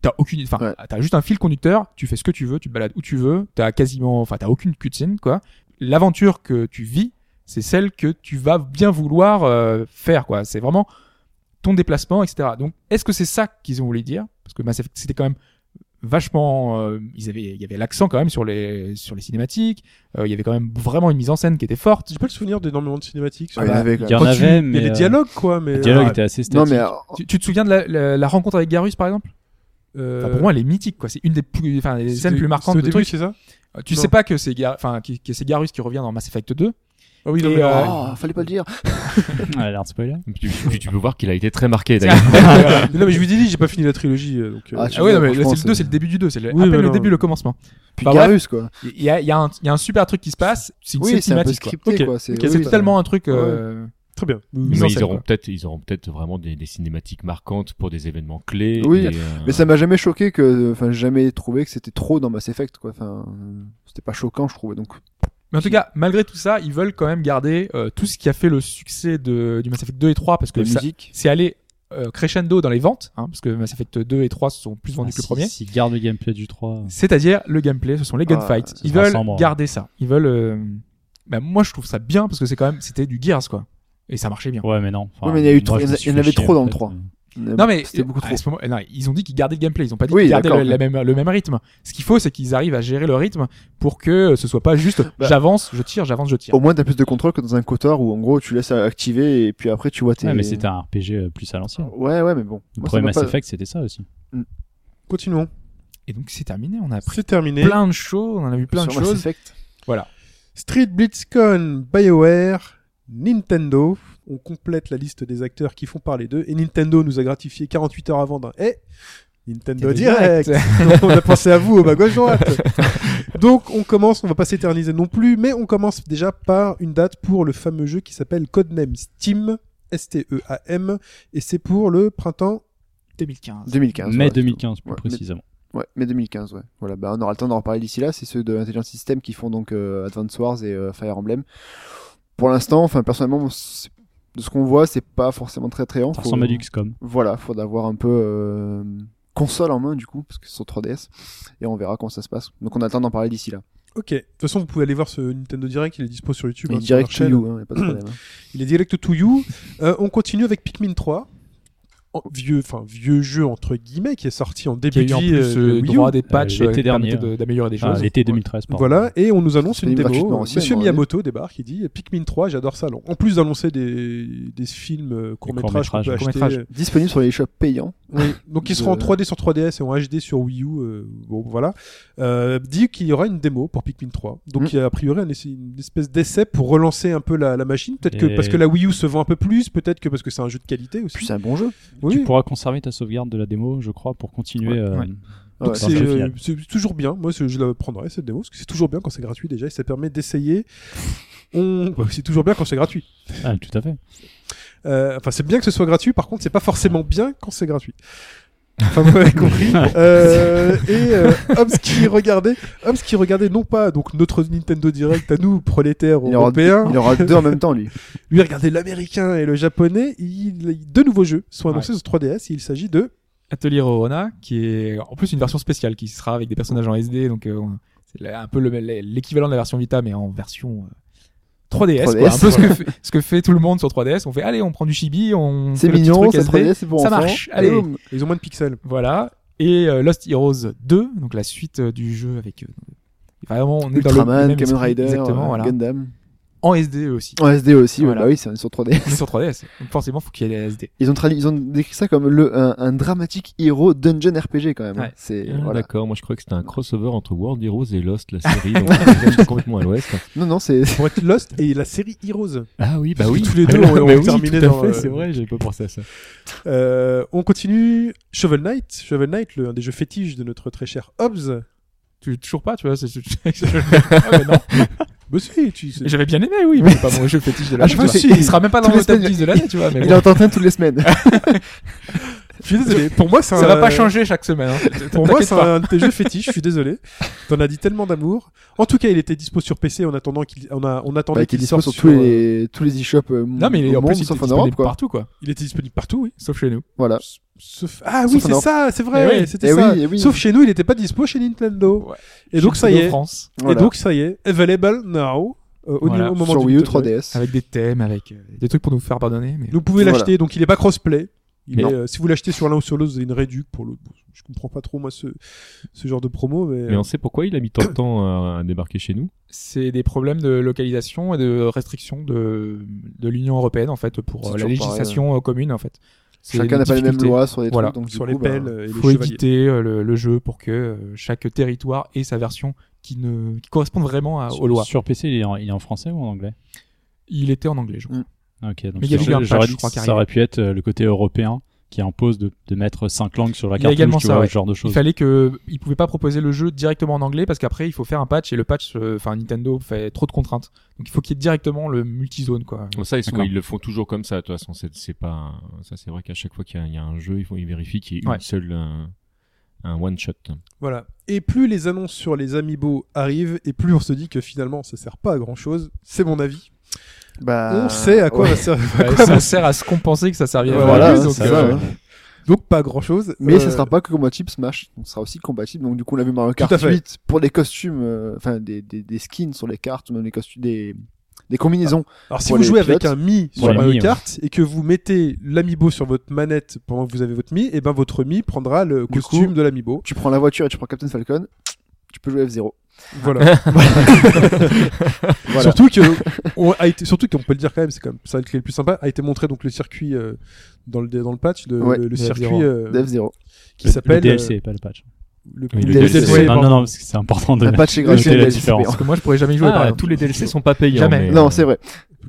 t'as aucune, enfin,
Ouais.
t'as juste un fil conducteur, tu fais ce que tu veux, tu te balades où tu veux, t'as quasiment, enfin, t'as aucune cutscene, quoi. L'aventure que tu vis, c'est celle que tu vas bien vouloir euh, faire, quoi. C'est vraiment ton déplacement, etc. Donc, est-ce que c'est ça qu'ils ont voulu dire Parce que Mass Effect, c'était quand même vachement, euh, ils avaient, il y avait l'accent quand même sur les sur les cinématiques. Euh, il y avait quand même vraiment une mise en scène qui était forte.
J'ai pas le souvenir d'énormément de cinématiques. sur
Ah, il y en
la-
avait quand
Il y
même.
en
Quand tu-
avait,
il y
mais.
a les
euh,
dialogues, quoi. Mais
le dialogue
Ah,
était assez statique.
Non, mais euh,
Tu, tu te souviens de la, la- la rencontre avec Garus par exemple
euh,
Enfin, Pour moi, elle est mythique, quoi. C'est une des plus, enfin, des
c'était-
scènes plus marquantes
c'était
de
au début,
truc.
c'est ça
Euh, Tu
Non.
sais pas que c'est Gar- enfin, que- que c'est Garus qui revient dans Mass Effect 2.
Ah oui, non,
Et,
mais,
euh,
oh, fallait pas le dire.
Ah, l'air de spoiler.
Puis, puis tu peux voir qu'il a été très marqué d'ailleurs.
Ah, non, mais je vous dis, j'ai pas fini la trilogie. euh, Donc, euh,
Ah, tu
Ah oui,
vois,
non, mais là,
franchement,
c'est le 2, c'est le début du 2, c'est le,
Oui,
à peine
voilà.
le début, le commencement.
Puis
Bah,
Garus, quoi.
Il y a, il y a un- il y a un super truc qui se passe, c'est une
Oui, c'est un peu
cinématique. quoi.
scripté,
Ok.
quoi. C'est
Ok,
oui,
C'est
t'as-
tellement un truc. euh,
Très bien.
mise en
Mais
scène,
ils auront
quoi.
peut-être, ils auront peut-être vraiment des, des cinématiques marquantes pour des événements clés.
Oui,
et, euh,
Mais ça m'a jamais choqué que, enfin, j'ai jamais trouvé que c'était trop dans Mass Effect, quoi. Enfin, euh, c'était pas choquant, je trouvais. Donc,
Mais en tout cas, malgré tout ça, ils veulent quand même garder euh, tout ce qui a fait le succès de, du Mass Effect 2 et 3 parce que
la
ça-
musique.
c'est allé euh, crescendo dans les ventes, hein, parce que Mass Effect 2 et 3 se sont plus vendus
Ah,
que le
si-
premier.
S'il garde le gameplay du euh. 3.
C'est-à-dire le gameplay, ce sont les
Ah,
gunfights.
ce
ils
sera
veulent
sans moi.
garder ça. Ils veulent. euh, bah, moi, je trouve ça bien parce que c'est quand même, c'était du Gears quoi, et ça marchait bien.
Ouais, mais non. Enfin,
Ouais, mais il y a eu trop-
moi, je
il y en
me
a-
suis
il y en
fait
avait
chier,
trop dans le
fait.
trois.
Non mais
euh,
euh,
c'était beaucoup
à
trop.
ce moment- non, ils ont dit qu'ils gardaient le gameplay, ils ont pas dit
Oui,
qu'ils gardaient
d'accord,
le, la même, le même rythme. Ce qu'il faut, c'est qu'ils arrivent à gérer le rythme pour que euh, ce soit pas juste
Bah.
j'avance, je tire, j'avance, je tire.
Au moins, t'as plus de contrôle que dans un Kotor où, en gros, tu laisses activer et puis après, tu vois tes.
Ouais, mais c'était un RPG euh, plus à l'ancienne.
Ouais, ouais, mais bon.
Le
Ah, Moi, ça
premier
m'a
Mass
pas-
Effect, c'était ça aussi.
Continuons.
Et donc c'est terminé, on a appris
C'est terminé.
plein de choses, on en a vu plein de
sur Mass
choses.
Effect.
Street BlitzCon, BioWare, Nintendo. On complète la liste des acteurs qui font parler d'eux. Et Nintendo nous a gratifié 48 heures avant d'un Eh
Bah,
Nintendo Direct Donc, On a pensé à vous, au bas gauche-droite Donc on commence, on va pas s'éterniser non plus, mais on commence déjà par une date pour le fameux jeu qui s'appelle Codename Steam, S-T-E-A-M, et c'est pour le printemps
2015.
2015.
Mai
ouais,
2015, plus
Ouais, mais-
précisément.
Ouais, mai 2015, ouais. Voilà, bah, on aura le temps d'en reparler d'ici là. C'est ceux de Intelligent System qui font donc euh, Advance Wars et euh, Fire Emblem. Pour l'instant, enfin, personnellement, c'est- de ce qu'on voit, c'est pas forcément très très
Ça ressemble à du XCOM.
Voilà, faut d'avoir un peu euh, console en main du coup, parce que c'est sur 3DS. Et on verra comment ça se passe. Donc on a le temps d'en parler d'ici là.
Ok, de toute façon vous pouvez aller voir ce Nintendo Direct, il est dispo sur YouTube.
Et
hein, sur
direct
leur
chez
chaîne.
You, hein, y a pas de problème. hein.
Il est direct to you. Euh, on continue avec Pikmin 3. En- vieux, enfin vieux jeu entre guillemets qui est sorti en
Qui a
début
eu en
de
plus
vie, euh, de
euh,
Wii U.
droit à des patchs
l'été
euh, qui
dernier,
permettaient de- d'améliorer des
Ah,
choses.
L'été 2013, pardon.
Voilà, et on nous annonce une
Disponible gratuitement
démo.
aussi, à
Monsieur
un moment
Miyamoto débarque, il dit Pikmin 3, j'adore ça. Alors, en plus d'annoncer des, des films euh, courts-métrages qu'on
courts-métrages,
peut acheter.
courts-métrages.
euh,
Disponible sur les shops payants.
oui. Donc ils
De-
seront en 3D sur 3DS et en HD sur Wii U. euh, bon, voilà. Euh, dit qu'il y aura une démo pour Pikmin 3. Donc
Mm.
il y a a priori un essai- une espèce d'essai pour relancer un peu la, la machine. Peut-être que
Et-
parce que la Wii U se vend un peu plus, peut-être que parce que c'est un jeu de qualité aussi.
Puis c'est un bon jeu.
Oui.
Tu pourras conserver ta sauvegarde de la démo, je crois, pour continuer.
Ouais,
euh,
ouais.
Ah
Donc
ouais.
dans le
c'est
jeu
euh,
final.
c'est toujours bien. Moi, c'est- je la prendrai cette démo parce que c'est toujours bien quand c'est gratuit déjà et ça permet d'essayer. On... bah, c'est toujours bien quand c'est gratuit.
Ah, tout à fait.
Euh, enfin, c'est bien que ce soit gratuit. Par contre, c'est pas forcément bien quand c'est gratuit. Enfin, vous m'avez compris. Euh, et euh, Hobbs qui regardait, Hobbs qui regardait non pas donc notre Nintendo Direct à nous prolétaires
Il aura-
européens,
Il y aura deux en même temps lui.
lui regardait l'américain et le japonais. Il, deux nouveaux jeux sont annoncés sur 3DS. Il s'agit de
Atelier Rorona, qui est en plus une version spéciale qui sera avec des personnages en SD, donc euh, on- c'est la- un peu le- l'équivalent de la version Vita, mais en version euh, 3DS. quoi.
3DS,
Un peu ce que, fait, ce que fait tout le monde sur 3DS. On fait, allez, on prend du chibi, on
C'est
fait le petit
mignon,
truc
c'est
SD.
3DS, c'est pour
ça
enfants.
marche, allez.
boum.
ils ont moins de pixels.
Voilà. Et euh, Lost Heroes 2, donc la suite euh, du jeu avec. euh, vraiment, on est dans le
Ultraman,
même
Kamen
esprit.
Rider,
Exactement,
euh,
voilà.
Gundam.
En SD aussi.
En SD aussi,
Voilà.
ouais, bah oui, c'est on est sur 3D.
On est sur 3DS. Donc forcément, faut qu'il y ait des SD.
Ils ont, traduit- ils ont décrit ça comme le, un, un dramatique héros dungeon RPG quand même. hein.
Ouais.
C'est
Ah,
voilà.
D'accord, moi je crois que c'était un crossover entre World Heroes et Lost, la série, donc je suis complètement à l'ouest. hein.
Non non, c'est
Pour être Lost et la série Heroes.
Ah oui, bah
Parce que
oui.
tous les deux
Mais
ont- ont
oui,
terminé
tout à
dans,
fait,
euh,
C'est vrai, j'avais pas pensé à ça.
Euh, on continue. Shovel Knight, Shovel Knight, le, un des jeux fétiches de notre très cher Hobbs.
Tu, toujours pas, tu vois. c'est- Ah, mais non.
Bah si, tu sais.
J'avais bien aimé, oui, mais c'est pas mon jeu fétiche de
Ah,
l'année.
je
tu
me
vois.
suis-
Il sera même pas dans
Tous
le
les
top
semaines,
10 de l'année, tu vois. Mais
il est
bon.
en train toutes les semaines.
Je suis désolé. Pour moi, c'est
Ça va
un-
pas changer chaque semaine. Hein.
Pour moi,
T'inquiète
c'est
pas.
un de tes jeux fétiches. Je suis désolé. T'en as dit tellement d'amour. En tout cas, il était dispo sur PC en attendant qu'il, on a, on attendait
Bah, qui
qu'il
est dispo
sorte
sur
sur.
tous les tous les e-shops euh,
Non, mais il est-
au
en
monde,
plus, il est
sauf en Europe
disponible
quoi.
partout, quoi.
euh, Il était disponible partout, oui.
Sauf chez nous.
Voilà.
Sauf- Ah
Sauf
oui,
en
c'est
Europe.
ça, c'est vrai.
Eh oui.
C'était
Eh
ça.
oui, eh oui.
Sauf chez nous, il était pas dispo chez Nintendo.
Ouais.
Et donc
Chez
ça y
Nintendo
est.
France.
Et
Voilà.
donc ça y est, available now. euh, au,
Voilà.
au moment
sur
du
Wii U
Nintendo Direct.
3DS.
avec des thèmes, avec euh, des trucs pour nous faire pardonner. Mais...
Vous pouvez
Voilà.
l'acheter, donc il est pas crossplay. Il
Non.
est, euh, si vous l'achetez sur l'un ou sur l'autre, vous avez une réduc pour l'autre. Bon, je comprends pas trop moi ce, ce genre de promo, mais, euh,
Mais on sait pourquoi il a mis tant de temps à, à débarquer chez nous.
C'est des problèmes de localisation et de restrictions de, de l'Union européenne, en fait, pour
C'est
euh, la
toujours
législation euh, commune, en fait. C'est
Chacun
une
n'a pas les mêmes
difficulté.
lois sur les
Voilà.
trucs, donc du
sur
coup,
les
bah,
pelles et les
faut
chevaliers.
éditer euh, le, le jeu pour que euh, chaque territoire ait sa version qui ne qui corresponde vraiment à- aux lois.
Sur PC, il est, en, il est en français ou en anglais
Il était en anglais, je crois.
Ok, donc
Mais il y a
j'aurais-
eu un patch,
j'aurais
je
dit
crois,
que
qui
ça aurait pu être euh, le côté européen qui impose de, de mettre cinq langues sur la
Il y a
carte, tu
également ça,
vois,
ouais.
ce genre de
Il
choses.
fallait que il pouvait pas proposer le jeu directement en anglais parce qu'après il faut faire un patch et le patch euh, enfin Nintendo fait trop de contraintes. Donc il faut qu'il y ait directement le multizone quoi.
Bon, ça, ils, sont-
D'accord.
ils le font toujours comme ça. De toute façon, c'est c'est pas. un- Ça, c'est vrai qu'à chaque fois qu'il y, a- il y a un jeu, ils, font, ils vérifient qu'il y ait
Ouais.
une seule. euh, un one shot.
Voilà. Et plus les annonces sur les amiibo arrivent, et plus on se dit que finalement ça sert pas à grand chose. C'est mon avis.
bah,
On sait à quoi
ouais.
va servir. à
Ouais,
quoi va-
ça sert à se compenser que ça servait à
Voilà,
rien,
c'est
donc,
ça.
euh,
hein.
Donc pas Euh, grand chose.
Mais ça sera pas que compatible Smash, donc ça sera aussi compatible. Donc du coup, on a vu Mario Kart
à fait.
8 pour les costumes, euh, enfin des, des, des skins sur les cartes, ou même les costumes, des, des combinaisons.
Alors si
pour
vous
les
jouez
pilotes.
avec un Mi sur
Ouais, Mi,
Mario
ouais.
Kart et que vous mettez l'amiibo sur votre manette pendant que vous avez votre Mi, et ben votre Mi prendra le
Du
costume
coup-
de l'amiibo.
Tu prends la voiture et tu prends Captain Falcon, tu peux jouer F0.
Voilà.
Voilà.
Surtout que on a été, surtout qu'on peut le dire quand même, c'est quand même ça le plus sympa a été montré donc le circuit euh, dans le dans le patch de,
Ouais.
le, le
F0.
circuit euh,
F0.
qui s'appelle
le DLC,
euh,
pas le patch.
le,
Oui, le
le
DLC.
DLC,
non,
pardon.
non, non, parce que c'est important de.
Un patch est
Notez
gratuit.
la
mais-
différence.
parce que moi je pourrais jamais y jouer
Ah,
par exemple.
Ah, tous les DLC sont pas payants.
Jamais.
mais, euh,
Non, c'est vrai.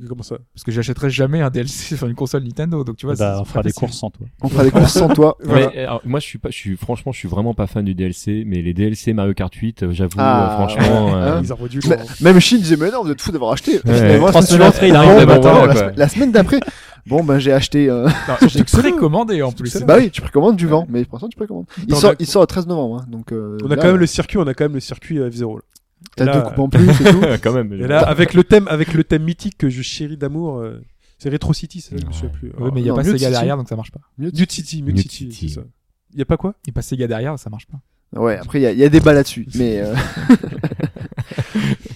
Comment ça
parce que j'achèterais jamais un DLC sur une console Nintendo. Donc tu vois,
Bah,
c'est-
on
c'est
fera
pas
des
possible.
courses sans toi.
On fera des courses sans toi.
Voilà.
Ouais, alors, moi, je suis pas, je suis, franchement, je suis vraiment pas fan du DLC, mais les DLC Mario Kart 8, euh, j'avoue,
Ah,
euh, franchement, euh,
Ils ont redu
Mais- Même Shin disait mais non, vous êtes fous d'avoir acheté.
Ouais.
Finalement, la
Trois
semaine
semaines
suivante,
après, il arrive,
bon,
mais
bah,
bon,
attends,
voilà,
la,
quoi.
se- la semaine d'après, bon ben j'ai acheté. euh,
Non, J'ai précommandé en plus.
bah oui, tu précommandes du vent, mais pour l'instant tu précommandes. Il
Attends,
sort,
on a-
il sort le 13 novembre, hein, donc. euh,
On a
là,
quand même le circuit, on a quand même le circuit euh, F0. là.
T'as
là,
deux coupes en plus et tout.
quand même.
Et là, avec le thème, avec le thème mythique que je chéris d'amour, euh, c'est Retro City, c'est ça que je
Ouais.
sais plus. Ah.
Ouais, mais il y a
Non,
pas
Mute
Sega
City.
derrière donc ça marche pas.
Mute City, Mute
Mute
City,
City.
c'est ça. Il y a pas quoi
Il y a pas Sega derrière ça marche pas.
Ouais, après il y, a- il y a des bas là-dessus, mais euh,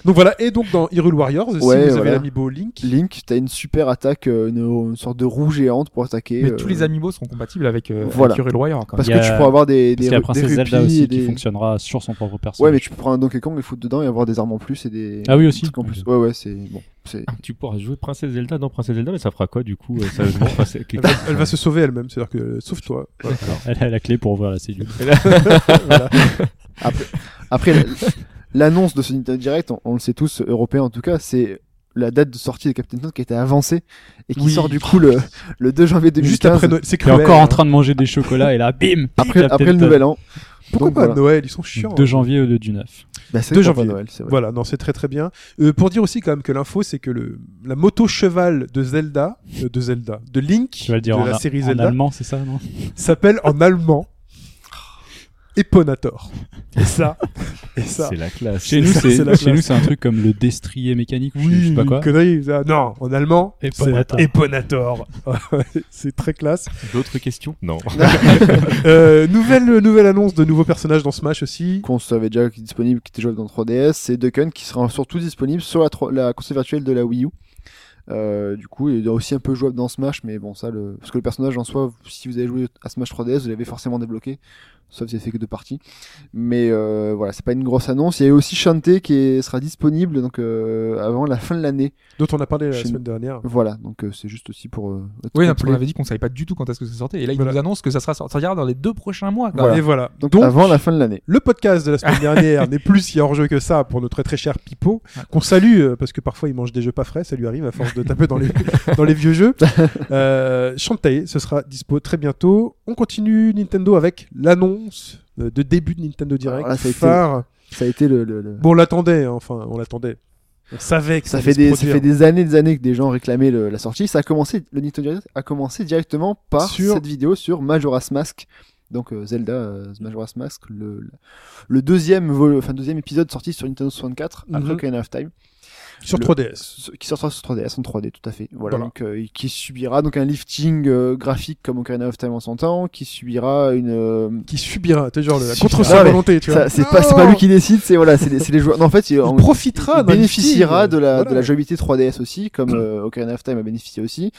Donc voilà. Et donc dans Hyrule Warriors, si vous
Ouais,
avez
voilà.
l'amiibo Link,
Link, t'as une super attaque, euh, une, une sorte de roue géante pour attaquer.
Mais
euh,
tous les amiibo seront compatibles avec euh,
Voilà.
avec Hyrule Warrior quand même.
Parce
Il y
que tu
a-
pourras avoir des
Parce
des,
qu'il y a
ru- des
Princesse
rupies
Zelda aussi
et
qui
des...
fonctionnera sur son propre personnage.
Ouais, mais tu peux prendre un Donkey Kong, le foutre dedans et avoir des armes en plus et des.
Ah oui, aussi.
des trucs En plus. Ouais, ouais, c'est bon. C'est
Ah, tu pourras jouer Princesse Zelda dans Princess Zelda, mais ça fera quoi du coup euh, sérieusement enfin, c'est-
elle va, elle va se sauver elle-même. C'est-à-dire que euh, sauve-toi. Voilà.
Elle a la clé pour ouvrir la cellule.
Après, la- l'annonce de ce Nintendo Direct, on, on le sait tous, européen en tout cas, c'est la date de sortie de Captain Toad qui a été avancée et qui
Oui.
sort du coup le, le 2 janvier 2015.
Juste après Noël, c'est
Qui est
cruel.
encore
hein.
en train de manger des chocolats et là, bim
après, après le nouvel an.
Pourquoi
Donc,
pas
voilà.
Noël Ils sont chiants.
2
hein.
janvier au lieu du 9.
Bah, c'est
2
pour pas
janvier.
Noël, c'est vrai.
Voilà, non, c'est très très bien. Euh, pour dire aussi quand même que l'info, c'est que le la moto cheval de Zelda, euh, de Zelda, de Link,
Tu vas le dire
de
en,
la
a-
série
en
Zelda,
allemand, c'est ça, non
s'appelle en allemand Eponator. Et ça, et ça.
C'est la classe.
Chez nous,
ça, c'est la
c'est chez nous,
classe.
c'est un truc comme le destrier mécanique ou je sais pas
une
quoi.
connerie. ça. Non, en allemand, c'est
Eponator.
Eponator. c'est très classe.
D'autres questions Non.
Euh, nouvelle, euh, nouvelle annonce de nouveaux personnages dans Smash aussi.
Qu'on savait déjà qui est disponible, qui était jouable dans 3DS, c'est Duck Hunt qui sera surtout disponible sur la, tro- la console virtuelle de la Wii U. Euh, du coup, il est aussi un peu jouable dans Smash, mais bon, ça, le... parce que le personnage en soi, si vous avez joué à Smash 3DS, vous l'avez forcément débloqué, sauf si c'est fait que deux parties. Mais euh, voilà, c'est pas une grosse annonce. Il y a aussi Shantae qui est- sera disponible donc euh, avant la fin de l'année.
Dont on a parlé la
Chez
semaine dernière.
Voilà, donc euh, c'est juste aussi pour. euh, être
Oui, non,
complet.
on avait dit qu'on savait pas du tout quand est-ce que ça sortait. Et là, il
Voilà.
nous annonce que ça sera sorti dans les deux prochains mois. quoi.
Et voilà.
donc, avant la fin de l'année.
Le podcast de la semaine dernière n'est plus si hors-jeu que ça pour notre très cher Pipo, qu'on salue, euh, parce que parfois il mange des jeux pas frais, ça lui arrive à force de taper dans les, dans les vieux jeux. Euh, Shantae, ce sera dispo très bientôt. On continue Nintendo avec l'annonce euh, de début de Nintendo Direct.
Alors là, ça a été-
phare.
Ça a été le. le- le-
Bon, on l'attendait, hein, enfin, on l'attendait. On savait que ça,
Ça fait,
allait
des,
se
ça fait des années des années que des gens réclamaient le- la sortie. Ça a commencé, le Nintendo Direct a commencé directement par
Sur-
cette vidéo sur Majora's Mask. Donc euh, Zelda euh, Majora's Mask, le, le deuxième, vol- enfin, deuxième épisode sorti sur Nintendo 64 après
Mhm.
Ocarina of Time.
Sur
Le-
3DS.
ce- qui sortira sur 3DS en 3D tout à fait voilà,
Voilà.
donc euh, et qui subira donc un lifting euh, graphique comme Ocarina of Time en 100 ans qui subira une euh,
Qui subira, t'es genre, le-
Subira.
contre sa
Ah ouais,
volonté, tu vois.
ça, c'est pas c'est pas lui qui décide c'est voilà c'est les, c'est les joueurs non, en fait il,
Il
en-
profitera,
il
d'un
bénéficiera
lifting,
de la
voilà.
de la jouabilité 3DS aussi
Mm.
comme euh, Ocarina of Time a bénéficié aussi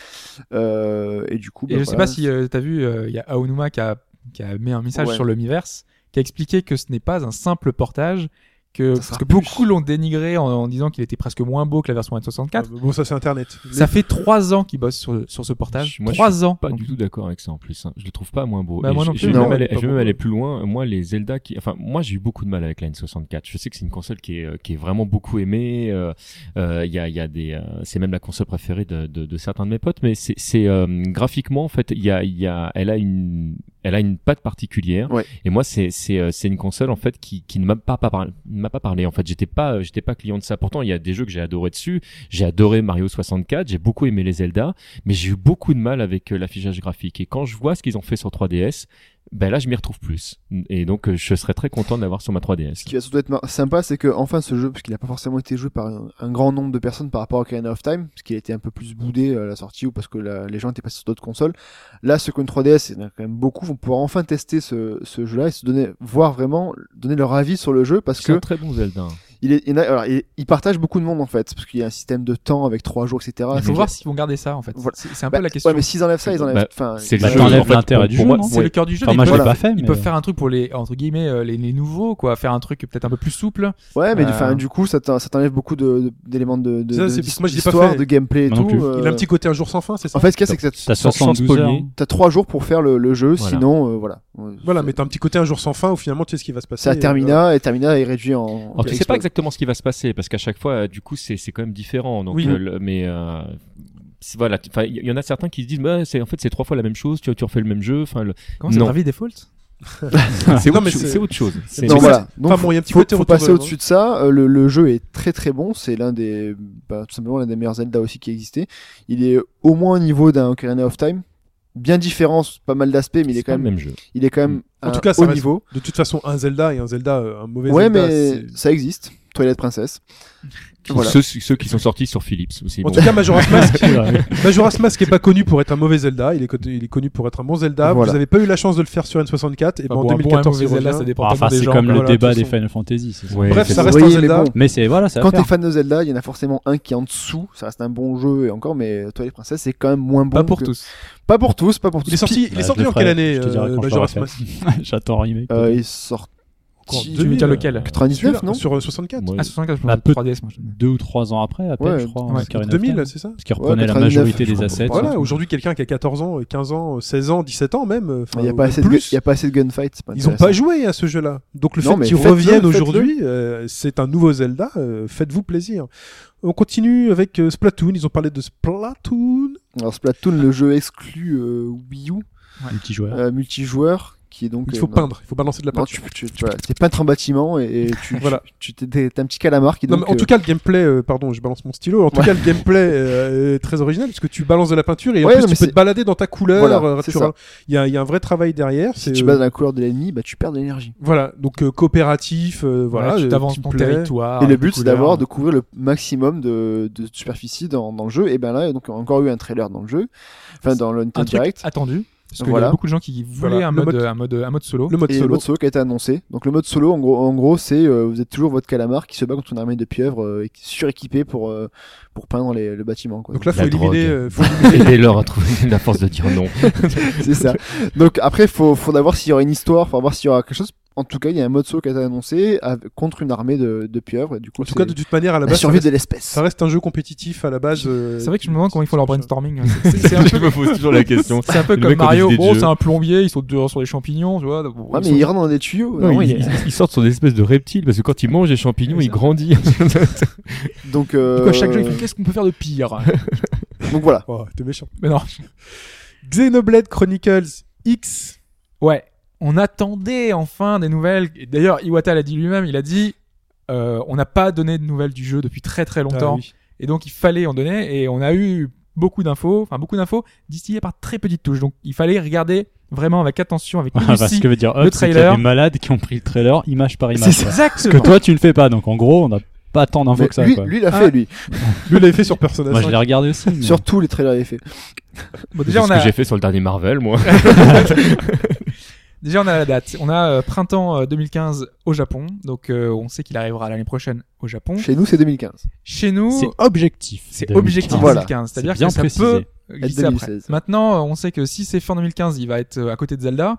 Euh, et du coup
Et
bah,
je sais
voilà.
pas si euh, t'as vu, euh, il y a Aonuma qui a, qui a mis un message
Ouais.
sur le Miiverse, qui a expliqué que ce n'est pas un simple portage, que,
Ça
parce
sera
que
plus.
beaucoup l'ont dénigré en, en disant qu'il était presque moins beau que la version
Ah,
64.
Bon, ça c'est internet.
Ça fait trois ans qu'ils bossent sur, sur ce portage.
Je- moi, je
trois ans.
pas du tout d'accord avec ça en plus. hein. Je le trouve pas moins beau.
Bah,
Et
moi
je,
non
je
plus,
vais
non,
même
ouais,
aller, je
pas
vais même
beaucoup.
aller plus loin. Moi, les Zelda qui, enfin, moi, j'ai eu beaucoup de mal avec la N64. Je sais que c'est une console qui est, euh, qui est vraiment beaucoup aimée. Euh, euh, Il y a, il y a des, euh, c'est même la console préférée de, de, de certains de mes potes. Mais c'est, c'est euh, graphiquement, en fait, il y a, il y a, elle a une, elle a une patte particulière.
Ouais.
Et moi, c'est, c'est, euh, c'est une console en fait qui, qui ne m'a pas, pas, parlé- ne m'a pas parlé. En fait, j'étais pas, euh, j'étais pas client de ça. Pourtant, il y a des jeux que j'ai adoré dessus. J'ai adoré Mario 64. J'ai beaucoup aimé les Zelda mais j'ai eu beaucoup de mal avec euh, l'affichage graphique. Et quand je vois ce qu'ils ont fait sur 3DS, ben là, je m'y retrouve plus. Et donc, euh, je serais très content d'avoir sur ma
Ce
3DS.
qui va surtout être mar- sympa, c'est que enfin ce jeu, puisqu'il n'a pas forcément été joué par un, un grand nombre de personnes par rapport à Ocarina of Time, parce qu'il a été un peu plus boudé euh, à la sortie ou parce que la- les gens étaient passés sur d'autres consoles. Là, ceux qui ont une 3DS, il y en a quand même beaucoup, vont pouvoir enfin tester ce, ce jeu-là et se donner, voir vraiment, donner leur avis sur le jeu, parce
C'est
que
un très bon Zelda. hein.
il, est, il, y en a- alors, il, il partage beaucoup de monde en fait, parce qu'il y a un système de temps avec trois jours, etc.
Il faut
Donc,
voir s'ils vont garder ça en fait.
Voilà.
C'est c'est un
bah,
peu la question.
Ouais, mais s'ils enlèvent ça, ils enlèvent.
Bah,
enfin,
c'est
ils-
Bah,
le
tu
jeu,
enlèves
en fait,
l'intérêt
pour-
du
pour
jeu,
moi,
non
C'est le cœur du jeu.
Enfin,
mais
moi, je
ils
l'ai
peuvent-
pas fait, mais...
Ils peuvent faire un truc pour les entre guillemets euh, les, les nouveaux quoi, faire un truc peut-être un peu plus souple.
Ouais, mais
Bah.
du-
Euh.
enfin, du coup, ça t'en- ça t'enlève beaucoup de- de- d'éléments de, de,
Ça,
de-
c'est-
d'his-
moi, je l'ai pas
d'histoire,
fait.
de gameplay et
Moi non
tout. euh,
plus.
Il a un petit côté un jour sans fin, c'est ça
En fait, ce qu'il y a, c'est que ça te-
T'as
Sans- sans
72 heures.
spoiler.
T'as trois jours pour faire le, le jeu,
Voilà.
sinon, euh, voilà. Euh,
Voilà,
c'est-
mais t'as un petit côté un jour sans fin où finalement tu sais ce qui va se passer.
C'est à
euh,
Termina, et Termina est réduit en.
Alors, tu sais
explose.
pas exactement ce qui va se passer parce qu'à chaque fois, euh, du coup, c'est c'est quand même différent. Donc,
Oui.
euh, le- mais euh, c'est- voilà, Enfin, il y y en a certains qui se disent, bah, c'est en fait c'est trois fois la même chose. Tu, tu refais le même jeu. Enfin, le-
Comment ça
Non.
Bravely Default
c'est
Non,
autre,
mais
chose-
c'est-
c'est autre chose. C'est-
Non,
Mais
voilà.
Enfin
Donc,
bon, il y a un petit
faut,
côté
faut
retour
passer
vers le
au-dessus de ça. Euh, le, le jeu est très très bon. C'est l'un des, bah, tout simplement l'un des meilleurs Zelda aussi qui existait. Il est au moins au niveau d'un Ocarina of Time. Bien différent, sur pas mal d'aspects, mais il est
c'est
quand
pas
même,
le même jeu.
il est quand même
Mm. En
à
tout cas, ça
haut
reste-
niveau.
monde. De toute façon, un Zelda et un Zelda, euh, un mauvais
Ouais,
Zelda.
mais
c'est-
ça existe. Twilight Princess. Voilà.
Ceux, ceux qui sont sortis sur Philips aussi.
En
bon.
tout cas, Majora's Mask, Majora's Mask est pas connu pour être un mauvais Zelda, il est, connu- il est connu pour être un bon Zelda.
Voilà.
Vous avez pas eu la chance de le faire sur N64, et ben
Enfin,
en
bon, un bon, un
2014 il
mauvais Zelda,
revient.
ça dépend
Enfin,
tellement des
c'est
gens,
comme
quoi.
le
voilà,
débat
de toute
des
façon.
Final Fantasy. c'est ça.
Ouais,
Bref,
c'est
ça
ça.
reste
Oui,
un
mais
Zelda.
bon.
Mais c'est voilà, ça.
Quand t'es fan de Zelda, il y en a forcément un qui est en dessous. Ça reste un bon jeu et encore, mais Twilight Princess c'est quand même moins bon.
Pas pour
que-
tous.
Pas pour tous, pas pour tous.
Il est sorti, il est
Bah, je
sorti
le
en
ferai,
quelle année,
je te dirai
euh,
quand je
Majora's
l'aurai
Mask
J'attends un remake.
Euh, il sort
Encore en
Tu veux
2000,
dire lequel
Celui-là,
99, non
Sur euh, 64
Ouais.
Ah 75, je
Bah,
pense,
peut-
3DS moi. je-
Deux ou trois ans après, à peine,
Ouais,
je crois.
ouais,
Ocarina of Time.
2000, c'est ça
Parce qu'il reprenait la
99,
majorité
je
des
crois.
assets.
Voilà, aujourd'hui quelqu'un qui a 14 ans, euh, 15 ans, euh, 16 ans, 17 ans même, euh, enfin,
Il n'y a,
ou
pas assez de gu-
plus,
y a pas assez de gunfight. c'est
ils ont
intéressant.
pas joué à ce jeu-là. Donc le
Non, mais
fait qu'ils
faites-le,
reviennent
faites-le.
aujourd'hui, euh, c'est un nouveau Zelda, euh, faites-vous plaisir. On continue avec euh, Splatoon, ils ont parlé de Splatoon.
Alors Splatoon, le jeu exclu euh, Wii U,
Multijoueur.
euh, multijoueur, qui est donc.
Il
euh,
faut
non.
peindre, il faut balancer de la
Non,
peinture.
tu, tu, tu- voilà, t'es peintre en bâtiment et, et tu,
Voilà.
tu, tu- t'es, t'es un petit calamar qui
Non,
donc,
mais en tout cas, le gameplay, euh, pardon, je balance mon stylo. En tout
Ouais.
cas, le gameplay euh, est très original puisque tu balances de la peinture et en
Ouais,
plus
non, mais
tu peux
c'est-
te balader dans ta couleur.
Voilà,
euh,
c'est
tu
ça.
vois. Il y a, il y a un vrai travail derrière.
si
c'est,
tu
euh,
bats dans la couleur de l'ennemi, bah, tu perds de l'énergie.
Voilà, donc euh, coopératif. euh, voilà,
tu
euh,
t'avances
petit
ton
play.
territoire.
Ah,
et le
tes
but, c'est
couleurs.
d'avoir de couvrir le maximum de, de superficie dans, dans le jeu. Et ben là, il y a donc encore eu un trailer dans le jeu, enfin dans le
un
Nintendo
truc
Direct.
attendu parce qu'il y
Voilà.
a beaucoup de gens qui voulaient
Voilà,
un,
le
mode,
mode-
un mode un mode solo.
Le mode
Et le
solo.
mode solo qui a été annoncé. Donc le mode solo, en gros, en gros c'est euh, vous êtes toujours votre calamar qui se bat contre une armée de pieuvres euh, et qui- suréquipée pour euh, pour peindre les, le bâtiment. Quoi.
Donc là, faut
La
éliminer.
drogue.
euh, faut-
Aidez-leur à trouver la force de dire non.
C'est ça. Donc après, faut, faudra voir s'il y aura une histoire, faudra voir s'il y aura quelque chose. En tout cas, il y a un mode solo qui a été annoncé avec- contre une armée de, de pieuvres. Et du coup,
En tout cas, de toute manière, à la
la,
base, ça
survie
reste,
de l'espèce.
ça reste un jeu compétitif à la base. euh,
C'est vrai que je me demande comment ils font leur brainstorming. hein. C'est- C'est c'est un
Je
peu
me pose toujours la question.
c'est un peu
Le
comme
mec a des
Mario, hein.
idées de
bon,
jeu.
c'est un plombier, ils sont dehors sur les champignons, tu vois. Bon,
Ouais,
ils
mais
sont-
il rentre dans des tuyaux. euh,
Non,
vraiment,
ils,
il est-
ils- ils sortent sur des espèces de reptiles parce que quand ils mangent des champignons,
C'est
ils
ça.
grandissent.
Donc, euh,
Du coup, à chaque jeu, ils font qu'est-ce qu'on peut faire de pire
donc voilà.
Oh, t'es méchant.
Mais non.
Xenoblade Chronicles X.
Ouais, on attendait enfin des nouvelles. Et D'ailleurs, Iwata l'a dit lui-même, il a dit euh, on n'a pas donné de nouvelles du jeu depuis très très longtemps.
Ah oui.
Et donc, il fallait en donner. Et on a eu beaucoup d'infos, enfin beaucoup d'infos distillées par très petites touches. Donc, il fallait regarder vraiment avec attention, avec minutie.
Ah, Parce que veut dire, hop,
le
c'est qu'il y a
trailer.
des malades qui ont pris le trailer image par image.
C'est
quoi.
exact.
Que toi, tu ne le fais pas. Donc en gros, on n'a pas tant d'infos
Mais
que ça.
lui,
quoi.
lui, il l'a
Ah.
fait, lui.
Lui, il l'avait fait sur Persona
Moi,
5.
je l'ai regardé aussi. mais-
Sur tous les trailers, il l'a fait.
Bon,
C'est
déjà, on
ce
a,
que j'ai fait sur le dernier Marvel, moi.
déjà, on a la date. On a euh, printemps euh, 2015 au Japon. Donc, euh, on sait qu'il arrivera l'année prochaine au Japon.
Chez nous, c'est 2015.
Chez nous,
C'est objectif.
c'est
2015.
objectif
Voilà.
2015. C'est-à-dire
C'est bien
que ça
précisé.
peut
Et
glisser après.
2016.
Maintenant, euh, on sait que si c'est fin 2015, il va être euh, à côté de Zelda.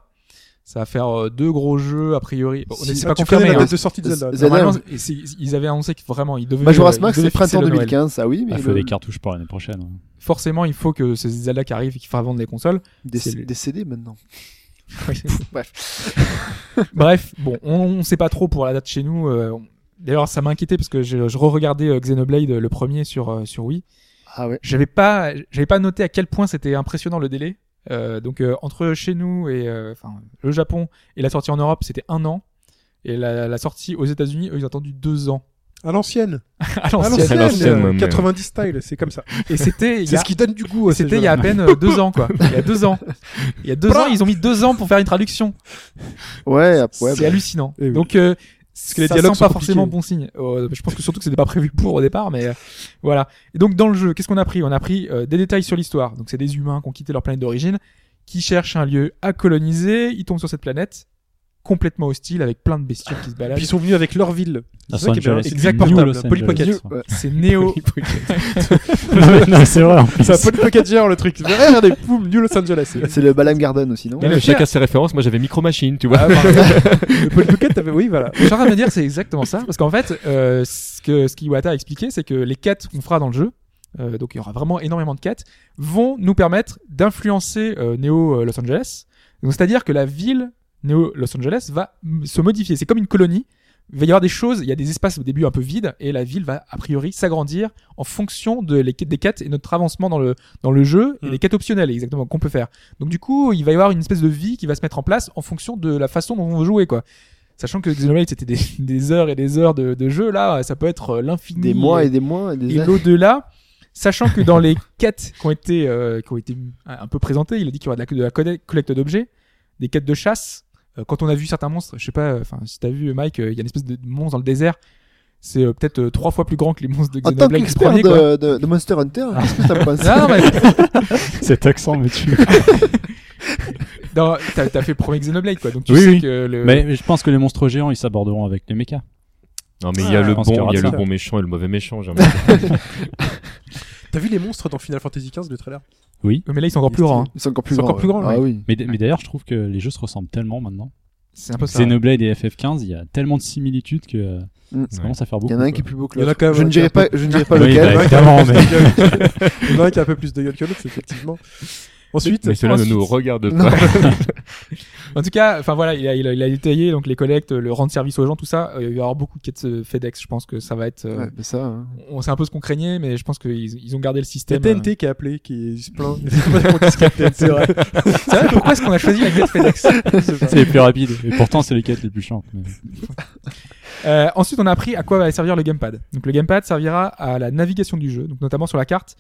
Ça va faire euh, deux gros jeux, a priori. Bon, on
Si-
c'est
ah,
pas
tu connais
confirmé.
la
hein.
date de sortie de Zelda. euh,
Z- Zelda,
Normalement, et c'est- ils avaient annoncé que vraiment, ils devaient. euh,
Majora's
ils
Mask,
devaient
c'est
fixer
printemps
le Noël.
2015, ça ah oui, mais
Il faut
le-
des cartouches pour l'année prochaine. hein. ouais.
Forcément, il faut que c'est Zelda qui arrive et qui fera vendre les consoles.
des,
c'est le-
des CD maintenant.
Bref, bon, on ne sait pas trop pour la date chez nous. euh, on- D'ailleurs, ça m'inquiétait parce que je, je re-regardais euh, Xenoblade euh, le premier sur euh, sur Wii.
Ah ouais.
J'avais pas j'avais pas noté à quel point c'était impressionnant le délai. Euh, donc euh, entre chez nous et euh, enfin le Japon et la sortie en Europe, c'était un an. Et la, la sortie aux États-Unis, eux, ils ont attendu deux ans.
À l'ancienne.
À
À
l'ancienne.
l'ancienne.
À l'ancienne,
euh,
mais-
90 style, c'est comme ça.
Et c'était il y
C'est
a-
ce qui donne du goût. à ces
c'était il y
jeux-là.
a à peine euh, deux ans quoi. Il y a deux ans. Il y a deux ans, ils ont mis deux ans pour faire une traduction.
Ouais, bah, ap- ouais.
c'est hallucinant.
Eh oui.
Donc, euh,
que les
ça
dialogues
sent pas
sont
forcément
compliqués.
bon signe. Euh, je pense que surtout que c'était pas prévu pour au départ, mais euh, voilà. Et donc dans le jeu, qu'est-ce qu'on a pris On a pris euh, des détails sur l'histoire. Donc c'est des humains qui ont quitté leur planète d'origine, qui cherchent un lieu à coloniser. Ils tombent sur cette planète complètement hostile avec plein de bestioles qui se baladent.
Puis ils sont venus avec leur ville.
Los
ça qui est bien,
Angeles.
c'est
New
portable,
Los
Polly Pocket.
Angeles.
New- ouais.
C'est néo.
non, c'est vrai. en plus.
C'est un peu le pocket Gear, le truc. Eh, Regardez, poum, New Los Angeles.
C'est- C'est le Balam Garden aussi, non
Mais le
Chacun
pire-
ses références. Moi, j'avais Micro Machine, tu vois.
Ah, pardon.
Le Polly Pocket, t'avais- oui, voilà.
Je suis en train de me dire, c'est exactement ça. Parce qu'en fait, euh, ce que ce qu'Iwata a expliqué, c'est que les quêtes qu'on fera dans le jeu, euh, donc il y aura vraiment énormément de quêtes, vont nous permettre d'influencer euh, Neo euh, Los Angeles. Donc c'est-à-dire que la ville Neo Los Angeles va mm, se modifier. C'est comme une colonie. Il va y avoir des choses, il y a des espaces au début un peu vides, et la ville va a priori s'agrandir en fonction de les, quêtes- des quêtes et notre avancement dans le, dans le jeu, et
Mm.
les quêtes optionnelles exactement qu'on peut faire. Donc du coup, il va y avoir une espèce de vie qui va se mettre en place en fonction de la façon dont on veut jouer, quoi. Sachant que Xenoblade c'était des, des heures et des heures de, de jeu, là, ça peut être euh, l'infini.
Des mois et des mois et des
et
années.
l'au-delà. Sachant que dans les quêtes qui ont été, euh, qui ont été un peu présentées, il a dit qu'il y aura de la, de la colle- collecte d'objets, des quêtes de chasse. Euh, quand on a vu certains monstres, je sais pas, euh, enfin, si t'as vu Mike, euh, il y a une espèce de monstre dans le désert. C'est euh, peut-être euh, trois fois plus grand que les monstres de
En tant
Xenoblade du
qu'expert
premier, quoi. Ah
de, de, de Monster Hunter, qu'est-ce que t'en penses
Non, non, mais
Cet accent me tue.
dans- t'as t'as fait le premier Xenoblade, quoi. Donc tu
Oui,
sais
oui.
que le.
Mais je pense que les monstres géants, ils s'aborderont avec les mechas.
Non, mais il y a
je
le
pense qu'il y
bon,
aura
il y a
de
le
ça.
bon méchant et le mauvais méchant. j'ai envie
T'as vu les monstres dans Final Fantasy XV, le trailer
Oui, mais là, ils sont encore plus grands. hein.
Ils sont encore plus
Ils sont
grands.
encore plus grands,
ouais. Ah oui.
Mais, d- mais d'ailleurs, je trouve que les jeux se ressemblent tellement maintenant.
C'est un peu ça.
Xenoblade et FF15, il y a tellement de similitudes que euh,
Mm.
ça commence à faire
Il
beaucoup.
y en a un qui est
quoi.
plus beau
Il
que
y en a
l'autre.
quand même
Je
un
ne
qui est
dirai
un peu
pas, je ne dirai pas
Oui,
lequel.
bah,
Ouais,
évidemment, mais-
Il y en a un qui a un peu plus de gueule que l'autre, c'est effectivement. Ensuite,
mais cela ne
ensuite-
nous regarde
Non.
pas.
En tout cas, enfin voilà, il a, il, a, il a détaillé donc les collectes, le rendre service aux gens, tout ça. Euh, il va y avoir beaucoup de quêtes euh, FedEx. Je pense que ça va être. euh,
Ouais, bah ça, hein.
on sait un peu ce qu'on craignait, mais je pense qu'ils ils ont gardé le
Il y a
système.
TNT qui a appelé, qui se plaint. Il y a des gens qui se captent, C'est vrai.
Euh, C'est vrai, pourquoi est-ce qu'on a choisi la quête FedEx
C'est les plus rapides. Et pourtant, c'est les quêtes les plus chiantes. mais-
Euh, Ensuite, on a appris à quoi va servir le gamepad. Donc le gamepad servira à la navigation du jeu, donc notamment sur la carte.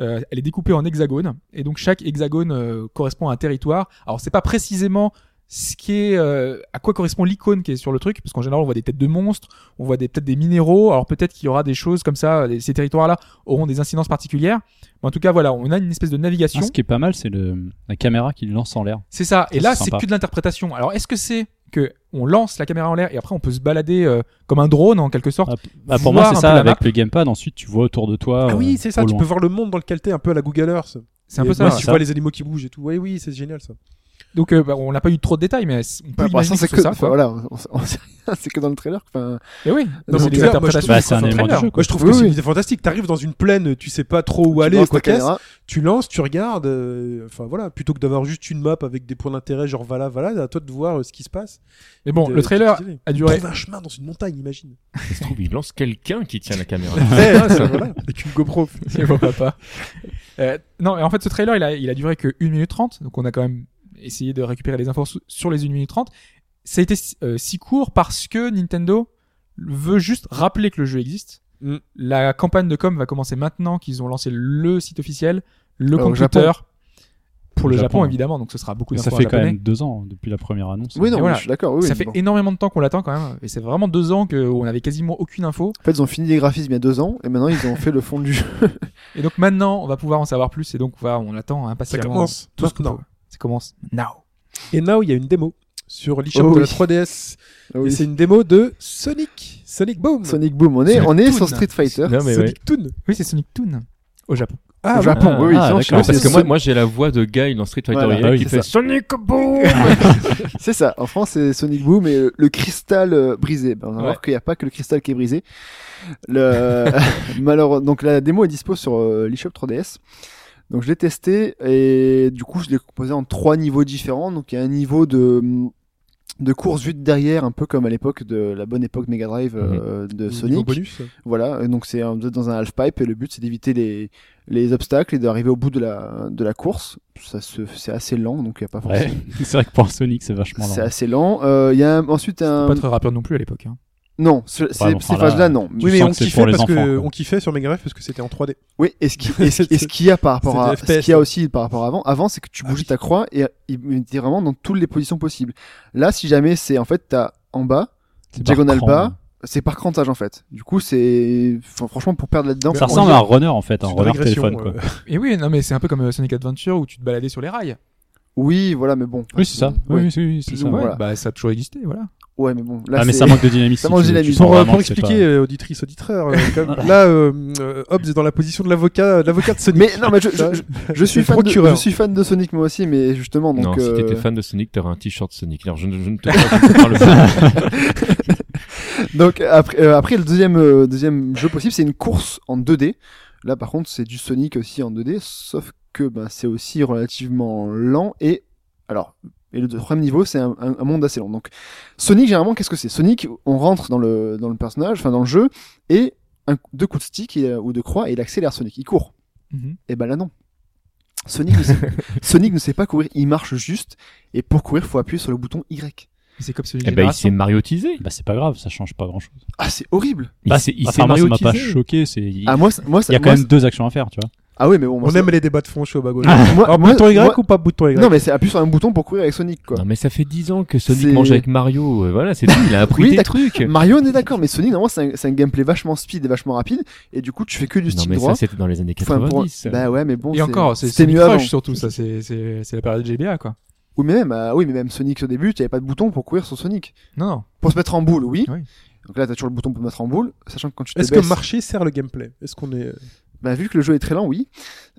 Euh, elle est découpée en hexagones, et donc chaque hexagone euh, correspond à un territoire. Alors c'est pas précisément ce qui est euh, à quoi correspond l'icône qui est sur le truc, parce qu'en général on voit des têtes de monstres, on voit des peut-être des minéraux. Alors peut-être qu'il y aura des choses comme ça. les- Ces territoires-là auront des incidences particulières. Mais en tout cas, voilà, on a une espèce de navigation.
Ah, ce qui est pas mal, c'est le... la caméra qui le lance en l'air.
C'est ça. Et
Ça,
là,
c'est
c'est
sympa.
que de l'interprétation. Alors, est-ce que c'est que on lance la caméra en l'air et après on peut se balader euh, comme un drone en quelque sorte
Ah, Bah,
Voir
pour moi,
un
c'est
peu
ça.
la
Avec
map.
le gamepad, ensuite, tu vois autour de toi.
Ah
euh,
oui, c'est ça,
au
tu
loin.
peux voir le monde dans le calté, un peu à la Google Earth.
C'est un
Et
peu ça.
moi,
ouais.
si je
ça.
vois les animaux qui bougent et tout. Oui, oui, c'est génial ça.
Donc, euh, bah, on n'a pas eu trop de détails, mais on peut
Bah, pour l'instant,
imaginer
c'est
que
que,
ça.
enfin,
Quoi.
voilà, on- on- on sait rien, c'est que dans le trailer. Enfin,
Et oui.
mais
c'est
en tout
des
cas, moi, je
interprétations.
Bah, c'est un
sur
élément du
trailer.
jeu.
Moi,
Quoi.
je trouve
Oui,
que
oui.
c'est- c'est fantastique. T'arrives dans une plaine, tu sais pas trop où
tu
aller,
lances
quoi
ta
qu'est-ce.
caméra.
Tu lances, tu regardes. euh, Enfin voilà, plutôt que d'avoir juste une map avec des points d'intérêt, genre voilà, voilà, à toi de voir euh, ce qui se passe.
Mais bon,
De-
le trailer
d'utiliser.
a duré.
Trouve un chemin dans une montagne, imagine.
Ça se trouve, il lance quelqu'un qui tient la caméra.
Eh, hein, ça, voilà. Avec une GoPro.
C'est bon, papa. Euh, non, et en fait, ce trailer, il a, il a duré que 1 minute 30. Donc, on a quand même essayé de récupérer les infos sou- sur les 1 minute 30. Ça a été si- euh, si court parce que Nintendo veut juste rappeler que le jeu existe.
Mm.
La campagne de com va commencer maintenant qu'ils ont lancé le site officiel, le
Alors, au
computer.
Japon.
pour le Japon,
hein.
évidemment, donc ce sera beaucoup
Mais Ça
d'infos en
fait quand
japonais.
même deux ans depuis la première annonce.
Oui, non,
Et voilà.
je- d'accord. oui,
ça
oui,
fait
bon.
énormément de temps qu'on l'attend quand même, et c'est vraiment deux ans que- où on avait quasiment aucune info.
En fait, ils ont fini les graphismes il y a deux ans et maintenant ils ont fait le fond du jeu.
Et donc maintenant, on va pouvoir en savoir plus, et donc voilà, on attend
Ça
hein, impatiemment.
commence
tout ce qu'on
maintenant.
peut. Ça commence now.
Et now, il y a une démo sur l'eShop
Oh
de la
oui.
3DS.
Ah
Et
oui.
c'est une démo de Sonic. Sonic Boom.
Sonic Boom, on est,
Sonic
on est
Toon.
sur Street Fighter.
Non,
Ah,
mais ouais.
Sonic Toon.
Oui, c'est Sonic Toon au Japon.
Ah,
Au
oui.
Japon,
Ah,
oui, oui,
ah,
sinon, je sais
d'accord. Parce
pas si
que
c'est
moi,
Son-
moi j'ai la voix de Guy dans Street Fighter
Voilà,
EA
bah oui,
qui
c'est
fait
ça.
Sonic Boom
C'est ça. En France, c'est Sonic Boom et le, le cristal euh, brisé. Ben, on va voir qu'il n'y a pas que le cristal qui est brisé. Le... Malheureux- Donc la démo est dispo sur euh, l'eShop 3DS. Donc je l'ai testé et du coup je l'ai composé en trois niveaux différents. Donc il y a un niveau de de course vue de derrière, un peu comme à l'époque de la bonne époque Mega Drive euh, de
Niveau
Sonic.
bonus.
Voilà, et donc c'est un- vous êtes dans un half pipe et le but c'est d'éviter les, les obstacles et d'arriver au bout de la, de la course. Ça se, c'est assez lent, donc il y a pas
Ouais.
forcément.
c'est vrai que pour un Sonic, c'est vachement
C'est
lent.
assez lent. Euh, Il y a un- ensuite un.
Pas très rappeur non plus à l'époque. hein.
Non, ce- ces-
bon,
ces
enfin, là,
phases-là, non.
tu-
Oui, mais
sens
on
que c'est
kiffait
pour les
parce que
enfants, quoi.
on kiffait sur Mega Drive parce que c'était en 3D.
Oui, et ce qui- et ce et ce qu'il y a par rapport
C'est
à.
du
Ce
FPS,
qu'il y a
ouais.
aussi par rapport à avant, avant c'est que tu
Ah
bougeais
oui.
ta croix et il mettait vraiment dans toutes les positions possibles. Là, si jamais c'est en fait, t'as en bas,
C'est hein. par
diagonale
cran.
bas, c'est par crantage en fait. Du coup, c'est. enfin, franchement, pour perdre là-dedans.
Ça
on
ressemble
y
à
va.
un runner en fait, un
C'est une
runner
régression,
téléphone quoi.
euh,
Et oui, non, mais c'est un peu comme euh, Sonic Adventure où tu te baladais sur les rails.
Oui, voilà, mais bon.
Oui, c'est ça.
Oui.
Oui, oui, oui, c'est
Plus
ça.
ou
Ouais,
moins. voilà.
bah ça a toujours existé, voilà.
Ouais, mais bon. Là,
Ah, mais
Bah, c'est-
ça manque de dynamisme.
ça
si
manque de
tu veux. Tu
dynamisme.
sens
Pour,
vraiment
pour
que c'est
expliquer, euh, auditrice, auditeur, euh, quand même, là, euh, euh, Hobbs est dans la position de l'avocat, l'avocat de Sonic.
Mais non, mais je, je, je- je suis
Le
fan de,
procureur.
je suis fan de Sonic moi aussi, mais justement donc.
Non, si
euh,
t'étais fan de Sonic, t'aurais un t-shirt Sonic. Alors je, ne- je ne te je ne te parle pas.
Donc après, euh, après le deuxième euh, deuxième jeu possible, c'est une course en 2D. Là par contre, c'est du Sonic aussi en 2D, sauf que ben c'est aussi relativement lent et alors et le troisième niveau, c'est un, un- un monde assez lent. Donc Sonic généralement, qu'est-ce que c'est Sonic, on rentre dans le dans le personnage, enfin dans le jeu et un, deux coups de stick et, euh, ou de croix et il accélère Sonic, il court.
Mhm.
Et ben là non. Sonic ne, sait, Sonic ne sait pas courir, il marche juste et pour courir, faut appuyer sur le bouton Y.
Mais C'est comme Sonic
Eh ben, il
Génération.
s'est
euh,
mariotisé.
Bah, c'est pas grave, ça change pas grand chose.
Ah, c'est horrible.
Bah,
Il s'est il s'est
Enfin, moi, ça m'a pas
mariotisé.
choqué. c'est- Il
Ah moi ça- moi ça-
il y a quand
moi,
même
ça-
deux actions à faire, tu vois.
Ah oui, mais bon, moi,
On
ça- Ah,
aime les débats de fond chez Obago.
Moi-
Alors,
moi-
bouton Y
moi-
ou pas bouton Y
Non, mais c'est appuyer sur un bouton pour courir avec Sonic, quoi.
Non mais ça fait 10 ans que Sonic
C'est-
mange avec Mario. Euh, Voilà, c'est tout. Il a appris
Oui,
des
d'accord.
trucs.
Mario, on est d'accord, mais Sonic, normalement, c'est un, c'est un gameplay vachement speed et vachement rapide, et du coup, tu fais que du
Non
stick
mais
droit.
ça c'était dans les années
Enfin, pour-
90.
Bah ouais, mais bon.
Et
c'est-
encore, c'est
c'était
Sonic
mieux avant.
Rush surtout, ça c'est- c'est c'est la période GBA quoi.
Ou même, euh, oui, mais même Sonic au début, tu avais pas de bouton pour courir sur Sonic.
Non, non.
Pour se mettre en boule, oui.
Oui.
Donc là, t'as toujours le bouton pour te mettre en boule, sachant que quand tu te
Est-ce que
baisses-
marcher sert le gameplay Est-ce qu'on est.
bah, vu que le jeu est très lent, oui.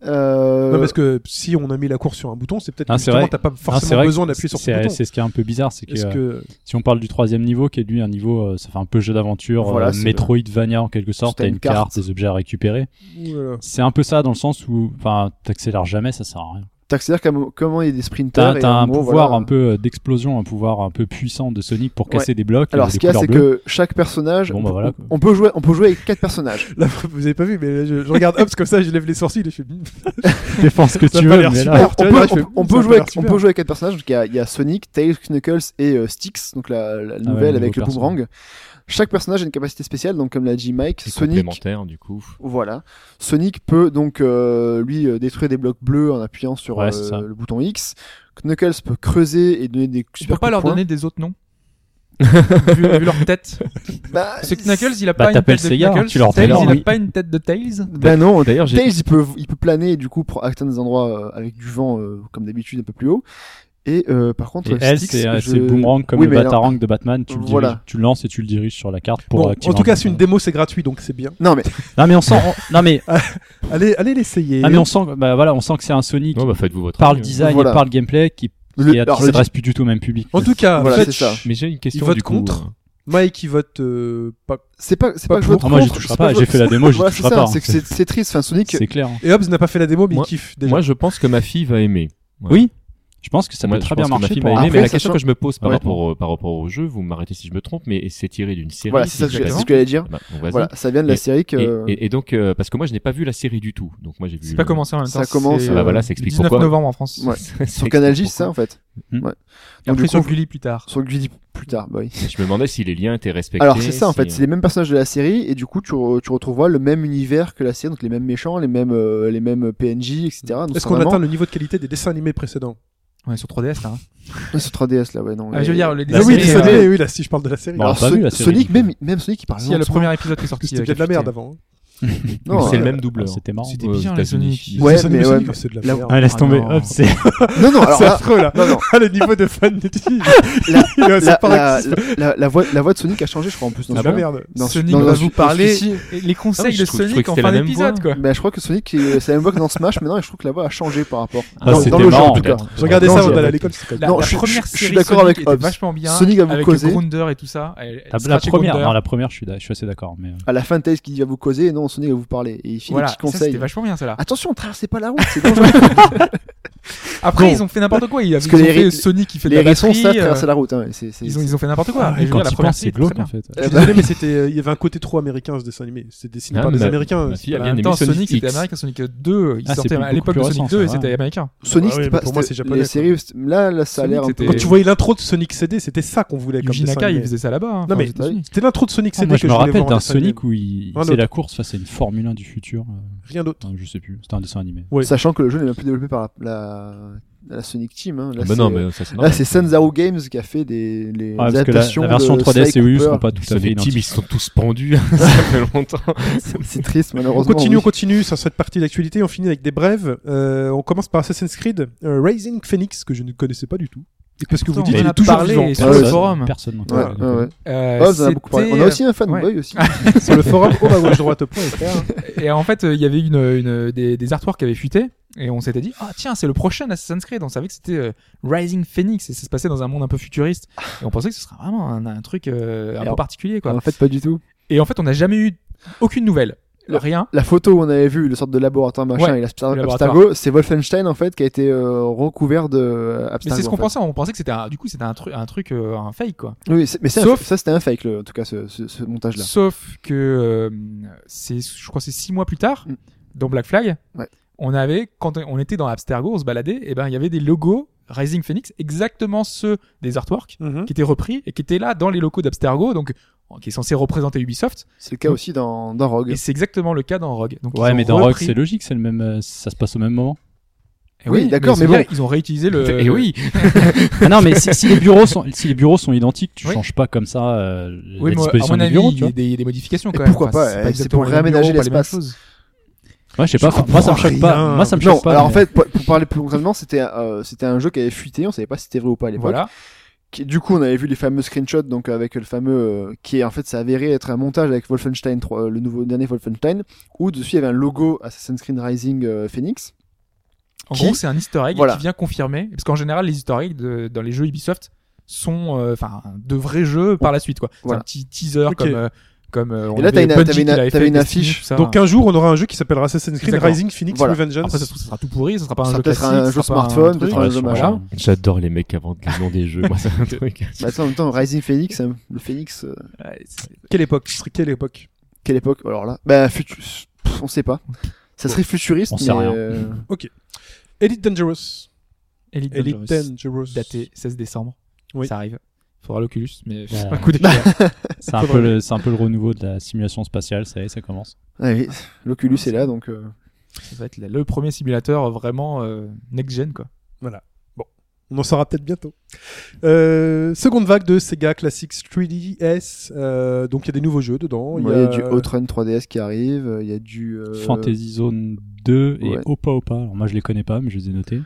Euh...
Non, parce que si on a mis la course sur un bouton, c'est peut-être
Ah,
que
c'est
justement
vrai.
t'as pas
Non, c'est
forcément
vrai que
besoin d'appuyer sur ce
c'est-
bouton.
C'est ce qui est un peu bizarre, c'est que,
Est-ce
euh,
que
si on parle du troisième niveau, qui est lui un niveau, euh, ça fait un peu jeu d'aventure,
Voilà,
euh,
c'est le-
Metroidvania en quelque sorte,
t'as
t'as
une
une carte,
carte.
des objets à récupérer.
Voilà.
C'est un peu ça dans le sens où, enfin, t'accélères jamais, ça sert à rien.
Euh, T'accélères comme- comment il y a des
T'as
sprinters. et
t'as
en
un
gros,
pouvoir
voilà.
un peu euh, d'explosion, un pouvoir un peu puissant de Sonic pour
Ouais.
casser des blocs. euh,
Alors, ce
des
qu'il y a,
couleurs
c'est
bleues.
que chaque personnage,
Bon, bah, voilà,
on-
quoi.
on peut jouer, on peut jouer avec quatre personnages.
Là, vous avez pas vu, mais je, je regarde Hobbs comme ça, je lève les sourcils et je fais.
Défends ce que
Ça a
tu
pas
veux,
l'air
mais
super.
là,
Alors,
Ah, tu
on,
vois,
peut,
là, je fais,
on- on
ça
peut
peut
jouer
faire
avec, on
super.
peut jouer avec quatre personnages. Donc, il y a, il y a Sonic, Tails, Knuckles et euh, Styx, donc la, la nouvelle
Ah nouveau
avec le
perso.
boomerang. Chaque personnage a une capacité spéciale, donc comme l'a dit Mike,
C'est
Sonic.
complémentaire du coup.
Voilà. Sonic peut donc euh, lui euh, détruire des blocs bleus en appuyant sur
Ouais,
euh,
c'est ça.
le bouton X. Knuckles peut creuser et donner des
Tu
super
peux pas
coups de
leur
poing.
donner des autres noms. vu, vu leur tête.
Bah,
C'est Knuckles, il a
Bah,
pas une
t'appelles
tête de
Seiya,
Knuckles.
tu leur
Tails,
donnes
il a
leur-
pas une tête de Tails.
bah non,
D'ailleurs, j'ai-
Tails il peut, il peut planer et du coup pour atteindre des endroits euh, avec du vent euh, comme d'habitude un peu plus haut. Et euh, par contre,
Et elle,
Styx,
c'est euh,
je-
c'est boomerang comme
Oui,
le
mais alors-
Batarang de Batman. Tu le, diriges-
Voilà.
tu le lances et tu le diriges sur la carte pour.
Bon,
activer
en tout
un
cas,
bouton.
c'est une démo, c'est gratuit, donc c'est bien.
Non mais
Non mais on sent. on- Non mais.
Allez, allez l'essayer.
Ah mais on sent. Bah voilà, on sent que c'est un Sonic
Non, bah faites-vous votre.
par le
avis, hein.
design
Voilà.
et par le gameplay qui
le-
qui
alors,
qui
le-
s'adresse plus du tout au même public.
En tout cas,
Voilà,
faites-
c'est ça.
Mais j'ai une question
Il vote
du coup.
contre. Mike, il vote euh, pas.
c'est pas, c'est
Pas
pas, que je vote
Ah, moi, j'y
contre,
toucherai
c'est
pas,
que je
j'ai
vote-
fait la démo, j'y
Voilà, c'est
toucherai pas,
ça,
hein.
C'est que c'est- c'est triste. Enfin, Sonic,
C'est clair. hein.
Et Hobbs n'a pas fait la démo, mais
Moi-
il kiffe déjà.
Moi, je pense que ma fille va aimer. Ouais.
Oui. Je pense que ça
Moi,
peut
je
très bien
pense que ma
marcher.
fille
pour-
m'a aimé,
Après,
mais la
ça
question
change-
que je me pose par,
Ouais.
rapport, au- par rapport au jeu, vous m'arrêtez si je me trompe, mais c'est tiré d'une série.
euh, Voilà, c'est ça que
exactement.
c'est
hein.
ce que j'allais dire.
Bah, bon, vas-y.
Voilà, ça vient de
Et-
la série que.
Et- Et, et donc, euh, parce que moi, je n'ai pas vu la série du tout. Donc, moi, j'ai vu.
C'est pas commencé en même temps.
Ça commence,
c'est,
euh,
Bah voilà,
euh,
euh, ça explique
19
pourquoi.
novembre en France.
Ouais.
Ça
Sur
explique
Canal J, c'est ça
pourquoi.
en fait.
Mhm.
Ouais.
Et après,
du
sur
coup,
Gulli plus tard.
Sur Gulli plus tard, bah oui.
Je me demandais si les liens étaient respectés.
Alors c'est ça en
si-
fait, c'est les mêmes personnages de la série et du coup tu, re- tu retrouveras le même univers que la série, donc les mêmes méchants, les mêmes, euh, les mêmes PNJ, etc. Donc,
Est-ce
c'est
qu'on
vraiment-
atteint le niveau de qualité des dessins animés précédents
Ouais, sur 3DS là. hein.
Ouais, sur 3DS là, ouais non.
Ah, je veux
et-
dire, les
La
Ah Oui,
série,
désolé,
euh,
oui, là, si je parle de la série.
Bon, on
Alors,
l'a pas
Son-
vu, la série.
Sonic, même, même Sonic il parle.
Si, il y a le
lentement.
premier épisode qui est sorti.
C'était bien
euh,
de la
j'ai
merde
kiffé.
avant. hein.
Non,
C'est
euh,
le même double.
Ah, C'était marrant.
C'était
aux
bien, les
États-Unis.
Sonic.
Ouais,
Les animés
mais ouais,
Sonic,
mais-
c'est de la
là-
merde.
Ah, laisse
Ah
tomber.
non.
Hop, c'est
Non non, alors
C'est
là,
affreux là.
non, non.
Ah, le niveau de fan de Disney. Il
La-
est assez
la, la,
Ah
paroxysme.
la- la voix, la voix de Sonic a changé je crois en plus. dans
C'est de
bah
celui-là.
la merde.
Dans-
Sonic
dans-
va
dans-
vous
dans-
parler.
celui-ci.
Et les
Ah ouais,
conseils
je
de
trouve- je
Sonic en
trouvais que
fin
c'était la même
d'épisode quoi.
Bah, je crois que Sonic il- c'est la même voix que dans Smash maintenant et je trouve que la voix a changé par rapport.
Ah,
dans,
c'était
dans le jeu en
marrant,
tout cas.
peut-être.
Regardez
Non,
ça,
j'ai-
on allait à l'école, c'était comme ça.
La,
Non,
la
je suis-
première
je suis
série
d'accord
Sonic
avec
était
Hobbs.
vachement bien.
Sonic va vous
avec
causer.
Grunder et tout ça. Elle- elle
La, la
scratchait
première,
Grunder.
non, la première, je suis, je suis assez d'accord. Mais euh,
À la fin de Tails qui dit à vous causer et non Sonic va vous parler et il finit
Voilà,
les
ça,
petits conseils.
c'était vachement bien celle-là.
Attention, traversez pas la route, c'est dangereux.
Après,
Bon.
ils ont fait n'importe quoi. Ils ils ont
Parce que les
fait
ri-
Sonic qui fait de
les
la
hérissons
batterie.
ça
euh,
traverse la route. hein, c'est- c'est-
Ils ont, ils ont fait n'importe quoi.
ouais,
Et je veux
quand
dire, la
tu
première
penses,
série
c'est
était très
glauque
bien.
en fait.
Je suis désolé, mais c'était, euh, il y avait un côté trop américain à ce dessin animé. C'est dessiné
Ah,
par des
ma-
Américains.
ma
c'est
fille a
pas-
bien aimé.
Attends,
Sonic,
Sonic
X.
c'était américain, Sonic 2, il
Ah, c'est
sortait à
beaucoup
l'époque
plus
de Sonic
récent,
2 et
ça,
c'était
ouais.
américain.
Sonic,
Ouais, ouais,
c'était
mais
pas,
pour moi,
c'était-
c'est japonais,
Les séries, là, là, ça a l'air un
Sonic,
peu.
Quand
Et-
tu voyais l'intro de Sonic CD, c'était ça qu'on voulait comme
Yuji
dessin
Naka, il
animé.
faisait ça là-bas. hein,
Non,
aux
mais-
États-Unis.
C'était l'intro de Sonic
Ah,
CD
moi,
que
je me
voulais
rappelle
voir en
d'un
dessin animé.
Sonic où il
Un
faisait
autre.
la course face à une Formule 1 du futur. euh,
Rien d'autre.
Putain, je sais plus. C'était un dessin animé.
Ouais.
Sachant que le jeu n'est même plus développé par la, la, la Sonic Team. Hein.
Ah
Là,
bah
c'est-
non, mais ça c'est
Là,
normal.
c'est Sanzaru Games qui a fait des, les
Ah, parce que la,
adaptations.
la version
de
3DS et
Sly
Wii U
Cooper.
sont pas tout à fait
Sonic Team, ils
identiques.
se sont tous pendus. ça fait longtemps.
C'est triste,
On
malheureusement.
continue, on
oui.
continue sur cette partie d'actualité. On finit avec des brèves. Euh, on commence par Assassin's Creed euh, Raising Phoenix que je ne connaissais pas du tout. Et parce que vous
Attends,
dites,
on
il
en a
est toujours
parlé
vivant.
sur
Ah
le
ouais.
forum.
Personne. n'en
Ouais,
parle.
ouais, ouais.
Euh,
Hobbs en a beaucoup parlé. On a
c'était- euh,
aussi un fanboy
ouais.
aussi.
sur le forum omagouagedroite.fr.
Et en fait, euh, il y avait une, une- des, des artworks qui avaient fuité. Et on s'était dit, ah tiens, c'est le prochain Assassin's Creed. On savait que c'était euh, Rising Phoenix et ça se passait dans un monde un peu futuriste. Et on pensait que ce serait vraiment un, un truc euh, un peu
Alors-
particulier. quoi.
En fait, pas du tout.
Et en fait, on n'a jamais eu aucune nouvelle.
Le-
Rien.
La photo où on avait vu le sorte de laboratoire machin
Ouais,
et l'abster-
le laboratoire.
l'abstergo, c'est Wolfenstein en fait qui a été euh, recouvert de euh,
Mais
abstergo.
c'est ce qu'on
en fait.
pensait. On pensait que c'était un- du coup c'était un truc, un truc, euh, un fake quoi.
Oui, c'est- mais c'est un-
Sauf-
ça c'était un fake, le- en tout cas, ce, ce- ce montage-là.
Sauf que euh, c'est, je crois, que c'est six mois plus tard,
Mm.
dans Black Flag,
Ouais.
on avait quand on était dans Abstergo, on se baladait, et ben il y avait des logos Rising Phoenix, exactement ceux des artworks
Mhm.
qui étaient repris et qui étaient là dans les locaux d'Abstergo, donc qui est censé représenter Ubisoft.
C'est le cas aussi dans, dans Rogue.
Et c'est exactement le cas dans Rogue. Donc, ils
Ouais,
ont
mais dans Rock,
repris-
c'est logique, c'est le même, euh, ça se passe au même moment.
Eh
Oui, d'accord,
c'est
mais
bien, ils ont réutilisé le.
Eh
Et oui,
Ah non, mais si, si les bureaux sont, si les bureaux sont identiques, tu
Oui.
changes pas comme ça euh,
Oui, mais
la
à
disposition
mon
hein. des
avis,
bureaux,
il
tu
y a
vois.
des, des modifications quand
Et
même.
pourquoi
Enfin,
pas,
c'est
eh,
pas
c'est
exactement
pour
les mêmes bureaux,
réaménager
pas les mêmes
l'espace.
choses.
Ouais, je sais pas.
Je
Moi, ça me
comprends
choque pas.
rien.
Moi, ça me
Non,
choque pas.
alors en
mais-
fait, pour, pour parler plus concrètement, c'était euh, c'était un jeu qui avait fuité, on savait pas si c'était vrai ou pas à l'époque.
Voilà.
Qui- Du coup, on avait vu les fameux screenshots, donc avec le fameux euh, qui est en fait, ça avéré être un montage avec Wolfenstein 3, euh, le nouveau dernier Wolfenstein, où dessus il y avait un logo Assassin's Creed Rising euh, Phoenix.
En
Qui-
gros, c'est un easter egg
Voilà.
qui vient confirmer. Parce qu'en général, les easter eggs de- dans les jeux Ubisoft sont euh, enfin de vrais jeux par la suite. quoi. C'est
Voilà.
un petit teaser
Ok.
comme. euh, comme euh, on
Et là,
avait
t'as une-
Bungie
t'avais une-
qui l'avait
t'avais
fait,
une
Destiny,
affiche.
tout ça.
Donc un jour, on aura un jeu qui s'appellera Assassin's Creed
Exactement.
Rising Phoenix
Voilà.
Revengeance.
Après, ça se trouve, ça sera tout pourri, ça sera pas un
Ça
jeu
peut être
classique.
euh, un jeu
ça sera pas
smartphone,
un
peut-être
truc, euh,
un jeu
voilà.
machin.
j'adore les mecs qui inventent les noms des jeux. Moi, c'est un truc.
Bah, ça, en même temps, Rising Phoenix, hein, le Phoenix, euh,
Ouais, c'est-
Quelle époque Ce serait Quelle époque
quelle époque Alors là, bah, futu- pff, on sait pas. Ça serait futuriste,
On sait
mais,
rien.
euh,
Elite Dangerous.
Elite
Elite
Dangerous,
Dangerous.
daté 16 décembre.
Oui. Bah.
Ça arrive. Faudra l'Oculus, mais
Ouais.
un coup d'éclair.
c'est un peu le, c'est un peu le renouveau de la simulation spatiale. Ça y est, ça commence.
ah oui, l'Oculus est là, donc. euh,
ça va être le le premier simulateur vraiment euh, next-gen, quoi.
On en saura peut-être bientôt. Euh, seconde vague de Sega Classics 3DS. Euh, donc il y a des nouveaux jeux dedans.
Ouais,
Il
Oh, Il y a du Hot Run 3DS qui arrive, euh, il y a du. euh,
Fantasy Zone 2 et
ouais.
Opa Opa. Alors moi, je les connais pas, mais je les ai notés.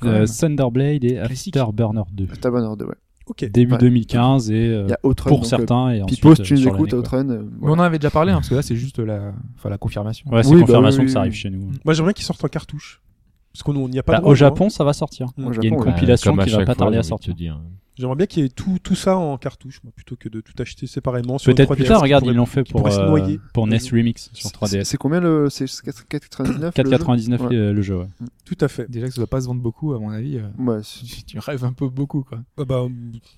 Quand
Euh,
même.
Thunderblade et
Classique.
Afterburner 2.
Afterburner 2, ouais.
Ok.
Début
Ouais.
2015 et euh,
Il y a Hot Run.
pour
donc, euh,
certains et ensuite.
Pipo, si
euh,
tu nous
sur
écoutes,
l'année,
Hot
quoi.
Run. euh,
Mais on en avait déjà parlé, hein, parce que là, c'est juste la, enfin, la confirmation.
Ouais, c'est
Oui, bah
confirmation
oui,
que ça
oui,
arrive
oui.
chez nous.
Moi j'aimerais qu'ils sortent en cartouche. Parce qu'on on n'y a pas
Bah,
droit,
au
je crois.
Japon, ça va sortir.
Au
Il y a une
Japon, ouais.
compilation
Comme à
qui va
chaque
pas
fois,
tarder à
j'ai envie de
sortir.
te dire.
hein. J'aimerais bien qu'il y ait tout, tout ça en cartouche, moi, plutôt que de tout acheter séparément sur
Peut-être
une
plus tard,
3DS,
regarde,
qui
ils l'ont fait
qui
pour,
pourrait se
euh,
noyer.
pour NES Remix sur
C'est-
3DS.
C'est combien le. C'est 4,99
4,99
le jeu
euh, le jeu, ouais.
Tout à fait.
Déjà que ça doit pas se vendre beaucoup, à mon avis. euh,
Ouais, c'est-
tu- tu rêves un peu beaucoup, quoi.
Ah bah,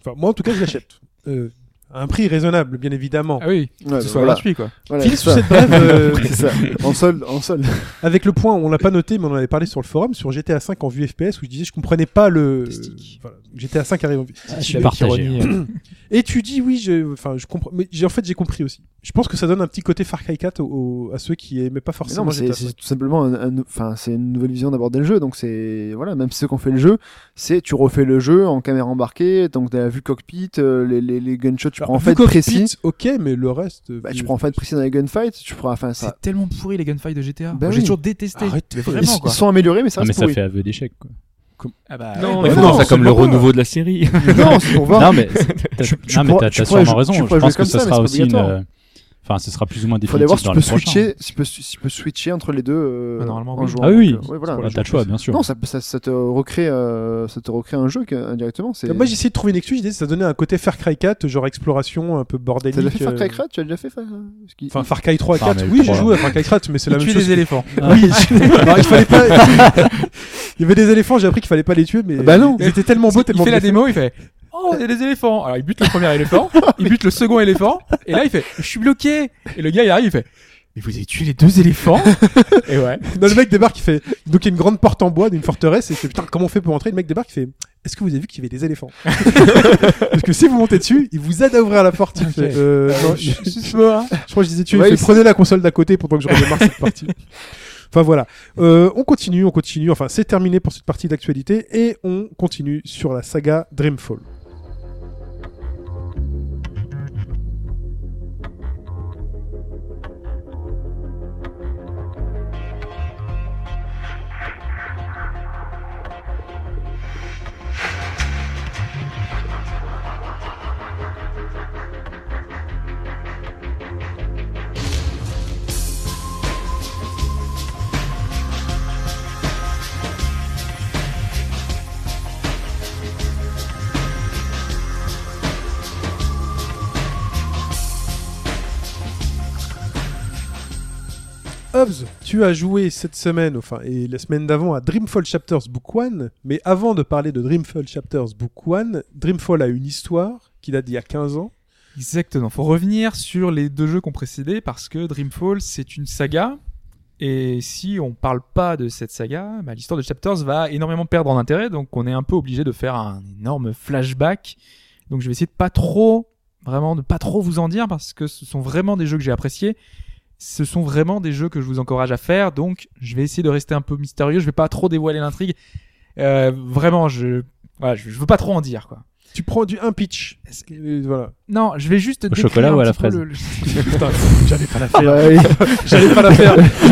enfin, moi, en tout cas, je l'achète. Euh, à un prix raisonnable, bien évidemment.
Ah oui,
ouais, bah
que ce soit
voilà.
gratuit, quoi.
Voilà,
File
c'est
sous
ça.
cette brève, euh,
C'est ça. En solde, en solde.
avec le point, on l'a pas noté, mais on en avait parlé sur le forum, sur GTA 5 en vue FPS, où je disais, je comprenais pas le.
Fantastique.
Voilà, GTA 5 arrive en vue.
Ah,
La
partagé,
ironie,
hein.
euh,
Et tu dis oui, je, enfin, je comprends. Mais j'ai- en fait, j'ai compris aussi. Je pense que ça donne un petit côté Far Cry 4 au- au- à ceux qui aimaient pas
Mais non,
forcément
mais
GTA
c'est c'est tout simplement, un- un- enfin, c'est une nouvelle vision d'aborder le jeu. Donc c'est voilà, même ceux qui ont fait le jeu, c'est tu refais le jeu en caméra embarquée, donc t'as la vue cockpit, euh, les, les, les gunshots, tu
Alors,
prends en
Bah, vu
fait
qu'au
précis.
Pete, Ok, mais le reste.
Bah,
euh,
tu prends en fait précis dans les gunfights, tu prends, enfin ça.
C'est tellement pourri les gunfights de GTA.
Ah. Bah
Moi, J'ai
oui.
toujours détesté.
Arrête,
Mais
Ils,
vraiment
ils
quoi.
sont améliorés, mais ça
Ah, mais
reste
ça
pourri.
fait aveu d'échec, quoi.
Ah bah,
Non,
Ouais,
mais
mais
non,
non, ça
c'est
comme
pas
le
vrai.
renouveau de la série.
Non, c'est pour voir.
Non, mais t'as-
tu
non, mais
pourras-
t'as
tu pourras
t'as sûrement
jouer-
raison.
tu
Je
pourras
pense
jouer
que
comme
ce
ça, mais
sera
c'est
aussi une.
obligatoire.
euh, Enfin, ce sera plus ou moins
Il faudrait
définitif
voir si
dans
tu
le
peux
prochain.
switcher, si tu peux, si tu peux switcher entre les deux euh,
Bah, normalement,
en
oui.
jouant.
Ah oui,
donc, euh, ouais, voilà.
Bah, T'as le choix, bien sûr.
Non, ça, ça, ça te recrée, euh, ça te recrée un jeu que- indirectement. C'est.
Moi, j'ai essayé de trouver une excuse. je disais, ça donnait un côté Far Cry 4, genre exploration un peu bordélique.
T'as déjà fait Far
euh,
Cry 4 Tu as déjà fait Far parce qu'il-
Enfin, Far Cry 3
Enfin,
4.
mais
Oui,
le
j'ai
trois,
joué à Far Cry 4, mais c'est la
Ils
même
tuent
chose.
les éléphants.
Oui, non, il fallait pas. il y avait des éléphants, j'ai appris qu'il fallait pas les tuer, mais.
Bah non.
Ils étaient tellement beaux,
Il
tellement
fait la
bien
démo, il fait Oh, il y a des éléphants. Alors il bute le premier éléphant, il bute le second éléphant, et là il fait Je suis bloqué. Et le gars il arrive, il fait Mais vous avez tué les deux éléphants Et ouais.
faits. Non, le mec débarque, il fait. Donc, il y a une grande porte en bois d'une forteresse, et il fait putain, comment on fait pour entrer Le mec débarque, il fait. Est-ce que vous avez vu qu'il y avait des éléphants Parce que si vous montez dessus, il vous aide à ouvrir la porte. Il fait, euh, non, je, je crois que je disais, tu
Ouais, il-
prenez la console d'à côté pendant que je redémarre cette partie. Enfin voilà, Euh, on continue, on continue. Enfin, c'est terminé pour cette partie d'actualité et on continue sur la saga Dreamfall. Hobbs, tu as joué cette semaine, enfin, et la semaine d'avant à Dreamfall Chapters Book 1, mais avant de parler de Dreamfall Chapters Book 1, Dreamfall a une histoire qui date d'il y a 15 ans.
Exactement. Faut revenir sur les deux jeux qu'on précédé parce que Dreamfall c'est une saga. Et si on parle pas de cette saga, bah, l'histoire de Chapters va énormément perdre en intérêt, donc on est un peu obligé de faire un énorme flashback. Donc je vais essayer de pas trop, vraiment, de pas trop vous en dire parce que ce sont vraiment des jeux que j'ai appréciés. Ce sont vraiment des jeux que je vous encourage à faire, donc je vais essayer de rester un peu mystérieux. Je vais pas trop dévoiler l'intrigue. Euh, vraiment, je, voilà, je, je veux pas trop en dire quoi.
Tu prends du un pitch. Euh, Voilà.
Non, je vais juste.
Au
décrire
chocolat
un
ou à la
petit peu
fraise
le- le-
Putain, j'allais pas la
Ah,
faire.
bah oui.
J'allais pas la faire.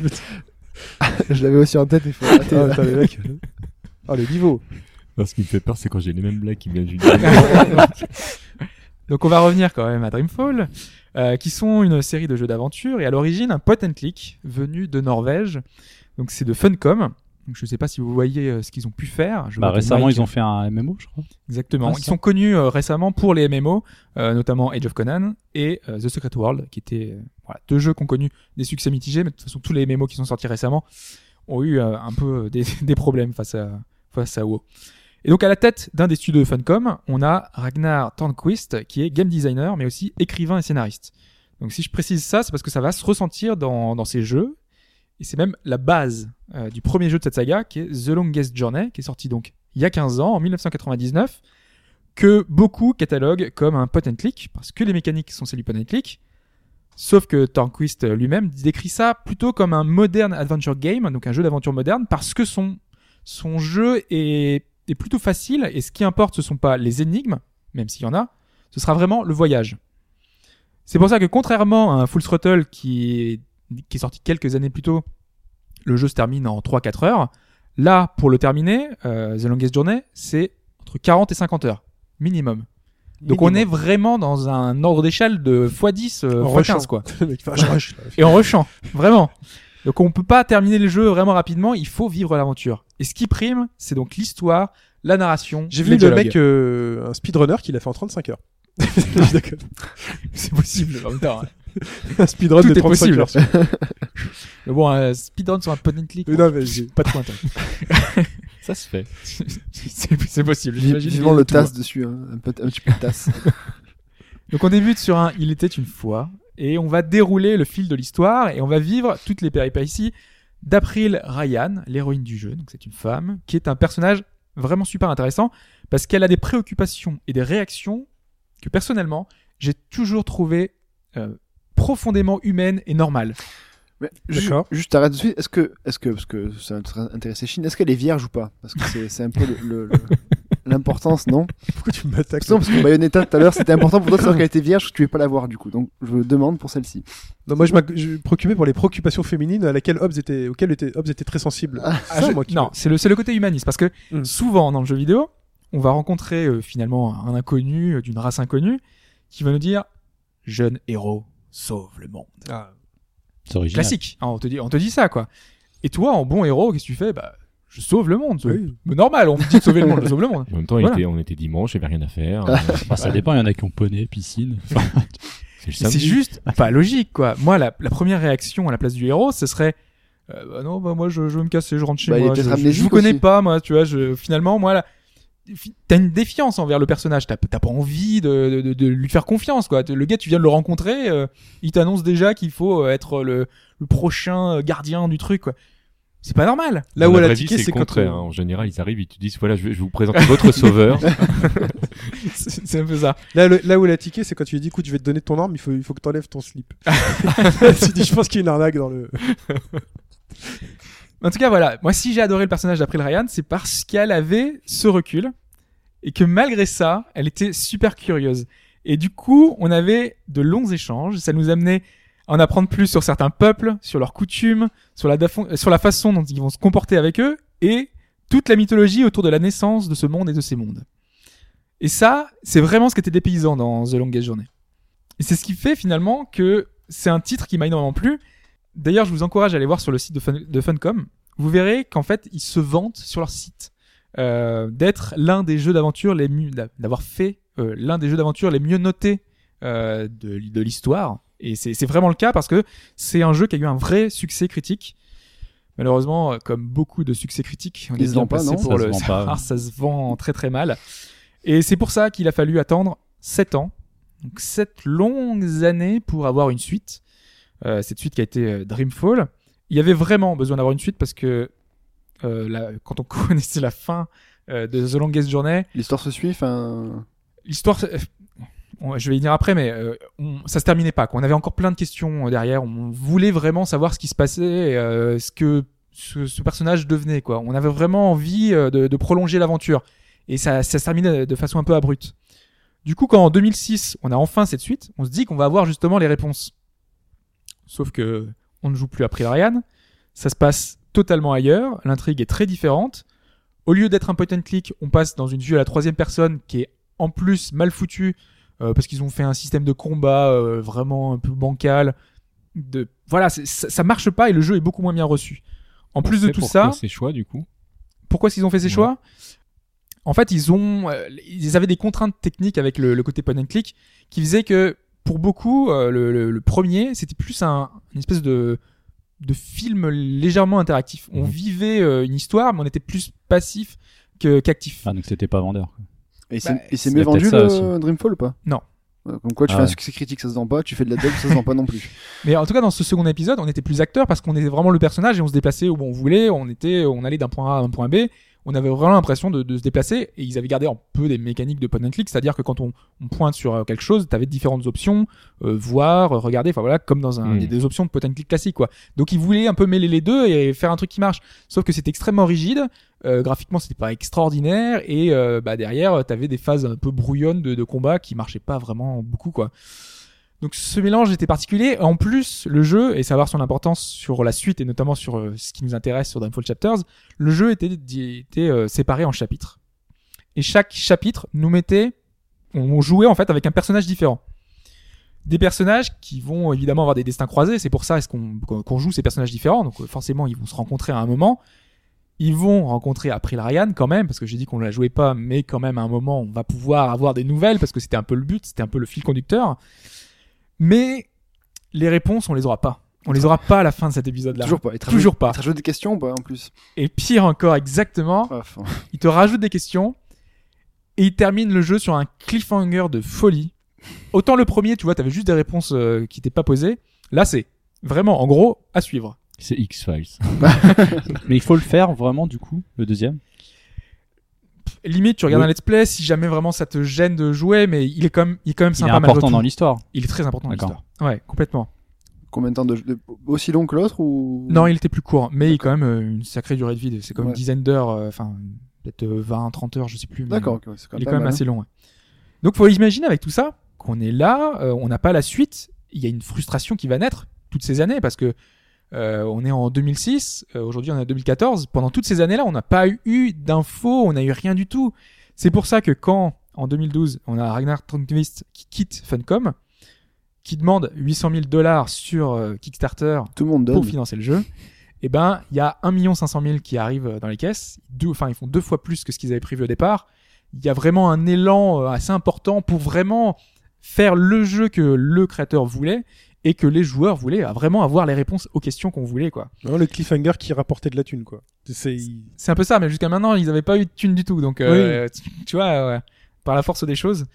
Désolé.
Je l'avais aussi en tête, il faut rater.
Ah, putain, les mecs. Ah, le niveau.
Non, Ce qui me fait peur, c'est quand j'ai les mêmes blagues qui me viennent du début.
Donc on va revenir quand même à Dreamfall, euh, qui sont une série de jeux d'aventure et à l'origine un point and click venu de Norvège. Donc c'est de Funcom. Donc je ne sais pas si vous voyez euh, ce qu'ils ont pu faire. Je
Bah,
vois que
récemment,
Mike-
ils ont fait un MMO, je crois.
exactement.
Ah,
ils
ça.
sont connus euh, récemment pour les MMO, euh, notamment Age of Conan et euh, The Secret World, qui étaient euh, voilà, deux jeux qui ont connu des succès mitigés, mais de toute façon tous les MMO qui sont sortis récemment ont eu euh, un peu euh, des, des problèmes face à face à WoW. Et donc à la tête d'un des studios de Funcom, on a Ragnar Tornquist qui est game designer mais aussi écrivain et scénariste. Donc si je précise ça, c'est parce que ça va se ressentir dans, dans ces jeux et c'est même la base euh, du premier jeu de cette saga qui est The Longest Journey qui est sorti donc il y a 15 ans en 1999 que beaucoup cataloguent comme un point and click parce que les mécaniques sont celles du point and click Sauf que Tornquist euh, lui-même décrit ça plutôt comme un modern adventure game, donc un jeu d'aventure moderne, parce que son, son jeu est, est plutôt facile, et ce qui importe, ce sont pas les énigmes, même s'il y en a, ce sera vraiment le voyage. C'est pour ça que contrairement à un Full Throttle qui est, qui est sorti quelques années plus tôt, le jeu se termine en 3-4 heures. Là, pour le terminer, euh, The Longest Journey, c'est entre 40 et 50 heures, minimum. Donc on est vraiment dans un ordre d'échelle de x10, euh,
En
x15, quoi.
Le mec fait, ah, je rush, là.
Et en rushant, vraiment. Donc on peut pas terminer le jeu vraiment rapidement, il faut vivre l'aventure. Et ce qui prime, c'est donc l'histoire, la narration.
J'ai vu
les
le
dialogues.
mec, euh, un speedrunner, qui l'a fait en 35 heures. D'accord.
C'est possible en même temps. hein.
un speedrun
Tout
de
est
35
possible.
heures.
Mais bon, un speedrun sur un point and click,
Mais non, mais j'ai-
pas trop intéressant.
Ça se fait.
c'est c'est possible. j'imagine
Vivement
qu'il y a
le
tout, hein.
tasse dessus, hein. un, peu- un petit peu de tasse.
Donc on débute sur un Il était une fois et on va dérouler le fil de l'histoire et on va vivre toutes les péripéties d'April Ryan, l'héroïne du jeu. Donc c'est une femme qui est un personnage vraiment super intéressant parce qu'elle a des préoccupations et des réactions que personnellement j'ai toujours trouvé euh, profondément humaines et normales.
Mais ju-
D'accord.
Juste arrête de suite. Est-ce que, est-ce que, parce que ça intér- intéressait Chine, est-ce qu'elle est vierge ou pas Parce que c'est, c'est un peu le- le- le- l'importance, non
Pourquoi tu m'attaques
Non, parce que Bayonetta tout à l'heure, c'était important pour toi de savoir qu'elle était vierge, parce que tu ne pas la voir du coup. Donc je demande pour celle-ci.
Non, moi je m'oc- je me préoccupais pour les préoccupations féminines à laquelle Hobbes était, auxquelles était, Hobbes était très sensible.
Ah, je-
qui-
non, c'est le, c'est le côté humaniste parce que
Mm.
souvent dans le jeu vidéo, on va rencontrer euh, finalement un inconnu euh, d'une race inconnue qui va nous dire jeune héros sauve le monde.
C'est original.
Classique. hein, on te dit on te dit ça quoi. Et toi en bon héros qu'est-ce que tu fais Bah je sauve le monde. c'est
Oui.
Normal, on me dit de sauver le monde, je sauve le monde.
En même temps, il
Voilà.
était- on était dimanche, il n'y avait rien à faire. Euh,
Enfin, ça dépend, il y en a qui ont poney, piscine.
c'est le
Et C'est
samedi.
juste pas logique quoi. Moi la, la première réaction à la place du héros, ce serait euh, bah non bah moi je, je veux me casser, je rentre chez
Bah, il est
moi. Je, je-
peut-être
je
amnésique
vous connais
aussi.
pas moi, tu vois. Je, finalement moi là, fi- t'as une défiance envers le personnage. T'as t'as pas envie de, de, de- de lui faire confiance quoi. Le gars tu viens de le rencontrer, euh, il t'annonce déjà qu'il faut euh, être le, le prochain gardien du truc quoi. C'est pas normal.
Là
Dans
où
la
elle a
vraie vie,
tiqué,
c'est
c'est
le
quand.
contraire. hein. En général, ils arrivent, ils te disent voilà, je vais, je vais vous présenter votre sauveur.
C'est c'est un peu ça.
Là, le- là où elle a tiqué, c'est quand tu lui dis écoute, je vais te donner ton arme, il faut, il faut que t'enlèves ton slip. Tu dis, je pense qu'il y a une arnaque dans le.
En tout cas, voilà. Moi, si j'ai adoré le personnage d'April Ryan, c'est parce qu'elle avait ce recul et que malgré ça, elle était super curieuse. Et du coup, on avait de longs échanges. Ça nous amenait à en apprendre plus sur certains peuples, sur leurs coutumes, sur la, dafon- euh, sur la façon dont ils vont se comporter avec eux et toute la mythologie autour de la naissance de ce monde et de ces mondes. Et ça, c'est vraiment ce qui était dépaysant dans The Longest Journey. Et c'est ce qui fait finalement que c'est un titre qui m'a énormément plu D'ailleurs, je vous encourage à aller voir sur le site de, Fun- de Funcom. Vous verrez qu'en fait, ils se vantent sur leur site euh, d'être l'un des jeux d'aventure les mieux, d'a- d'avoir fait euh, l'un des jeux d'aventure les mieux notés euh, de, l- de l'histoire. Et c'est c'est vraiment le cas parce que c'est un jeu qui a eu un vrai succès critique. Malheureusement, euh, comme beaucoup de succès critiques, on
Il
est
se
bien
vend pas,
passé
non
pour
Ça se
le
vend pas,
savoir,
ouais.
ça se vend très très mal. Et c'est pour ça qu'il a fallu attendre 7 ans, donc 7 longues années pour avoir une suite. Euh, cette suite qui a été euh, Dreamfall. Il y avait vraiment besoin d'avoir une suite parce que euh, la- quand on connaissait la fin euh, de The Longest Journey,
L'histoire se suit, enfin.
l'histoire, euh, on- je vais y venir après, mais euh, on- ça se terminait pas. Quoi. On avait encore plein de questions euh, derrière. On voulait vraiment savoir ce qui se passait, euh, ce que ce, ce personnage devenait. Quoi. On avait vraiment envie euh, de, de prolonger l'aventure. Et ça, ça se terminait de façon un peu abrupte. Du coup, quand en 2006, on a enfin cette suite, on se dit qu'on va avoir justement les réponses. Sauf que on ne joue plus après Ariane. Ça se passe totalement ailleurs. L'intrigue est très différente. Au lieu d'être un point and click, on passe dans une vue à la troisième personne qui est en plus mal foutu euh, parce qu'ils ont fait un système de combat euh, vraiment un peu bancal. De voilà, c'est- ça, ça marche pas et le jeu est beaucoup moins bien reçu. En plus de
Mais
tout ça,
pourquoi Ces choix, du coup.
pourquoi est-ce qu'ils ont fait ces
Ouais.
choix En fait, ils ont, euh, ils avaient des contraintes techniques avec le, le côté point and click qui faisait que pour beaucoup, euh, le, le- le premier, c'était plus un, une espèce de de film légèrement interactif. On
Mhm.
vivait euh, une histoire, mais on était plus passif que- qu'actif.
Ah, donc c'était pas vendeur. quoi.
Et c'est,
Bah,
et c'est
c'est
mieux
peut-être
vendu
ça
le
aussi.
Dreamfall ou pas
Non.
Ouais, Comme quoi, tu
Ah
fais un
ouais.
succès critique, ça se vend pas, tu fais de la dub, ça se vend pas non plus.
Mais en tout cas, dans ce second épisode, on était plus acteur parce qu'on était vraiment le personnage et on se déplaçait où on voulait, on était, on allait d'un point A à un point B. On avait vraiment l'impression de, de se déplacer et ils avaient gardé un peu des mécaniques de point and click, c'est-à-dire que quand on, on pointe sur euh, quelque chose, t'avais différentes options, euh, voir, euh, regarder, enfin voilà, comme dans un,
Mm.
des, des options de point and click classique quoi. Donc ils voulaient un peu mêler les deux et faire un truc qui marche. Sauf que c'était extrêmement rigide, euh, graphiquement c'était pas extraordinaire et euh, bah derrière euh, t'avais des phases un peu brouillonnes de, de combat qui marchaient pas vraiment beaucoup quoi. Donc ce mélange était particulier. En plus, le jeu, et ça va avoir son importance sur la suite et notamment sur euh, ce qui nous intéresse sur Dreamfall Chapters, le jeu était, di- était euh, séparé en chapitres. Et chaque chapitre nous mettait, on, on jouait en fait avec un personnage différent. des personnages qui vont euh, évidemment avoir des destins croisés. C'est pour ça est-ce qu'on qu'on qu'on joue ces personnages différents. Donc euh, forcément, ils vont se rencontrer à un moment. Ils vont rencontrer April Ryan quand même, parce que j'ai dit qu'on ne la jouait pas, mais quand même à un moment, on va pouvoir avoir des nouvelles, parce que c'était un peu le but, c'était un peu le fil conducteur. Mais les réponses, on les aura pas. On les aura pas à la fin de cet épisode-là.
Toujours pas. Et t'as
Toujours pas. Oh.
rajouté- t'as rajouté des questions ou pas en plus
Et pire encore, exactement,
Ah, enfin.
il te rajoute des questions et il termine le jeu sur un cliffhanger de folie. Autant le premier, tu vois, t'avais juste des réponses euh, qui t'étaient pas posées. Là, c'est vraiment, en gros, à suivre.
C'est X-Files.
Mais il faut le faire vraiment, du coup, le deuxième.
Limite, tu regardes
Oui.
un let's play si jamais vraiment ça te gêne de jouer, mais il est quand même, il est quand même
Il est
sympa malgré
important
tout.
dans l'histoire.
Il est très important dans
D'accord.
l'histoire. Ouais, complètement.
Combien de temps de, de- aussi long que l'autre ou
Non, il était plus court, mais il a quand même euh, une sacrée durée de vie. C'est comme
Ouais.
une dizaine d'heures, euh, enfin, peut-être euh, 20, 30 heures, je sais plus. mais-
D'accord, ok, c'est quand
Il
même, hein.
est
pas
quand même
mal,
assez long. ouais. Donc faut imaginer avec tout ça qu'on est là, euh, on n'a pas la suite, il y a une frustration qui va naître toutes ces années parce que euh, on est en 2006, euh, aujourd'hui on est en 2014, pendant toutes ces années-là on n'a pas eu d'infos, on n'a eu rien du tout. C'est pour ça que quand en 2012 on a Ragnar Trunkvist qui quitte Funcom, qui demande 800 000 dollars sur euh, Kickstarter
hein. Tout le monde donne.
pour financer le jeu, et ben il y a 1 500 000 qui arrivent euh, dans les caisses, deux, enfin ils font deux fois plus que ce qu'ils avaient prévu au départ. Il y a vraiment un élan euh, assez important pour vraiment faire le jeu que le créateur voulait et que les joueurs voulaient, à vraiment avoir les réponses aux questions qu'on voulait quoi.
Non, le cliffhanger qui rapportait de la thune, quoi. C'est... il-
C'est un peu ça, mais jusqu'à maintenant ils n'avaient pas eu de thune du tout, donc euh, tu, tu vois euh, par la force des choses.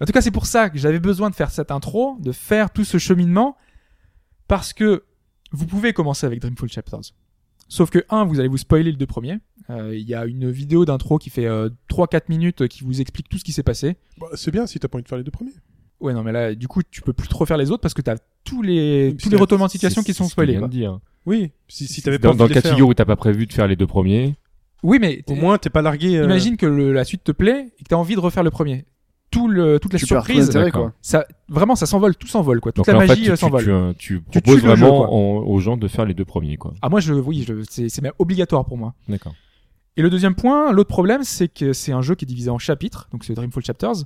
En tout cas c'est pour ça que j'avais besoin de faire cette intro, de faire tout ce cheminement, parce que vous pouvez commencer avec Dreamful Chapters. Sauf que, un, vous allez vous spoiler les deux premiers. Euh, Il y a une vidéo d'intro qui fait euh, 3-4 minutes euh, qui vous explique tout ce qui s'est passé.
Bah, c'est bien si t'as pas envie de faire les deux premiers.
Ouais, non, mais là, du coup, tu peux plus trop faire les autres parce que t'as tous
Et
les,
puis
tous les
là,
retournements de situation
C'est-
qui sont
c'est ce
spoilés.
qu'il vient
quoi.
de dire.
Oui, si, si t'avais pas
Dans,
envie
dans
de les
le cas de
faire.
hein.
figure où t'as pas prévu de faire les deux premiers,
Oui, mais
Au moins, t'es pas largué. euh,
imagine que le- la suite te plaît et que t'as envie de refaire le premier. Tout le, toute la
Tu perds tout
surprise,
l'intérêt,
d'accord.
quoi.
ça, vraiment, ça s'envole, tout s'envole, quoi. Toute
donc là,
la
en fait,
magie
tu,
euh,
tu,
s'envole.
tu, euh, tu
Tu
proposes
tues le jeu,
vraiment
quoi.
en- aux gens de faire les deux premiers, quoi.
Ah, moi, je, oui, je, c'est c'est même obligatoire pour moi.
D'accord.
Et le deuxième point, l'autre problème, c'est que c'est un jeu qui est divisé en chapitres, donc c'est Dreamfall Chapters,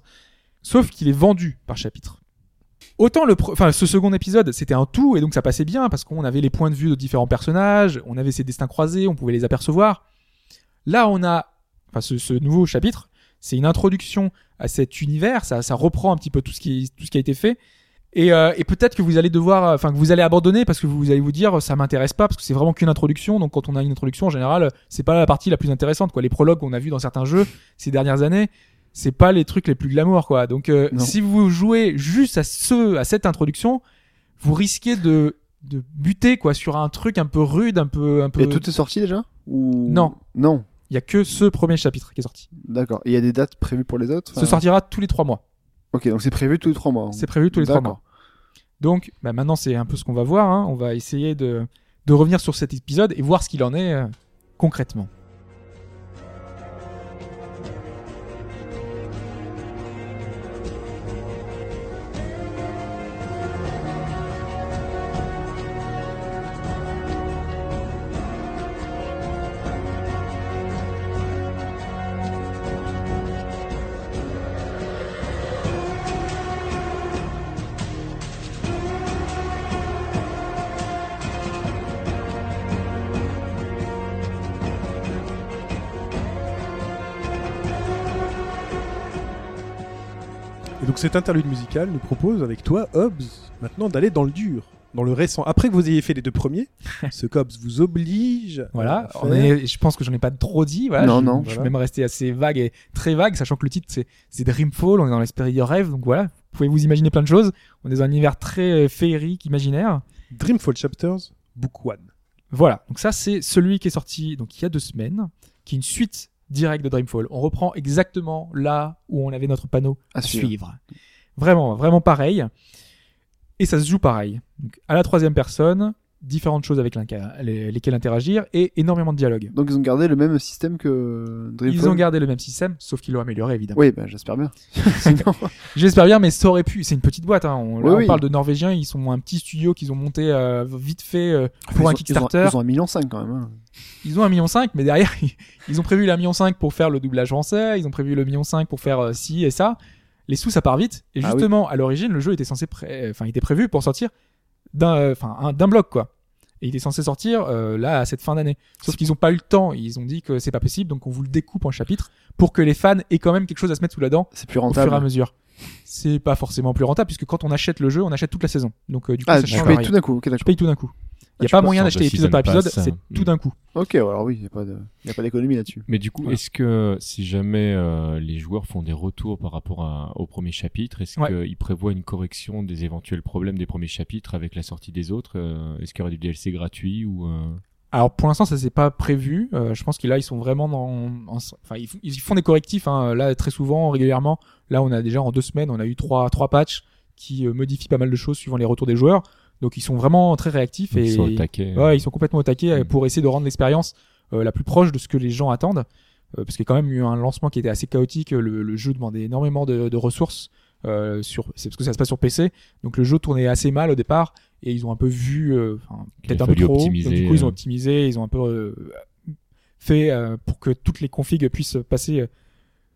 sauf qu'il est vendu par chapitre. Autant le, pre- enfin, ce second épisode, c'était un tout et donc ça passait bien parce qu'on avait les points de vue de différents personnages, on avait ses destins croisés, on pouvait les apercevoir. Là, on a, enfin, ce, ce nouveau chapitre, c'est une introduction à cet univers, ça, ça reprend un petit peu tout ce qui, tout ce qui a été fait. Et, euh, et peut-être que vous allez devoir, euh, enfin que vous allez abandonner parce que vous allez vous dire ça m'intéresse pas parce que c'est vraiment qu'une introduction. Donc quand on a une introduction en général, c'est pas la partie la plus intéressante quoi. Les prologues qu'on a vu dans certains jeux ces dernières années, c'est pas les trucs les plus glamour quoi. Donc euh,
Non.
si vous jouez juste à ce, à cette introduction, vous risquez de de buter quoi sur un truc un peu rude, un peu un peu.
Et tout est sorti déjà ou
Non.
Non,
Il y a que ce premier chapitre qui est sorti.
d'accord. Et Il y a des dates prévues pour les autres.
Ce
enfin
sortira tous les trois mois.
Ok, donc c'est prévu tous les trois mois. hein.
C'est prévu tous les trois mois.
D'accord.
Donc, bah, maintenant, c'est un peu ce qu'on va voir. hein. On va essayer de, de revenir sur cet épisode et voir ce qu'il en est euh, concrètement.
Et donc cet interlude musical nous propose avec toi, Hobbs, maintenant d'aller dans le dur, dans le récent. Après que vous ayez fait les deux premiers, ce qu'Hobbs vous oblige. à
Voilà.
faire-
On est- je pense que j'en ai pas trop dit. Voilà.
Non,
je,
non.
Je suis
Voilà.
même resté assez vague et très vague, sachant que le titre, c'est c'est Dreamfall. On est dans l'esprit de rêve. Donc voilà. Vous pouvez vous imaginer plein de choses. On est dans un univers très euh, féerique, imaginaire.
Dreamfall Chapters, Book One.
Voilà. Donc ça, c'est celui qui est sorti donc il y a deux semaines, qui est une suite directe de Dreamfall. On reprend exactement là où on avait notre panneau
À
à
suivre.
suivre. Vraiment, vraiment pareil. Et ça se joue pareil. Donc, à la troisième personne, différentes choses avec l'inca- les- lesquelles interagir et énormément de dialogue.
Donc ils ont gardé le même système que Dreamfall.
Ils ont gardé le même système, sauf qu'ils l'ont amélioré évidemment.
Oui, bah, j'espère bien. Sinon,
J'espère bien, mais ça aurait pu. C'est une petite boîte. hein. On, là,
Oui,
on
oui.
parle de Norvégiens, ils sont un petit studio qu'ils ont monté euh, vite fait euh, pour un
Ah, ils ont-
Kickstarter.
Ils ont, ils ont un million cinq quand même. hein.
Ils ont un million cinq, mais derrière ils ont prévu la million cinq pour faire le doublage français. Ils ont prévu le million cinq pour faire euh, ci et ça. les sous ça part vite. Et
Ah oui.
justement, à l'origine, le jeu était censé, pré- euh, enfin, il était prévu pour sortir d'un, euh, enfin, un- d'un bloc quoi. Et il est censé sortir euh, là à cette fin d'année. Sauf qu'ils n'ont pas eu le temps. Ils ont dit que c'est pas possible, donc on vous le découpe en chapitres pour que les fans aient quand même quelque chose à se mettre sous la dent
C'est plus
au fur et à
rentable.
mesure. C'est pas forcément plus rentable puisque quand on achète le jeu, on achète toute la saison. Donc euh, du coup,
Ah,
ça
tu
change
payes
rien.
tout d'un coup. Ok,
Tu
d'accord.
payes tout d'un coup. Il n'y a
tu
pas
passes
moyen
en
d'acheter
deux
épisode par
season
épisode,
pass,
c'est
euh,
tout
mm.
d'un coup.
Ok, alors oui, il n'y a pas de- y a pas d'économie là-dessus.
Mais du coup,
Voilà.
est-ce que si jamais euh, les joueurs font des retours par rapport à- au premier chapitre, est-ce
Ouais.
qu'ils prévoient une correction des éventuels problèmes des premiers chapitres avec la sortie des autres euh, Est-ce qu'il y aura du DLC gratuit ou euh,
Alors pour l'instant, ça s'est pas prévu. Euh, je pense que là, ils sont vraiment dans. en- Enfin, ils, f- ils font des correctifs. hein, là, très souvent, régulièrement. Là, on a déjà en deux semaines, on a eu trois trois patchs qui euh, modifient pas mal de choses suivant les retours des joueurs. Donc ils sont vraiment très réactifs et
ils sont au taquet hein.
Ouais, ils sont complètement au taquet euh,
Mm.
pour essayer de rendre l'expérience euh, la plus proche de ce que les gens attendent. Euh, parce qu'il y a quand même eu un lancement qui était assez chaotique. Le, le jeu demandait énormément de, de ressources. Euh, sur, c'est parce que ça se passe sur PC. Donc le jeu tournait assez mal au départ. Et ils ont un peu vu, euh, enfin,
Qu'il
peut-être
a
un peu
fallu
trop. haut. Donc,
optimiser,
du coup, ils ont
euh.
optimisé. Ils ont un peu euh, fait euh, pour que toutes les configs puissent passer euh,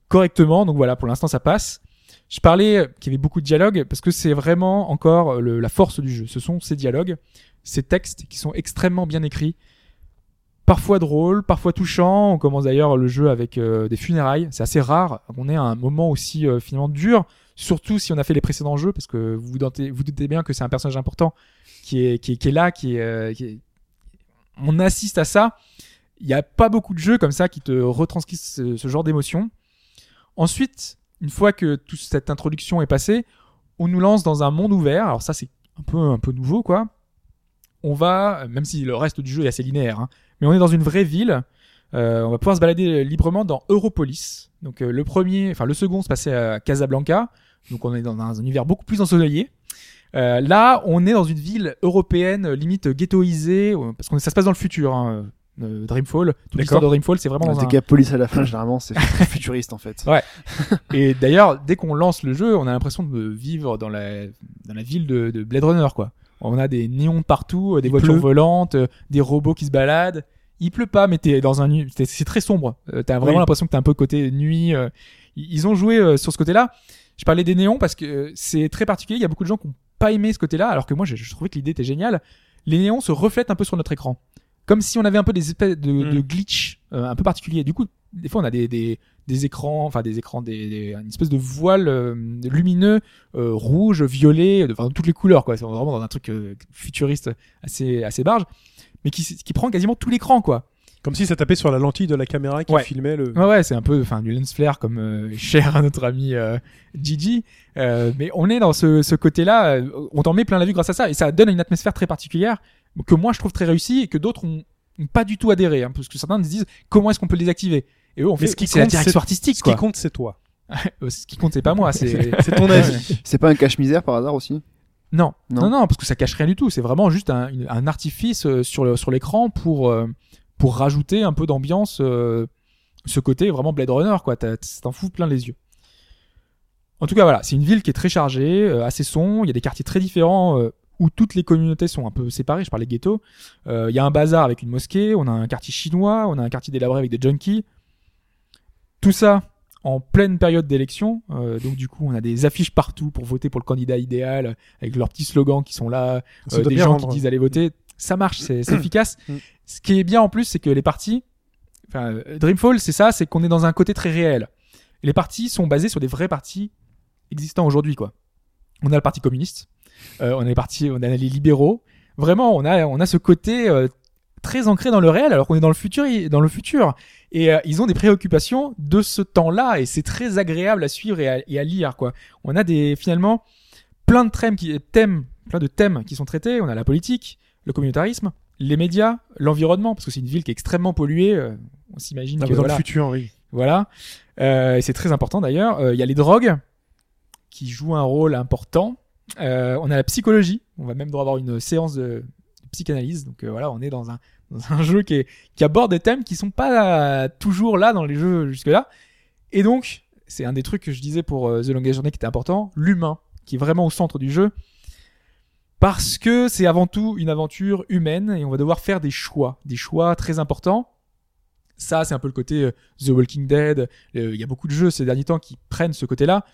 correctement. Donc voilà, pour l'instant, ça passe. Je parlais euh, qu'il y avait beaucoup de dialogues parce que c'est vraiment encore euh, le- la force du jeu. Ce sont ces dialogues, ces textes qui sont extrêmement bien écrits, parfois drôles, parfois touchants. On commence d'ailleurs le jeu avec euh, des funérailles. C'est assez rare qu'on ait un moment aussi euh, finalement dur, surtout si on a fait les précédents jeux parce que vous vous doutez, vous doutez bien que c'est un personnage important qui est, qui est, qui est là, qui est, euh, qui est- On assiste à ça. Il n'y a pas beaucoup de jeux comme ça qui te retranscrivent ce, ce genre d'émotion. Ensuite, une fois que toute cette introduction est passée, on nous lance dans un monde ouvert. Alors ça, c'est un peu, un peu nouveau, quoi. On va, même si le reste du jeu est assez linéaire, hein, mais on est dans une vraie ville. Euh, on va pouvoir se balader librement dans Europolis. Donc euh, le premier, enfin le second se passait à Casablanca. Donc on est dans un univers beaucoup plus ensoleillé. Euh, là, on est dans une ville européenne, euh, limite ghettoisée, euh, parce que ça se passe dans le futur. hein, euh, Dreamfall, toute l'histoire de Dreamfall, c'est vraiment dans
Dès
un,
qu'il y a police à la fin, généralement, c'est très futuriste en fait.
Et d'ailleurs, dès qu'on lance le jeu, on a l'impression de vivre dans la, dans la ville de, de Blade Runner, quoi. On a des néons partout, euh, des
Il
voitures
pleut.
volantes, euh, des robots qui se baladent. Il pleut pas, mais t'es dans un, nu- t'es- c'est très sombre. Euh, T'as vraiment
Oui.
l'impression que t'es un peu côté nuit. euh. Ils ils ont joué euh, sur ce côté-là. Je parlais des néons parce que euh, c'est très particulier. Il y a beaucoup de gens qui ont pas aimé ce côté-là, alors que moi, je, je trouvais que l'idée était géniale. Les néons se reflètent un peu sur notre écran. Comme si on avait un peu des espèces de, de
Hmm.
glitch euh, un peu particuliers. Du coup, des fois, on a des, des, des écrans, enfin des écrans, des, des- une espèce de voile euh, lumineux, euh, rouge, violet, de, enfin, de toutes les couleurs, quoi. C'est vraiment dans un truc euh, futuriste assez, assez large, mais qui, s- qui prend quasiment tout l'écran, quoi.
Comme si ça tapait sur la lentille de la caméra qui
Ouais.
filmait le.
Ouais, ouais, c'est un peu, enfin, du lens flare comme euh, cher à notre ami euh, Gigi. Euh, mais on est dans ce, ce côté-là, euh, on t'en met plein la vue grâce à ça, et ça donne une atmosphère très particulière que moi je trouve très réussie et que d'autres ont, ont pas du tout adhéré, hein, parce que certains se disent comment est-ce qu'on peut le désactiver. Et eux, on
Mais
fait
ce qui
c'est la
compte,
direction
c'est-
artistique,
Ce
quoi.
qui compte, c'est toi.
Euh, ce qui compte, c'est pas moi, c'est
C'est ton avis.
C'est pas un cache-misère par hasard aussi
Non, non,
Non.
non, parce que ça cache rien du tout. C'est vraiment juste un, une- un artifice euh, sur le sur l'écran pour euh, pour rajouter un peu d'ambiance, euh, ce côté vraiment Blade Runner quoi. T'as- T'en fous plein les yeux. En tout cas voilà, c'est une ville qui est très chargée, euh, assez sombre. Il y a des quartiers très différents euh, où toutes les communautés sont un peu séparées. Je parlais de ghetto. Euh, Il y a un bazar avec une mosquée. On a un quartier chinois. On a un quartier délabré avec des junkies. Tout ça en pleine période d'élection. Euh, donc du coup, on a des affiches partout pour voter pour le candidat idéal avec leurs petits slogans qui sont là,
Ça
euh,
doit
des
bien
gens
rendre.
qui disent allez voter, ça marche, c'est c'est efficace.
Mm.
Ce qui est bien en plus, c'est que les partis, enfin euh, Dreamfall, c'est ça, c'est qu'on est dans un côté très réel. Les partis sont basés sur des vrais partis existants aujourd'hui, quoi. On a le parti communiste, euh, on a les partis, on a les libéraux. Vraiment, on a on a ce côté euh, très ancré dans le réel, alors qu'on est dans le futur, dans le futur. Et euh, ils ont des préoccupations de ce temps-là, et c'est très agréable à suivre et à, et à lire, quoi. On a des finalement plein de thèmes qui, thèmes, plein de thèmes qui sont traités. On a la politique, le communautarisme, les médias, l'environnement, parce que c'est une ville qui est extrêmement polluée. euh, on s'imagine
Ah,
que
mais dans
voilà,
le futur, oui.
voilà. Euh, et c'est très important d'ailleurs. Euh, Il y a les drogues qui jouent un rôle important. Euh, on a la psychologie. On va même devoir avoir une séance de psychanalyse. Donc euh, voilà, on est dans un, dans un jeu qui, est- qui aborde des thèmes qui sont pas euh, toujours là dans les jeux jusque-là. Et donc, c'est un des trucs que je disais pour euh, The Longest Journey qui était important, l'humain, qui est vraiment au centre du jeu. Parce que c'est avant tout une aventure humaine et on va devoir faire des choix, des choix très importants. Ça, c'est un peu le côté euh, The Walking Dead. Euh, Il y a beaucoup de jeux ces derniers temps qui prennent ce côté-là.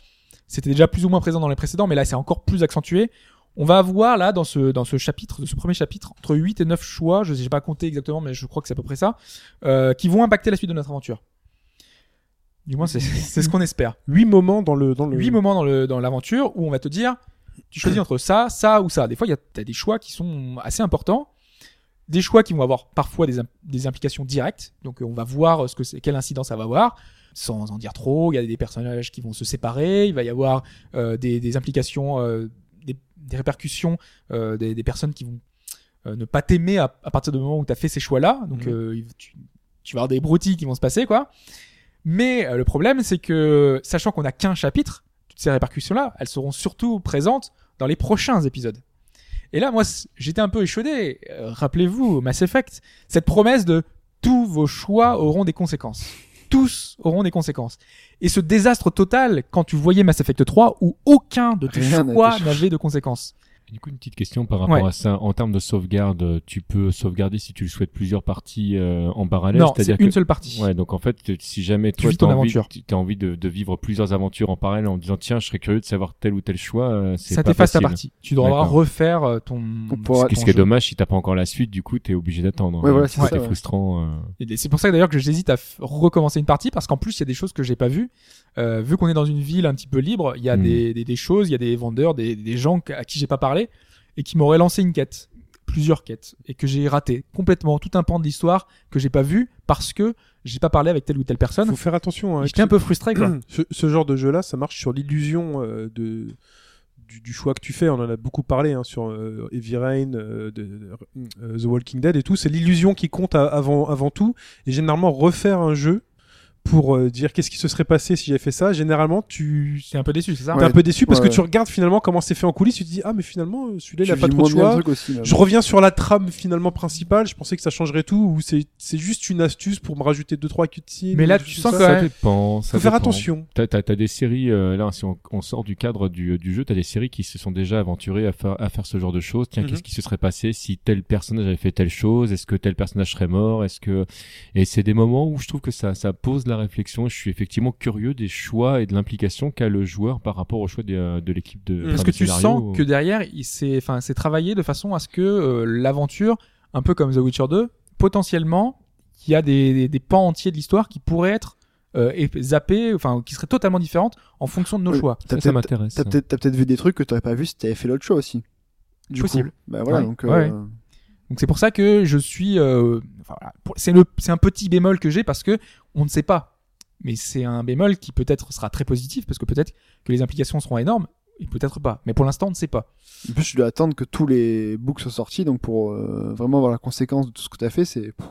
C'était déjà plus ou moins présent dans les précédents, mais là c'est encore plus accentué. On va avoir là dans ce dans ce chapitre, de ce premier chapitre, entre 8 et 9 choix, je n'ai pas compté exactement, mais je crois que c'est à peu près ça, euh, qui vont impacter la suite de notre aventure. Du moins c'est c'est ce qu'on espère.
Huit moments dans le dans le.
Huit moments dans le dans l'aventure où on va te dire tu choisis entre ça, ça ou ça. Des fois il y a t'as des choix qui sont assez importants, des choix qui vont avoir parfois des, im- des implications directes. Donc euh, on va voir euh, ce que c'est, quelle incidence ça va avoir sans en dire trop. Il y a des personnages qui vont se séparer, il va y avoir euh, des, des implications, euh, des, des répercussions, euh, des, des personnes qui vont euh, ne pas t'aimer à, à partir du moment où tu as fait ces choix-là. Donc
Mhm.
euh, il- tu, tu vas avoir des broutilles qui vont se passer, quoi. Mais euh, le problème, c'est que sachant qu'on n'a qu'un chapitre, toutes ces répercussions-là, elles seront surtout présentes dans les prochains épisodes. Et là, moi, c- j'étais un peu échaudé. Euh, Rappelez-vous, Mass Effect, cette promesse de tous vos choix auront des conséquences. Tous auront des conséquences. Et ce désastre total quand tu voyais Mass Effect 3 où aucun de tes
Rien n'a
choix
été
n'avait de conséquences.
Du coup, une petite question par rapport
Ouais.
à ça. En termes de sauvegarde, euh, tu peux sauvegarder si tu le souhaites plusieurs parties euh, en parallèle.
Non, c'est
c'est-à-dire
une
que-
seule partie.
Ouais, donc en fait, t- si jamais
Tu
toi
vis
t'as
ton
envie,
aventure.
t- t'as envie de, de vivre plusieurs aventures en parallèle en disant tiens, je serais curieux de savoir tel ou tel choix, euh, c'est
Ça
pas
t'efface ta
facile.
partie. Tu devras
D'accord.
refaire euh, ton.
On pourra-
ton
Ce qui est
jeu.
dommage, si t'as pas encore la suite, du coup, t'es obligé d'attendre.
Ouais,
hein.
voilà, c'est
C'est
ça, ouais.
frustrant. euh.
Et C'est pour ça d'ailleurs que j'hésite à f- recommencer une partie parce qu'en plus il y a des choses que j'ai pas vues. Euh, vu qu'on est dans une ville un petit peu libre, il y a
Hmm.
des, des, des choses, il y a des vendeurs, des, des gens à qui j'ai pas parlé et qui m'auraient lancé une quête, plusieurs quêtes, et que j'ai raté complètement tout un pan de l'histoire que j'ai pas vu parce que j'ai pas parlé avec telle ou telle personne.
Faut faire attention. Hein,
J'étais un peu frustré quoi.
ce, ce genre de jeu-là, ça marche sur l'illusion euh, de du, du choix que tu fais. On en a beaucoup parlé hein, sur euh, Heavy Rain, euh, de, de- euh, The Walking Dead et tout. C'est l'illusion qui compte a- avant avant tout. Et généralement, refaire un jeu pour euh, dire qu'est-ce qui se serait passé si j'avais fait ça. Généralement, tu
J'étais un peu déçu, c'est ça
t'es un peu déçu parce
Ouais.
que tu regardes finalement comment c'est fait en coulisses. Tu te dis ah mais finalement euh, celui-là il
Tu
a pas
vis
trop de
moins bien le
choix.
truc aussi, là.
Je reviens sur la trame finalement principale. Je pensais que ça changerait tout ou c'est c'est juste une astuce pour me rajouter deux trois cutscenes.
Mais là,
des
tu
choses
sens
comme
que-
ça.
Ça
Ouais.
dépend. Ça
Faut faire
dépend.
attention.
T'as t'as- t'as des séries, euh, là, si on, on sort du cadre du, du jeu, t'as des séries qui se sont déjà aventurées à faire, à faire ce genre de choses. Tiens,
Mhm.
qu'est-ce qui se serait passé si tel personnage avait fait telle chose Est-ce que tel personnage serait mort Est-ce que Et c'est des moments où je trouve que ça, ça pose la réflexion. Je suis effectivement curieux des choix et de l'implication qu'a le joueur par rapport au choix des, euh, de, l'équipe de.
Mhm.
enfin,
Parce
des
que tu
scénarios.
sens que derrière, il s'est, enfin, c'est travaillé de façon à ce que euh, l'aventure, un peu comme The Witcher 2, potentiellement, il y a des, des, des pans entiers de l'histoire qui pourraient être euh, et- zappés, enfin, qui seraient totalement différentes en fonction de nos
Oui,
choix.
Ça,
T'as
ça
peut-être
m'intéresse. hein.
t'as peut-être t'as peut-être vu des trucs que t'aurais pas vu si t'avais fait l'autre choix aussi. Du
Possible.
Coup. Bah voilà,
Ouais.
donc.
Ouais.
euh,
Donc c'est pour ça que je suis, euh, enfin, voilà, pour- c'est le, c'est un petit bémol que j'ai parce que on ne sait pas. Mais c'est un bémol qui peut-être sera très positif parce que peut-être que les implications seront énormes et peut-être pas. Mais pour l'instant, on ne sait pas.
En plus, tu dois attendre que tous les books soient sortis, donc pour euh, vraiment avoir la conséquence de tout ce que t'as fait, c'est. pff,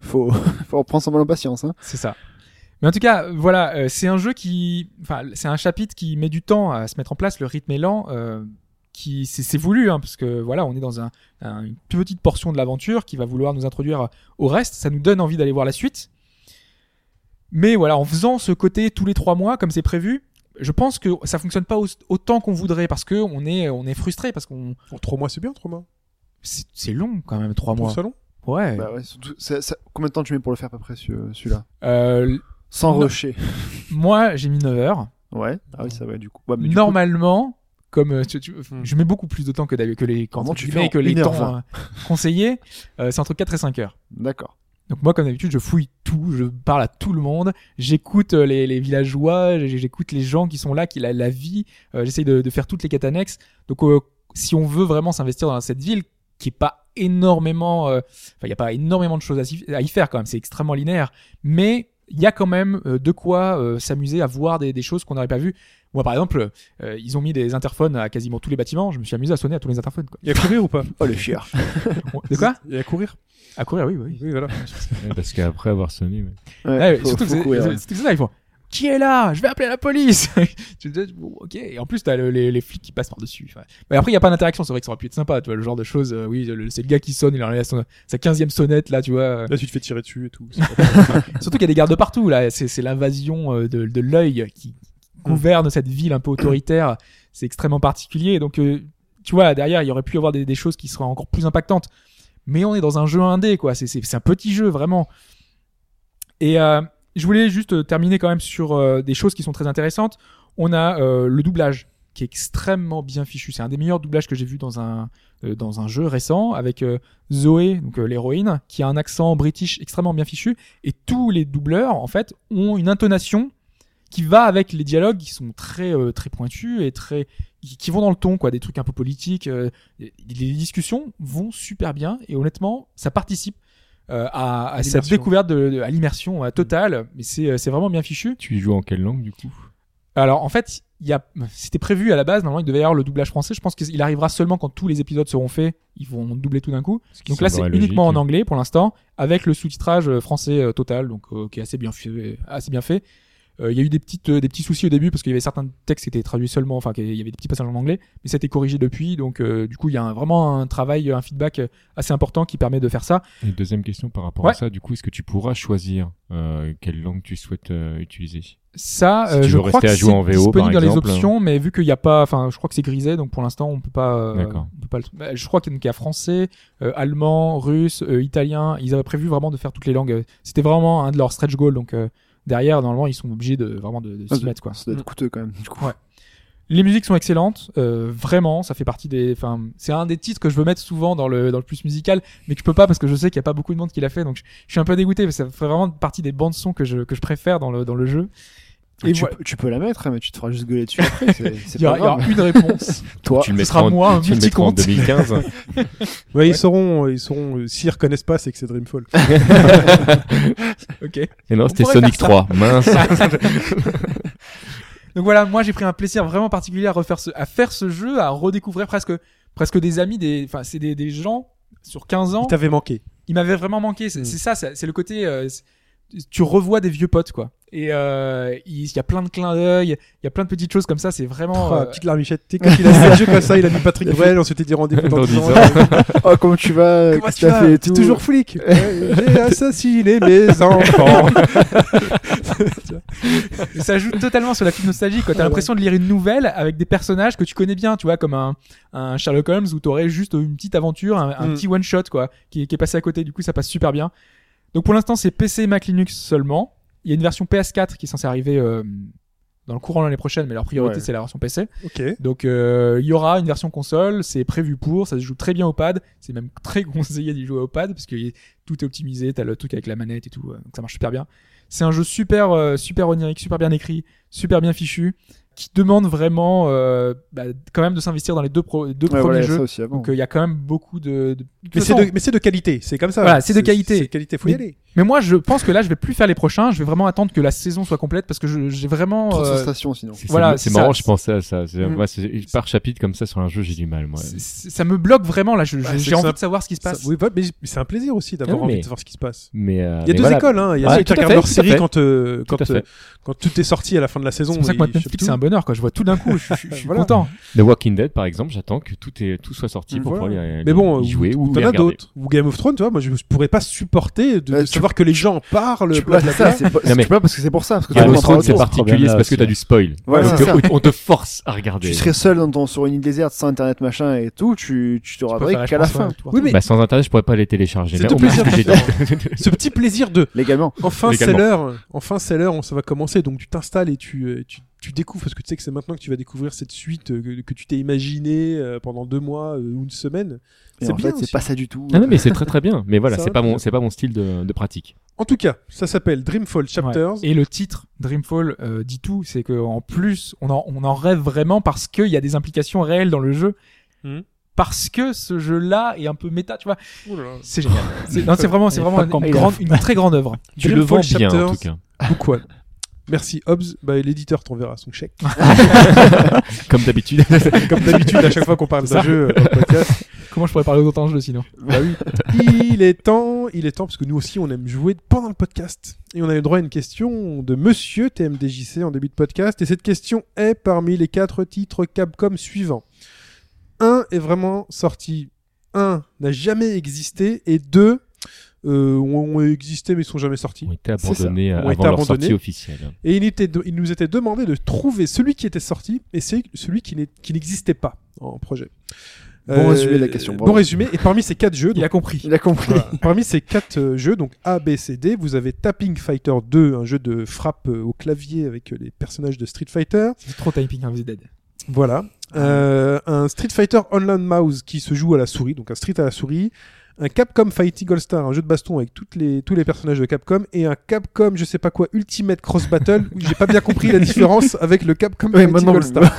Faut, faut en prendre son mal en patience. Hein.
C'est ça. Mais en tout cas, voilà, euh, c'est un jeu qui, enfin, c'est un chapitre qui met du temps à se mettre en place. Le rythme est lent, euh, qui c'est c'est voulu, hein, parce que voilà, on est dans un, un- une petite portion de l'aventure qui va vouloir nous introduire au reste. Ça nous donne envie d'aller voir la suite. Mais voilà, en faisant ce côté tous les trois mois comme c'est prévu, je pense que ça fonctionne pas au- autant qu'on voudrait parce que on est on est frustré parce qu'on
En trois mois, c'est bien, trois mois.
c'est c'est long quand même trois
Pour
mois.
le salon.
Ouais.
Bah ouais, surtout, ça- ça- combien de temps tu mets pour le faire à peu près ce- celui-là
Euh,
Sans
Non.
rusher.
moi, j'ai mis 9 heures.
Ouais. Ah oui, ça va du coup. Ouais, mais du coup,
normalement, comme euh, tu- tu- je mets beaucoup plus de temps que, d'hab- que les quand
Comment tu
tu
fais en
que les
1h20?
temps euh, conseillés, euh, c'est entre 4 et 5 heures.
D'accord.
Donc moi, comme d'habitude, je fouille tout, je parle à tout le monde, j'écoute euh, les, les villageois, j- j'écoute les gens qui sont là, qui la, la vie, euh, j'essaye de, de faire toutes les quêtes annexes. Donc euh, si on veut vraiment s'investir dans cette ville, qui est pas énormément, euh, enfin il y a pas énormément de choses à, s'y- à y faire quand même, c'est extrêmement linéaire, mais il y a quand même euh, de quoi euh, s'amuser à voir des, des choses qu'on n'aurait pas vues. Moi par exemple, euh, ils ont mis des interphones à quasiment tous les bâtiments, je me suis amusé à sonner à tous les interphones. Quoi.
Il y a à courir ou pas
Oh le chieur.
De quoi
Il y a à courir.
À courir, oui, oui.
Oui, voilà.
Ouais, Parce qu'après avoir sonné. mais-
Ouais,
faut-
Ah surtout que
faut
c'est-
courir, ouais.
c'est c'est ça, ils font Qui est là Je vais appeler la police Tu te dis, bon, ok. Et en plus, t'as le- les, les flics qui passent par-dessus. Enfin, Mais après, il n'y a pas d'interaction, c'est vrai que ça aurait pu être sympa, tu vois, le genre de choses. euh, oui, le- c'est le gars qui sonne, il en est à son- sa 15e sonnette, là, tu vois. euh,
Là, tu te fais tirer dessus et tout.
Surtout qu'il y a des gardes de partout, là. C'est c'est l'invasion euh, de, de l'œil qui gouverne cette ville un peu autoritaire. C'est extrêmement particulier. Donc, euh, tu vois, derrière, il y aurait pu y avoir des, des choses qui seraient encore plus impactantes. Mais on est dans un jeu indé, quoi. C'est- C'est c'est un petit jeu, vraiment. Et euh, je voulais juste euh, terminer quand même sur euh, des choses qui sont très intéressantes. On a euh, le doublage qui est extrêmement bien fichu. C'est un des meilleurs doublages que j'ai vu dans un euh, dans un jeu récent avec euh, Zoé, donc euh, l'héroïne, qui a un accent british extrêmement bien fichu. Et tous les doubleurs en fait ont une intonation qui va avec les dialogues qui sont très euh, très pointus et très qui, qui vont dans le ton quoi, des trucs un peu politiques. euh, les les discussions vont super bien et honnêtement ça participe. euh, à, à cette
L'immersion.
découverte de, de- à l'immersion euh, totale mais c'est euh, c'est vraiment bien fichu
Tu y joues en quelle langue du coup
alors en fait, il y a, c'était prévu à la base. Normalement, il devait y avoir le doublage français. Je pense qu'il arrivera seulement quand tous les épisodes seront faits. Ils vont doubler tout d'un coup.
Ce qui
Donc là, c'est
semblerait
uniquement en
logique.
anglais pour l'instant, avec le sous-titrage euh, français euh, total, donc euh, qui est assez bien fait. Assez bien fait. Euh, Il y a eu des petites, euh, des petits soucis au début parce qu'il y avait certains textes qui étaient traduits seulement, enfin qu'il y avait des petits passages en anglais, mais ça a été corrigé depuis. Donc euh, du coup, il y a un- vraiment un travail, un feedback euh, assez important qui permet de faire ça.
Et deuxième question par rapport
Ouais.
à ça, du coup, est-ce que tu pourras choisir euh, quelle langue tu souhaites euh, utiliser
Ça,
Si
euh,
tu
je
veux
crois
rester
que
à
c'est
jouer en VO,
disponible
par
dans les
exemple.
options, mais vu qu'il n'y a pas, enfin, je crois que c'est grisé, donc pour l'instant on peut pas, euh,
D'accord.
on peut pas le. bah, Je crois qu'il y a- donc, il y a français, euh, allemand, russe, euh, italien. Ils avaient prévu vraiment de faire toutes les langues. C'était vraiment un de leurs stretch goals, donc euh, derrière normalement ils sont obligés de vraiment de, de
Ah,
s'y mettre quoi. Mm.
Ça doit être coûteux quand même. Du coup,
Ouais. Les musiques sont excellentes, euh, vraiment, ça fait partie des. Enfin, c'est un des titres que je veux mettre souvent dans le dans le plus musical, mais que je peux pas parce que je sais qu'il y a pas beaucoup de monde qui l'a fait, donc je, je suis un peu dégoûté. parce que ça fait vraiment partie des bandes son que je que je préfère dans le dans le jeu. Et
tu,
voilà.
peux- tu peux la mettre, hein, mais tu te feras juste gueuler dessus après. c'est- C'est
Il y
pas
aura, il y aura
grave.
une réponse.
Toi,
ce
le mettras
sera
en-
moi, un
tu le mettras en
multi-compte.
2015.
Ouais, ils sauront, euh, ils sauront, euh, s'ils reconnaissent pas, c'est que c'est Dreamfall.
ok.
Et non,
On
c'était
pourrait
Sonic
faire
3. Mince.
Donc voilà, moi j'ai pris un plaisir vraiment particulier à refaire ce, à faire ce jeu, à redécouvrir presque, presque des amis, des, enfin c'est des, des gens sur 15 ans.
Ils t'avaient manqué.
Il m'avait vraiment manqué. C'est
Mm.
c'est ça, c'est c'est le côté. euh, c'est- tu revois des vieux potes quoi. Et euh, il il y a plein de clins d'œil, il y a plein de petites choses comme ça. C'est vraiment.
Oh,
euh,
Petite larmichette. Tu sais, Quand il a fait un jeu comme ça, il a mis Patrick Bruel, on s'était dit rendez-vous dans
Dans
10
dix
ans.
ans.
oh, comment tu vas Qu'est-ce que t'as fait et tout
toujours flic. Ouais, J'ai assassiné mes enfants.
Mais ça joue totalement sur la petite nostalgie
Ah
quoi. T'as l'impression de lire une nouvelle avec des personnages que tu connais bien, tu vois, comme un, un Sherlock Holmes où t'aurais juste une petite aventure, un, un
Mm.
petit one shot quoi, qui, qui est passé à côté. Du coup, ça passe super bien. Donc pour l'instant, c'est PC, Mac, Linux seulement. Il y a une version PS4 qui est censée arriver euh, dans le courant de l'année prochaine, mais leur priorité
Ouais.
c'est la version PC.
Ok.
Donc euh, il y aura une version console, c'est prévu pour, ça se joue très bien au pad, c'est même très conseillé d'y jouer au pad parce que y- tout est optimisé, t'as le truc avec la manette et tout, euh, donc ça marche super bien. C'est un jeu super euh, super onirique, super bien écrit, super bien fichu, qui demande vraiment euh, bah, quand même de s'investir dans les deux, pro- les deux
Ouais,
premiers
voilà, ça
jeux.
aussi avant.
Donc euh, il y a quand même beaucoup de. de-
Mais c'est de, mais c'est de qualité, c'est comme ça.
Voilà, c'est de qualité.
C'est de qualité, faut y
Mais-
aller.
Mais moi je pense que là je vais plus faire les prochains, je vais vraiment attendre que la saison soit complète parce que je- j'ai vraiment.
Trop de
euh,
sensations sinon.
C'est-
Voilà,
c'est
c'est
marrant,
ça.
je pensais à ça. C'est-
Mm.
moi, c'est- par chapitre comme ça sur un jeu, j'ai du mal. Moi.
c'est- c'est- ça me bloque vraiment là, je-
Bah,
j'ai
c'est que
envie
ça-
de savoir ce qui se
Ça-
passe.
oui, bah, mais mais c'est un plaisir aussi d'avoir
Ah oui,
envie
mais-
de savoir ce qui se passe.
Mais euh,
Il y a
mais
deux
voilà.
écoles, hein. Il y a
Ouais,
ceux
tout
qui
à
regardent leur
fait, tout à
série
fait.
quand, euh,
Tout à
quand, euh,
fait.
quand tout est sorti à la fin de la saison.
C'est pour ça que moi
ils
Netflix
chopent
c'est
tout.
un bonheur quoi, je vois tout d'un coup, je, je- je suis
Voilà.
content.
The Walking Dead, par exemple, j'attends que tout est tout soit sorti
Mm,
pour
voilà.
pouvoir y,
Mais bon,
y
euh,
jouer ou
T'en
y
as
regarder.
d'autres. Ou Game of Thrones, tu vois, moi je je pourrais pas supporter de,
Bah,
de
tu-
savoir que les gens parlent.
Tu vois,
blablabla.
c'est ça, c'est pas,
Non, mais-
tu vois, parce que c'est pour ça. Parce que
Game
t'en
of
parles
Thrones, c'est
autour.
particulier, c'est parce que t'as du spoil.
Voilà,
Donc, euh,
c'est ça.
on- on te force à regarder.
Tu serais seul dans ton, sur une île déserte, sans internet machin et tout, tu, tu te
Préférer,
rendrais
je
qu'à la
pense,
fin.
ouais, tout
Oui, mais
Bah, sans internet, je pourrais pas les télécharger.
C'est
Mais
deux
au moins,
plaisirs
ce que j'ai dit.
ce petit plaisir de
Légalement.
enfin c'est
Légalement.
l'heure, enfin c'est l'heure, on ça va commencer. Donc tu t'installes et tu, euh, tu tu découvres parce que tu sais que c'est maintenant que tu vas découvrir cette suite euh, que, que tu t'es imaginée euh, pendant deux mois euh, ou une semaine.
Et
C'est
en
bien
fait,
aussi.
c'est pas ça du tout.
Non, non, mais c'est très très bien. Mais voilà,
Ça
c'est
va,
pas mon
bien.
c'est pas mon style de, de pratique.
En tout cas, ça s'appelle Dreamfall Chapters.
Et le titre Dreamfall euh, dit tout, c'est que en plus on en, on en rêve vraiment parce qu'il y a des implications réelles dans le jeu.
Hmm.
Mhm.
Parce que ce jeu-là est un peu méta, tu vois.
Ouh là là.
C'est génial. C'est- non, c'est vraiment, c'est
Et
vraiment
pas
une,
comme
une
Graf.
grande, une très grande œuvre.
Tu le vends
Dreamfall
bien en
Chapters.
tout cas.
Book One. Merci Hobbs, bah, l'éditeur t'enverra son chèque.
Comme d'habitude.
Comme d'habitude, à chaque fois qu'on parle d'un jeu euh, dans le podcast.
Comment je pourrais parler d'autant de jeux sinon
Il est temps, il est temps, parce que nous aussi on aime jouer pendant le podcast. Et on a eu droit à une question de monsieur TMDJC en début de podcast. Et cette question est parmi les quatre titres Capcom suivants. Un est vraiment sorti. Un n'a jamais existé. Et deux euh, ont ont existé mais sont jamais sortis.
Ont été
C'est ça.
abandonnés euh,
Ont
avant
été
leur
abandonnés.
sortie officielle.
Et il, était de- il nous était demandé de trouver celui qui était sorti et c'est celui qui n'est- qui n'existait pas en projet. Euh,
Bon résumé de la question, bravo.
Bon résumé. Et parmi ces quatre jeux,
Il
donc,
a compris.
Il a compris.
parmi ces quatre euh, jeux, donc A, B, C, D, vous avez Tapping Fighter 2, un jeu de frappe euh, au clavier avec euh, les personnages de Street Fighter.
C'est trop typing House is Dead.
Voilà. Euh, un Street Fighter Online Mouse qui se joue à la souris, donc un Street à la souris. Un Capcom Fighting All Star, un jeu de baston avec toutes les, tous les personnages de Capcom. Et un Capcom, je sais pas quoi, Ultimate Cross Battle, où j'ai pas bien compris la différence avec le Capcom
Ouais,
Fighting
maintenant,
All Star.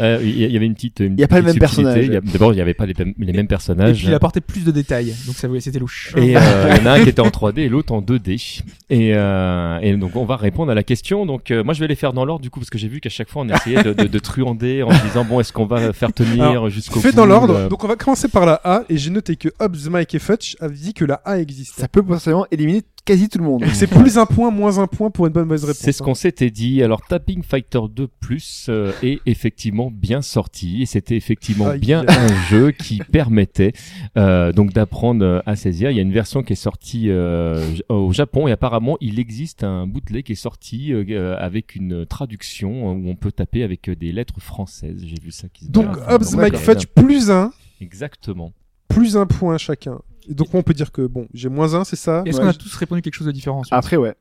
Euh, Il y, il y avait une petite. une
Il y a pas le
petite
même
subtilité.
personnage.
Il y a- D'abord, il n'y avait pas les, pem- les mêmes
Et
personnages.
puis il apportait plus de détails, donc ça voulait, c'était louche.
Ah, Et euh, il y en a un qui était en 3D et l'autre en 2D. Et, euh, et donc on va répondre à la question. Donc euh, moi je vais les faire dans l'ordre du coup parce que j'ai vu qu'à chaque fois on essayait de, de, de truander en se disant bon est-ce qu'on va faire tenir
Alors,
jusqu'au
Fait
bout,
dans l'ordre.
euh,
Donc on va commencer par la A. Et j'ai noté que Hobbs, Mike et Fudge avaient dit que la A existait.
Ça peut potentiellement éliminer quasi tout le monde.
C'est plus un point, moins un point pour une bonne mauvaise réponse.
C'est ce
hein.
qu'on s'était dit. Alors Tapping Fighter 2 Plus euh, est effectivement bien sorti et c'était effectivement
Aïe.
bien un jeu qui permettait euh, donc d'apprendre à saisir. Il y a une version qui est sortie euh, au Japon et apparemment il existe un bootleg qui est sorti euh, avec une traduction euh, où on peut taper avec des lettres françaises. J'ai vu ça qui se
Donc
Ah,
balade.
Hobbs,
Ouais,
bah,
Mike,
ouais.
Fudge, plus un,
Exactement.
plus un point chacun. Et donc on peut dire que bon, j'ai moins un, c'est ça.
Est-ce
ouais,
qu'on a
je-
tous répondu quelque chose de différent ensuite
Après, ouais.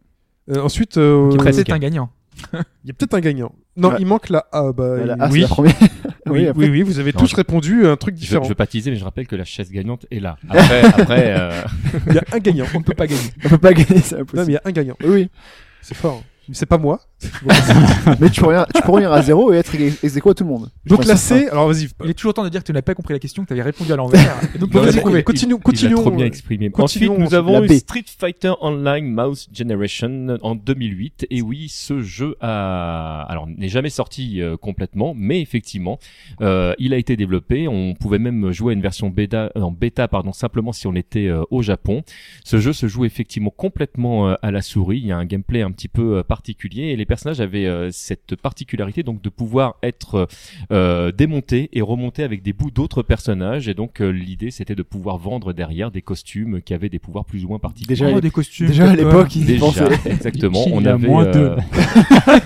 Euh, ensuite, euh,
Qui est
il
presque un gagnant.
y a peut-être un gagnant. Non,
Ouais.
il manque la A. Bah, il-
Voilà. Ah, c'est
oui.
la première.
Oui,
après.
oui, oui, vous avez
Non,
tous
je-
répondu à un truc
Je,
différent.
je veux pas teaser, mais je rappelle que la chaise gagnante est là. Après, après euh,
Il y a un gagnant.
On ne peut pas gagner.
On peut pas gagner, c'est
non, mais
impossible.
il y a un gagnant.
Oui,
C'est fort. Mais C'est pas moi.
mais tu peux revenir, tu peux revenir à zéro et être ex ex aequo à tout le monde. Je
Donc
pense
la
que ça
C. Alors vas-y.
Il est toujours temps de dire que tu n'as pas compris la question, que tu avais répondu à l'envers. Et donc,
Non,
mauvaise
mais-
trouvé.
Continuons.
Il l'a
Continuons. euh,
trop bien exprimé.
continuons,
Ensuite, nous
la
avons eu
B.
Street Fighter Online Mouse Generation en 2008. Et oui, ce jeu a, alors n'est jamais sorti euh, complètement, mais effectivement, euh, il a été développé. On pouvait même jouer à une version bêta, euh, en bêta, pardon, simplement si on était euh, au Japon. Ce jeu se joue effectivement complètement euh, à la souris. Il y a un gameplay un petit peu euh, particulier et les personnages avaient euh, cette particularité donc de pouvoir être euh, euh, démonter et remonter avec des bouts d'autres personnages. Et donc euh, l'idée c'était de pouvoir vendre derrière des costumes qui avaient des pouvoirs plus ou moins particuliers.
Déjà,
Oh, des costumes.
Déjà à
Capcom.
l'époque, ils
Déjà,
pensaient.
exactement,
Il
on
y a
avait
moins
euh,
deux.
Ouais,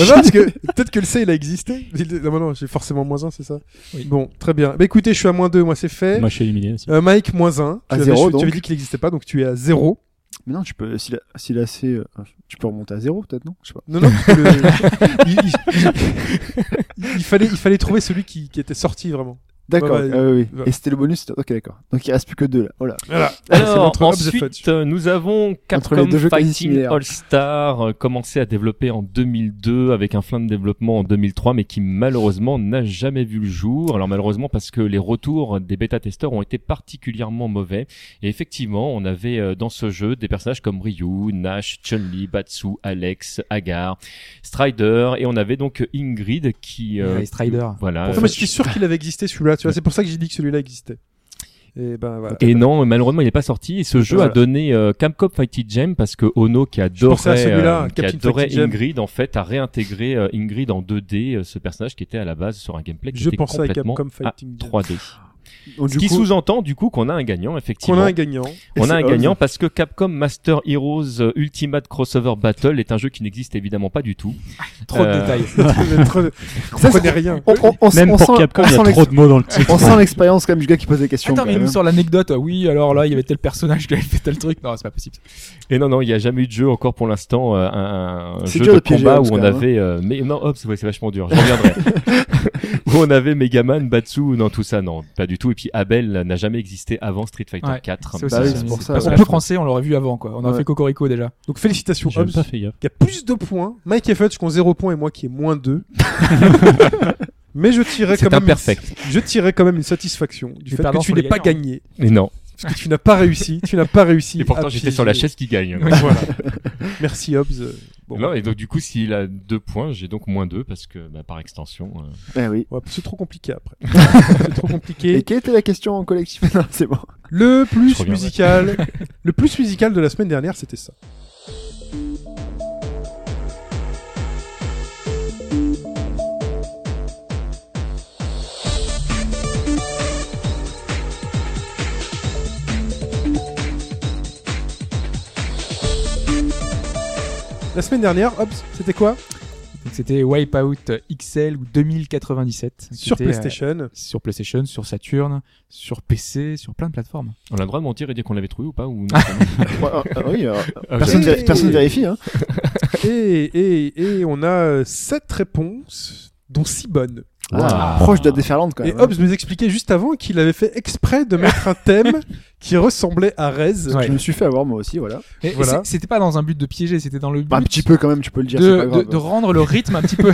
non, parce que peut-être que le C il a existé. Il- Non, non, j'ai forcément moins un, c'est ça.
Oui.
Bon, très bien. Bah écoutez, je suis à moins 2, moi c'est fait.
Moi, je suis éliminé aussi.
Euh, Mike, moins 1. tu,
À
avais,
zéro,
tu avais
donc.
dit qu'il n'existait pas, donc tu es à 0.
Mais non, tu peux, si la, si la C, euh, tu peux remonter à zéro, peut-être, non? Je sais pas.
Non, non, parce que le- il, il- il fallait, il fallait trouver celui qui, qui était sorti vraiment.
Euh,
D'accord.
Ouais, ouais,
ah oui, oui.
ouais.
Et c'était le bonus, c'était- ok, d'accord. Donc il reste plus que deux, là. Oh là.
Voilà. Ah, C'est
Alors,
notre Hobbs et Fudge.
ensuite, euh, nous avons
Entre les
Capcom
deux jeux hein. quasi
Fighting
similaires.
All-Star, euh, commencé à développer en 2002 avec un flanc de développement en 2003, mais qui malheureusement n'a jamais vu le jour. Alors malheureusement parce que les retours des bêta-testeurs ont été particulièrement mauvais. Et effectivement, on avait euh, dans ce jeu des personnages comme Ryu, Nash, Chun-Li, Batsu, Alex, Agar, Strider, et on avait donc Ingrid qui... euh,
Ouais, Strider.
Voilà.
Enfin, moi, je suis sûr qu'il avait existé celui-là, tu vois. C'est pour ça que j'ai dit que celui-là existait. Et ben voilà.
Et non, malheureusement, il n'est pas sorti. Et ce jeu
Voilà.
a donné euh, Capcom Fighting Jam parce que Ono, qui
pensais à
adorait,
celui-là,
euh, qui
Captain
adorait
Fighting Jam.
Ingrid, en fait, a réintégré euh, Ingrid en 2D, euh, ce personnage qui était à la base sur un gameplay qui
Je
était
pensais à
complètement
Capcom Fighting Jam.
3D.
Donc,
Ce qui sous-entend, du coup, qu'on a un gagnant,
Qu'on
effectivement.
a un Oh, gagnant.
On a un
c'est
gagnant parce que Capcom Master Heroes euh, Ultimate Crossover Battle est un jeu qui n'existe évidemment pas du tout.
Trop de
Euh,
détails.
Je comprenais rien.
Oh
on, on, on,
Même
on
pour
sent-
Capcom,
on
il y a
sent
trop
l'ex-
de mots dans le titre.
On sent l'expérience, quand même, du gars qui pose des questions.
Attends,
quand
mais il nous
même.
sort l'anecdote. Ah Oui, alors là, il y avait tel personnage qui avait fait tel truc. Non, c'est pas possible.
Et non, non, il n'y a jamais eu de jeu encore pour l'instant, euh, un, un
C'est
jeu
dur
de
de piéger
combat
Hobbs,
où on
quand même, hein.
avait, euh, mais non, Hobbs, ouais, c'est vachement dur, je reviendrai. où on avait Megaman, Batsu, non, tout ça, non, pas du tout. Et puis Abel n'a jamais existé avant Street Fighter
Ouais,
4.
C'est aussi
bah oui,
ça,
c'est
mais
pour
c'est
ça,
pas
ouais.
vrai.
On peut-
français, on l'aurait vu avant, quoi. On aurait
Ouais.
fait Cocorico déjà.
Donc félicitations,
J'ai
Hobbs.
même pas fait gaffe.
Il y a plus de points. Mike et Fudge qui ont 0 points et moi qui ai moins 2. Mais je tirais quand
C'est
même.
imperfect.
Je tirais quand même une satisfaction du
Les
fait que
perdants
tu
sont
n'aies
les
pas
gagnants.
gagné.
Mais non.
Parce que tu n'as pas réussi. Tu n'as pas réussi.
Et pourtant,
à
j'étais sur la
piéger.
chaise qui gagne.
Voilà. Merci Hobbs. Bon.
Non, et donc, du coup, s'il a deux points, j'ai donc moins deux parce que, bah, par extension. euh,
Eh oui.
Ouais, c'est trop compliqué après. c'est trop
Et
compliqué.
quelle était la question en collectif Non, c'est bon.
Le
Je
plus
reviendrai.
musical, le plus musical de la semaine dernière, c'était ça. La semaine dernière, hop, c'était quoi
Donc, C'était Wipeout XL ou 2097.
Sur
C'était, euh,
PlayStation.
sur PlayStation, sur Saturn, sur PC, sur plein de plateformes.
On a le droit de mentir et dire qu'on l'avait trouvé ou pas ou non Euh,
Ah, ah, oui, alors,
Ok.
personne,
Ok.
vér- personne vérifie. Hein.
Et, et, et on a 7 réponses, dont 6 bonnes.
Ah.
Proche de la déferlante quand
Et
même. hein.
Hobbs nous expliquait juste avant qu'il avait fait exprès de mettre un thème qui ressemblait à Rez.
Ouais.
Je me suis fait avoir moi aussi, voilà.
Et- et
Voilà.
c'est- C'était pas dans un but de piéger, c'était dans le but
Bah, un petit peu quand même, tu peux le
de,
dire, c'est pas
de-
grave.
de rendre le rythme un petit peu.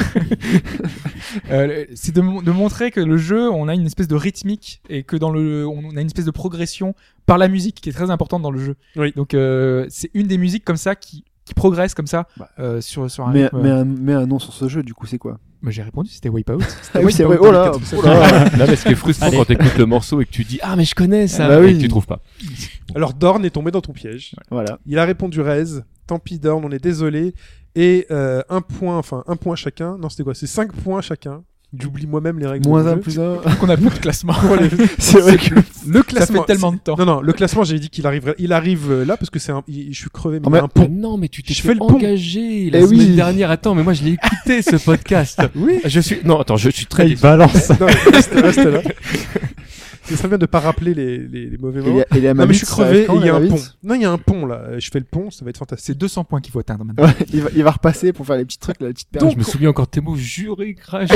Euh, le- c'est de, mon- de montrer que le jeu, on a une espèce de rythmique et que dans le, on a une espèce de progression par la musique qui est très importante dans le jeu.
Oui.
Donc euh, c'est une des musiques comme ça qui, qui progresse comme ça
Bah,
euh, sur sur un
Mais,
rythme.
mais un, mais un nom sur ce jeu, du coup, c'est quoi
Mais j'ai répondu, c'était Wipeout.
Ah oui, c'est vrai. Oh là, oh là.
Non, mais ce qui est frustrant
Allez.
quand t'écoutes le morceau et que tu dis Ah, mais je connais ça
Bah
et
oui.
que tu trouves pas.
Alors Dorn est tombé dans ton piège.
Voilà.
Il a répondu Rez. Tant pis Dorn, on est désolé. Et euh, un point, enfin un point chacun. Non, c'était quoi C'est 5 points chacun. J'oublie moi-même les règles.
Moins
de
un
jeu.
plus un.
qu'on a peu de classement.
C'est vrai que.
Le
ça
classement.
fait tellement de temps.
Non, non, le classement, j'avais dit qu'il arriverait. Il arrive euh, là parce que c'est un. il- je suis crevé, mais
Ah,
il y a
mais-
un pont.
Non, mais tu t'es
Je fais le pont.
engagé la
Eh
semaine
oui.
dernière. Attends, mais moi je l'ai écouté ce podcast.
Oui.
Je suis non, attends, je suis très
il balance.
Non, mais reste, reste là. Ce serait bien de pas rappeler les, les, les mauvais
Il
moments.
y a, et
Non, mais je
la Mamite,
suis
ça
crevé
arrive
et
quand,
il y a
la
un pont.
Mamite
Non, il y a un pont là. Euh, Je fais le pont, ça va être fantastique.
C'est 200 points qu'il faut atteindre maintenant.
Ouais, il, va, il va repasser pour faire les petits trucs, là, les petites perches.
je me souviens encore de tes mots jurés, crash.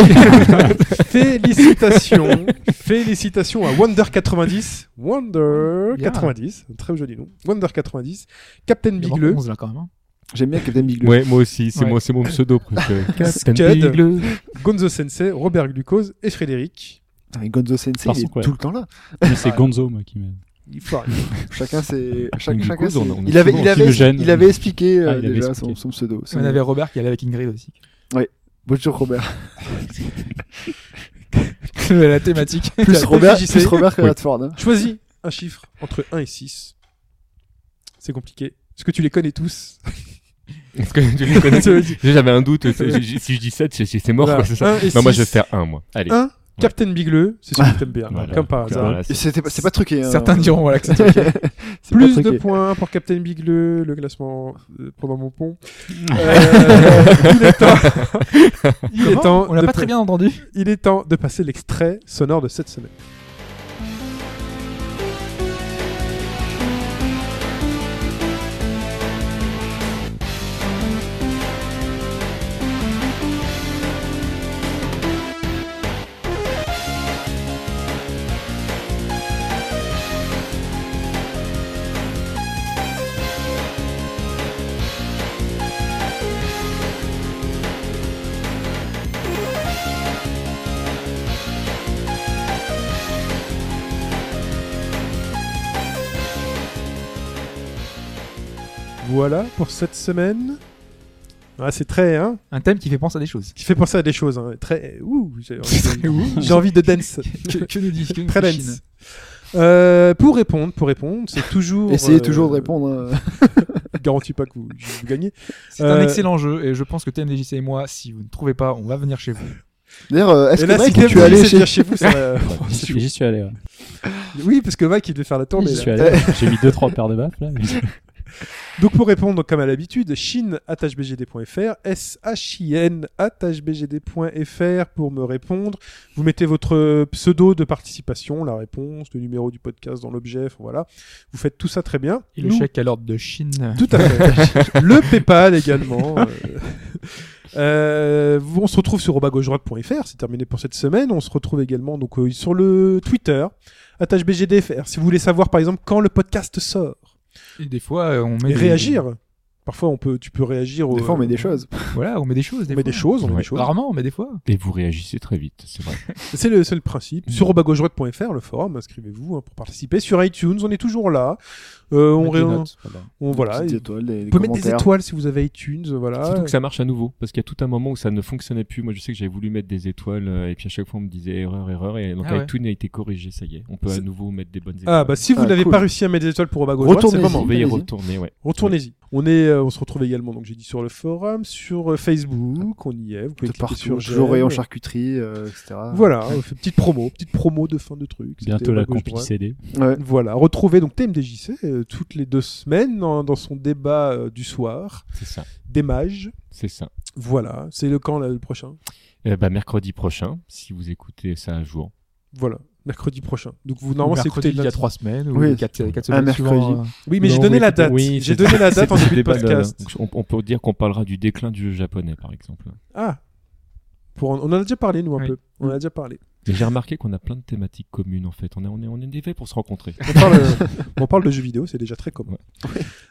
Félicitations. Félicitations à Wonder90. Wonder90.
Yeah.
un Très joli nom. Wonder90. Captain
Il y en a
Bigleux.
11 là quand même. hein.
J'aime bien Captain Bigleux.
ouais, moi aussi, c'est
Ouais.
moi, c'est mon pseudo préféré. Captain
Scud.
Bigleux.
Gonzo Sensei, Robert Glucose et Frédéric.
Mais Gonzo Sensei, il est
Par contre, ouais.
tout le temps là.
Mais c'est Gonzo, moi, qui me.
Il faut arrêter.
Chacun c'est
Donc,
chacun
du
chacun
coup, on-
ses-
on est
il avait
souvent
il
en
avait
filogène.
il avait expliqué euh,
Ah, il avait
déjà
expliqué.
son, son pseudo. Son...
On avait Robert qui allait avec Ingrid aussi.
Bonjour Robert.
la thématique.
Plus Robert,
réfléchissez.
plus Robert que
Oui.
Radford. hein.
Choisis un chiffre entre 1 et 6. C'est compliqué. Est-ce que tu les connais tous
Est-ce que tu les connais J'avais un doute. c'est- j'ai- Si je dis 7, c'est c'est mort,
Voilà.
quoi, c'est ça.
Un et
Non, moi
six.
je vais faire un, moi. Allez.
1. Captain Bigleux, c'est celui que t'aimes bien,
Voilà.
comme par hasard.
Voilà, c'est-
C'était pas- c'est pas truqué. hein.
Certains diront voilà que c'est
C'est pas
Plus
truqué.
de points pour Captain Bigleux, le classement euh, pendant mon pont. Euh, il est temps, il est
Comment
temps
On l'a
de
pas très
pa-
bien entendu.
il est temps de passer l'extrait sonore de cette semaine. Voilà pour cette semaine. Ah, c'est très, hein,
Un thème qui fait penser à des choses.
qui fait penser à des choses. hein, Très, ouh, j'ai envie de- j'ai envie de dance.
Que, que nous dit que nous
Très
dit Chine
dense. Euh, pour répondre, pour répondre, c'est toujours.
Essayez
euh,
toujours de répondre. hein.
Je garantis pas que vous, vous gagnez.
C'est
Euh,
un excellent jeu et je pense que TMDJC et moi, si vous ne trouvez pas, on va venir chez vous.
D'ailleurs, euh, est-ce
Et
que
là, si
Mike, tu es
Gabriel
allé
sait
chez
venir chez vous, ça va-
J'y suis- j'y suis allé. ouais.
Oui, parce que Mike, il devait faire la tournée.
J'y
là.
suis allé. J'ai mis 2-3 paires de baffes, là. mais-
Donc pour répondre, comme à l'habitude, chine.bgd.fr, shin.bgd.fr pour me répondre. Vous mettez votre euh, pseudo de participation, la réponse, le numéro du podcast dans l'objet, enfin, voilà. Vous faites tout ça très bien.
Et le
Nous,
chèque à l'ordre de Chine.
Tout à fait. le PayPal également. euh. Euh, vous- on se retrouve sur robagaugedroite.fr, c'est terminé pour cette semaine. On se retrouve également donc euh, sur le Twitter, attache BGDFR, si vous voulez savoir par exemple quand le podcast sort
Et des fois, euh, on met.
et
des-
réagir. Parfois, on peut, tu peux réagir.
Des
au-
fois, on met des choses.
euh,
Voilà, on met des choses.
On met des choses, on met
Ouais.
des choses.
Rarement, mais des fois.
Et vous réagissez très vite, c'est vrai.
euh, C'est le, c'est le principe. Sur robagaugedroite.fr, le forum, inscrivez-vous hein, pour participer. Sur iTunes, on est toujours là. Euh, on,
met des
ré-
notes. Voilà.
on- voilà.
Des
Vous
petites étoiles, des, des
pouvez mettre des
commentaires.
étoiles si vous avez iTunes, euh, voilà.
Surtout que ça marche à nouveau, parce qu'il y a tout un moment où ça ne fonctionnait plus. Moi, je sais que j'avais voulu mettre des étoiles, euh, et puis à chaque fois, on me disait erreur, erreur, et donc
Ah ouais.
iTunes a été corrigé, ça y est. On peut à
C'est-
nouveau mettre des bonnes étoiles.
Ah bah si vous
Ah,
n'avez
cool.
pas réussi à mettre des étoiles pour Roba Gauche, c'est le
Retournez-y.
moment.
on va y
vas-y.
retourner, ouais.
Retournez-y. On est euh, on se retrouve également, donc j'ai dit sur le forum, sur euh, Facebook, on y est. Vous pouvez
de
cliquer
partout,
sur
toujours
j'aime.
rayon charcuterie, euh, etc.
Voilà, on fait petite promo, petite promo de fin de truc.
Bientôt
C'était
la
à gauche,
compil
droite.
CD.
Ouais.
Voilà, retrouvez donc TMDJC euh, toutes les deux semaines en- dans son débat euh, du soir,
C'est ça.
des mages.
C'est ça.
Voilà, c'est le quand là, le prochain
Euh, bah, mercredi prochain, si vous écoutez ça un jour.
Voilà, mercredi prochain. Donc vous
Non,
normalement c'est
mercredi,
écouté
il y a
lundi.
trois semaines ou
Oui.
quatre, quatre
Un
semaines. suivant,
mercredi.
euh,
Oui, mais j'ai
Non,
donné
oui,
la
écoutez,
date. j'ai
oui, c'est-
donné la date en
C'est le
début de
débat de-
podcast.
euh, on, on peut dire qu'on parlera du déclin du japonais, par exemple.
Ah. Pour en- On en a déjà parlé, nous, un
Oui.
peu. On en a déjà parlé.
Mais j'ai remarqué qu'on a plein de thématiques communes, en fait. On est, on est, on est des vrais pour se rencontrer.
On parle, on parle de jeux vidéo, c'est déjà très commun.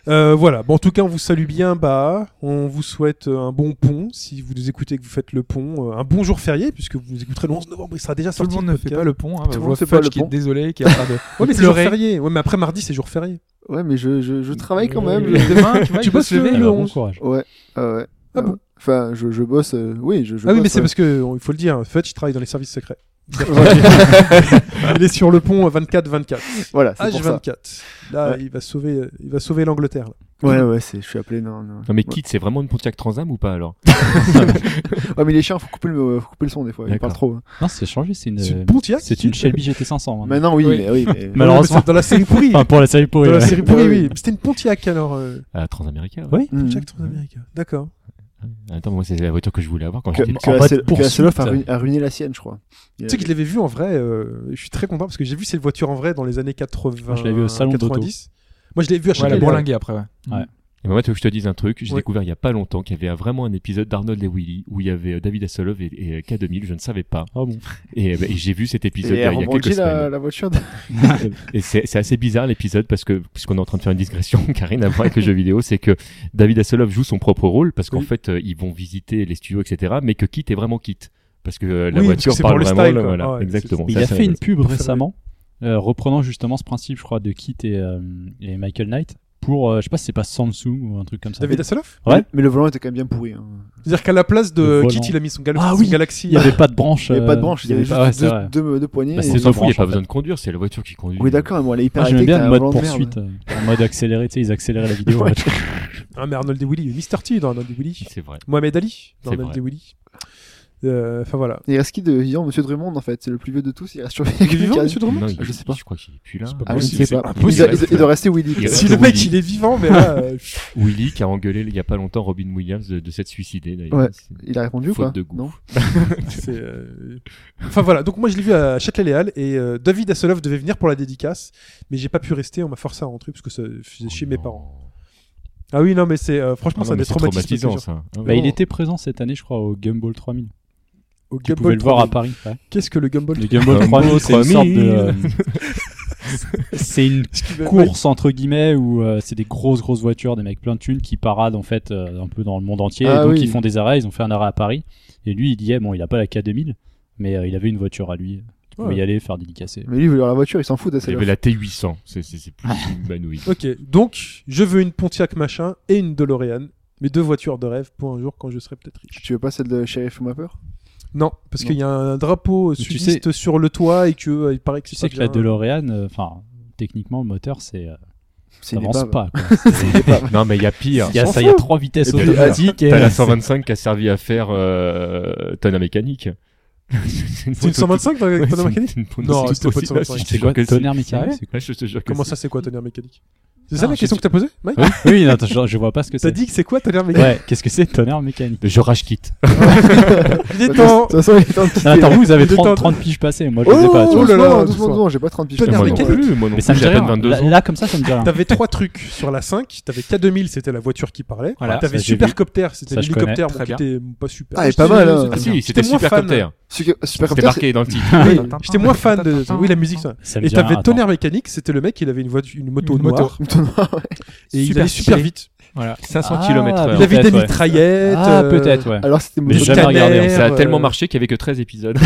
Euh, voilà. Bon, en tout cas, on vous salue bien bas. On vous souhaite euh, un bon pont. Si vous nous écoutez, que vous faites le pont. euh, Un bon jour férié, puisque vous nous écouterez le 11 novembre. Il sera déjà
Tout le
sorti.
monde ne fait
podcast.
pas le pont. Hein,
Tout le
Je
monde
vois
fait pas
Fudge
le
qui est
pont.
désolé, qui est en train de
Ouais, mais c'est jour
pleurer.
férié. Ouais, mais après mardi, c'est jour férié.
Ouais, mais je, je, je travaille quand même. je-
Demain, tu vois,
Tu
il faut
bosses
se lever.
le-
Alors, bah, bon
11.
courage.
Ouais, ah ouais.
Ah
Ah
bon
ouais. Enfin, je, je bosse. euh, oui, je, je
ah oui,
bosse,
mais c'est
ouais.
parce que, on- il faut le dire, Fudge il travaille dans les services secrets.
voilà,
Il est sur le pont 24-24.
voilà,
Ah,
c'est pour ça.
H24. Là,
Ah, Ouais.
il va sauver, euh, il va sauver l'Angleterre. là.
Ouais, ouais, c'est, je suis appelé. Non, non.
Ah,
Non, mais
Ouais.
Kit, c'est vraiment une Pontiac Transam ou pas alors
Ouais, mais les chiens, faut couper le, euh, faut couper le son des fois. Ils
D'accord.
parlent trop. hein.
Non, c'est changé, c'est une,
C'est
euh,
une Pontiac.
c'est une Shelby GT500. maintenant.
Maintenant, oui,
Oui.
mais oui, mais.
Mais- Malheureusement.
Ouais, mais c'est dans la série pourrie.
Enfin, pour la série
Dans
pourrie.
la
ouais.
série pourrie,
Ouais,
oui.
oui.
C'était une Pontiac alors. euh,
À Transamérica
Ouais.
Mhm.
Pontiac Transamérica. D'accord.
Hein, Attends, moi, c'est la voiture que je voulais avoir quand
Que,
j'étais
que,
petit.
en
Hassel-
mode
que Hasselhoff a,
poursuite.
ruiné- a ruiné la sienne, je crois. Il
Tu
a-
sais que je l'avais vu en vrai. euh, je suis très content parce que j'ai vu cette voiture en vrai dans les années 80.
Moi, je l'ai vu au salon d'auto.
90. Moi, je l'ai vu à
Ouais, la
Châtelet.
bourlinguer après. ouais.
Et moi, tu veux que je te dise un truc J'ai
Ouais.
découvert il y a pas longtemps qu'il y avait euh, vraiment un épisode d'Arnold et Willy où il y avait euh, David Hasselhoff et, et, euh, K2000, je ne savais pas.
Ah bon.
Et, euh, bah, et j'ai vu cet
Et
épisode
elle
euh, il y a
rebondit
quelques
la,
semaines.
la voiture. de-
Et c'est c'est assez bizarre l'épisode parce que, puisqu'on est en train de faire une digression qui n'a rien à voir avec le jeu vidéo, c'est que David Hasselhoff joue son propre rôle parce qu'en
Oui.
fait, euh, ils vont visiter les studios, etc. Mais que Kit est vraiment Kit. Parce que euh, la
Oui, parce
voiture
que c'est
parle
pour le
vraiment.
style,
là,
quoi.
voilà,
Ah ouais,
exactement.
c'est-
Il
Ça,
a
c'est-
fait une pub
ça, oui.
récemment, euh, reprenant justement ce principe, je crois, de Kit et, euh, et Michael Knight pour, euh, je sais pas si c'est pas Samsung ou un truc comme ça.
David Hasselhoff
Ouais.
Mais le volant était quand même bien pourri. hein.
C'est-à-dire qu'à la place
Le
de
volant.
Kit, il a mis son, gal-
Ah
son
oui.
Galaxy.
il y avait pas de branche.
Il n'y
euh,
avait pas de branche, il y avait juste
pas- ouais, c'est
deux,
vrai.
deux, deux poignées.
Bah,
et-
c'est s'en
une
fout, il n'y a
branche,
pas
en
besoin
fait.
de conduire, c'est la voiture qui conduit.
Oui, d'accord, mais bon, elle est hyper
Moi, j'aimais
high-tech,
bien
t'as
le
un
mode
volant de merde.
poursuite, euh, en mode accéléré, tu sais, ils accéléraient la vidéo.
Ouais.
ouais.
Ah, mais Arnold et Willy. il y a Mr. T dans Arnold et Willy.
C'est vrai.
Mohamed Ali dans
C'est
Arnold
vrai.
et Willy. Euh, Enfin voilà.
Et Il reste qui de vivant, Monsieur Drummond, en fait C'est le plus vieux de tous, il reste survécu.
Il est vivant,
quasiment.
monsieur Drummond
Non,
Je
il-
sais pas.
Je crois qu'il est plus là.
C'est Ah, pas
Ah, je
possible,
sais
c'est
pas. Il
impossible.
doit- il doit- il doit rester Willy.
Il
quoi.
Si le mec il est vivant, mais là. euh,
Willy qui a engueulé il y a pas longtemps Robin Williams de, de s'être suicidé d'ailleurs.
Ouais.
C'est-
Il a répondu ou
Faute
pas
de goût.
Non
C'est, euh, Enfin voilà, donc moi je l'ai vu à Châtelet-Léal et euh, David Hasselhoff devait venir pour la dédicace, mais j'ai pas pu rester, on m'a forcé à rentrer parce que ça faisait chez mes
Oh,
parents.
non.
Ah oui, non mais c'est euh, franchement
Ah
ça
non, mais
m'a
c'est
traumatisé
traumatisant ça. Ah,
Bah, il
vraiment.
était présent cette année, je crois, au Gumball 3000.
Au
Tu
Gumball
pouvais le voir à
3000.
Paris. ouais.
Qu'est-ce que le Gumball
Le Gumball 3000, c'est une sorte de. euh, c'est une course entre guillemets où euh, c'est des grosses grosses voitures des mecs plein de thunes qui paradent en fait euh, un peu dans le monde entier
Ah
et donc
oui.
ils font des arrêts ils ont fait un arrêt à Paris et lui il y est bon il a pas la K2000 mais euh, il avait une voiture à lui il pouvait
Ouais.
y aller faire dédicacer
Mais lui, il veut avoir la voiture, il s'en fout.
Il y
Hasselhoff.
avait la T800, c'est c'est- c'est plus humanoïde.
Ok, donc je veux une Pontiac machin et une DeLorean, mes deux voitures de rêve pour un jour quand je serai peut-être riche.
Tu veux pas celle de Sheriff ou peur
Non, parce
Non.
qu'il y a un drapeau
tu
sudiste sur le toit et que euh, il paraît que
tu
c'est
sais
pas
que la
hein.
bien.
DeLorean euh, enfin techniquement le moteur c'est euh,
C'est des
t'avances
babes.
pas quoi.
Non mais il y a pire.
il y a
s'en
ça il y a
fout.
trois vitesses
Et puis,
automatiques et
T'as la
euh,
125 qui a servi à faire euh, tonne à mécanique. C'est
C'est une 125 dans
Ouais,
la
c'est une-
tonnerre mécanique
une Pontiac.
Non,
C'est
c'était pas une
possible,
125.
je te
c'est
jure
quoi
que
tonnerre
si.
mécanique
Ouais, je te jure que Ah,
Comment
si.
ça c'est quoi tonnerre mécanique C'est
Non,
ça la
Ah, je-
question que t'as posée Mike
oui non, attends, je, je vois pas ce que
T'as
c'est
dit que c'est quoi tonnerre mécanique
ouais qu'est-ce que c'est tonnerre mécanique
Je rage quitte.
Il est
De
temps
toute façon, il est temps de quitter.
Non, attends vous vous avez
Il est
30,
temps-
30 piges passées moi je les ai
Oh
pas tu vois.
Oh là là,
doucement,
doucement.
doucement, doucement, j'ai pas 30 piges.
Tonnerre
Moi
des
non
mécanique.
plus, moi non
mais ça
plus,
me dit
j'ai à peine
rien
22
là,
ans.
là, comme ça ça me dit rien
T'avais trois trucs sur la 5. T'avais K2000, c'était la voiture qui parlait.
Voilà,
T'avais
ça, j'ai
Supercopter, c'était
Ça, je
l'hélicoptère
connais,
bon, qui
très
était pas super.
Ah, elle est
J'étais-
pas mal, hein.
j'étais-
Ah
j'étais
si, c'était
moins fan.
Supercopter. C'était
Supercopter,
marqué dans le titre.
Oui,
Tintin,
J'étais moins fan de.
tintin,
Oui, la
tintin.
musique, ça.
Ça me
Et
dit rien,
t'avais
attends.
Tonnerre Mécanique, c'était le mec, il avait une, voiture, une moto
Une moto.
noire. Et il
Super
allait super
stylé.
vite.
Voilà.
500
Ah,
km/h.
Il avait des
Peut-être, ouais.
mitraillettes.
Ah,
euh,
peut-être, ouais.
Alors c'était
Mais
moto
j'ai jamais
Scanner,
regardé. en fait.
Ça a
euh,
tellement marché qu'il y avait que 13 épisodes.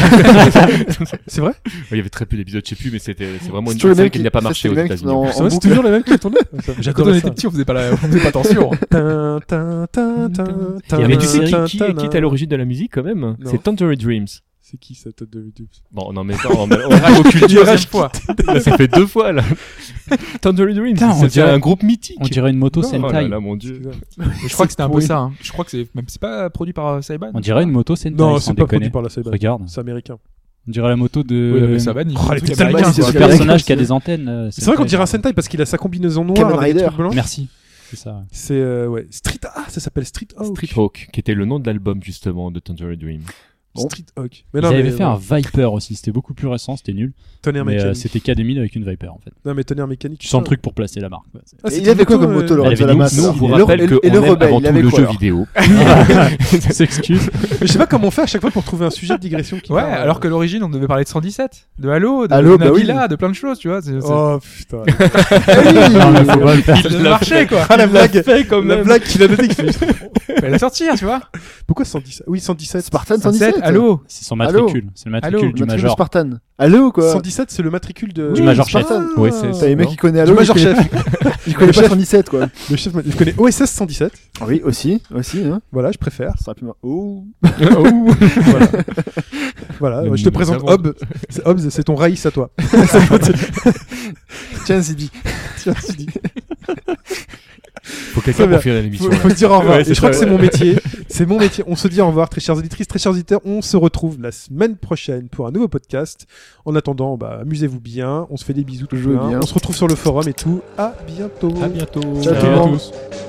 C'est vrai
Il y avait très peu d'épisodes, je sais plus, mais c'était c'est vraiment
C'est
une
toujours le
scène
même
qui n'a pas marché aux États-Unis.
En,
C'est
en
vrai, c'est
boucle.
toujours le même qui est tourné.
Quand on
J'adorais
était
ça.
petits, on faisait pas la- on faisait pas attention.
Tin, tin, tin, tin,
Il y
Mais
avait
tin,
tu sais qui,
tin,
qui,
tin,
qui est à l'origine de la musique quand même
Euh, Non.
C'est Tangerine Dreams.
C'est qui sa tête de YouTube
Bon, non, mais ça, on, on rajoute
Deuxième fois.
Là, ça fait deux fois, là. Thunder Dream,
Putain, on
c'est
dirait-
un groupe mythique.
On dirait une moto
Non,
Oh là
Sentai.
là, mon
C'est
dieu.
ça.
Je crois que c'était un peu
pourri.
ça. hein. Je crois que c'est même c'est pas produit par euh, Saiban.
On dirait une moto Sentai,
Non,
sans
c'est pas produit
déconner.
par la Saiban.
Regarde,
C'est américain.
on dirait la moto de
Oui, mais Saiban, il
Oh,
fait un
les
truc
putains de
américain,
magazines,
quoi.
c'est
le personnage
américain,
qui a des antennes. euh,
C'est vrai qu'on
Sentai.
dirait un Sentai parce qu'il a sa combinaison noire
Kamen
avec des
Rider.
trucs blancs.
Merci, c'est ça.
C'est euh, ouais, Street Ah, ça s'appelle Street Hawk.
Street Hawk, qui était le nom de l'album, justement, de Thunder Dream.
Street Hawk. Mais
Ils
non,
avaient
mais, ouais,
fait un Viper aussi, c'était beaucoup plus récent, c'était nul.
tonnerre
Mais euh,
mécanique.
c'était K2000 avec une Viper en fait.
non mais tonnerre mécanique.
Tu sens le
putain.
truc pour placer la marque. quoi.
Ah,
Et
c'était
il avait quoi
plutôt,
comme
euh,
moto, Laurent
elle avait
de la
nous,
Masse
nous,
Nous, on
Et
vous
Et le-
rappelle
et le-
qu'on
et le
aime
rebelle,
avant
il
tout
avait
le
quoi
jeu
alors
vidéo.
S'excuse.
Je sais pas comment on fait à chaque fois pour trouver un sujet de digression. Qui
Ouais,
parle.
alors qu'à l'origine, on devait parler de 117, de Halo, de
Halo,
de
bah oui.
Nabila, de plein de choses, tu vois. c'est- c'est-
Oh putain.
Non, mais faut pas le faire.
Ça devait marcher, quoi.
Ah, la blague.
fait comme
La blague qu'il a notée. qui fait-
Fallait la sortir, tu vois.
Pourquoi 117 Oui, 117.
Spartan
117,
117
Halo.
C'est son matricule. C'est le matricule
Allô
du
Matrix
Major.
Spartan. Halo quoi
117, c'est le matricule de.
Du Major Chef.
Spartan.
Oui, c'est-
T'as les mecs qui connaissent
Du
Halo,
Major
ils connaissent-
Chef.
ils connaissent
Le
pas
chef.
117 quoi.
Le chef. Je connais OSS 117.
Oui, aussi, aussi, hein.
Voilà, je préfère.
Ça aurait pu mar- Oh.
voilà. Voilà,
Nous,
je te
nous
présente
avons-
Hobbes. C'est- Hobbes, c'est ton raïs à toi.
Tiens, Zibi.
Tiens, tu dis.
Faut
Très
quelqu'un
bien.
pour finir
faut,
l'émission. là.
faut se dire au revoir.
Ouais,
Et
c'est
je crois
ça,
que c'est
ouais.
mon métier. C'est mon métier. On se dit au revoir, très chères éditrices, très chers auditeurs. On se retrouve la semaine prochaine pour un nouveau podcast. En attendant, bah, amusez-vous bien. On se fait des bisous tout
Jouez bien.
On se retrouve sur le forum et tout. À bientôt.
À bientôt.
Ciao tout
Ciao
le
à
monde.
tous.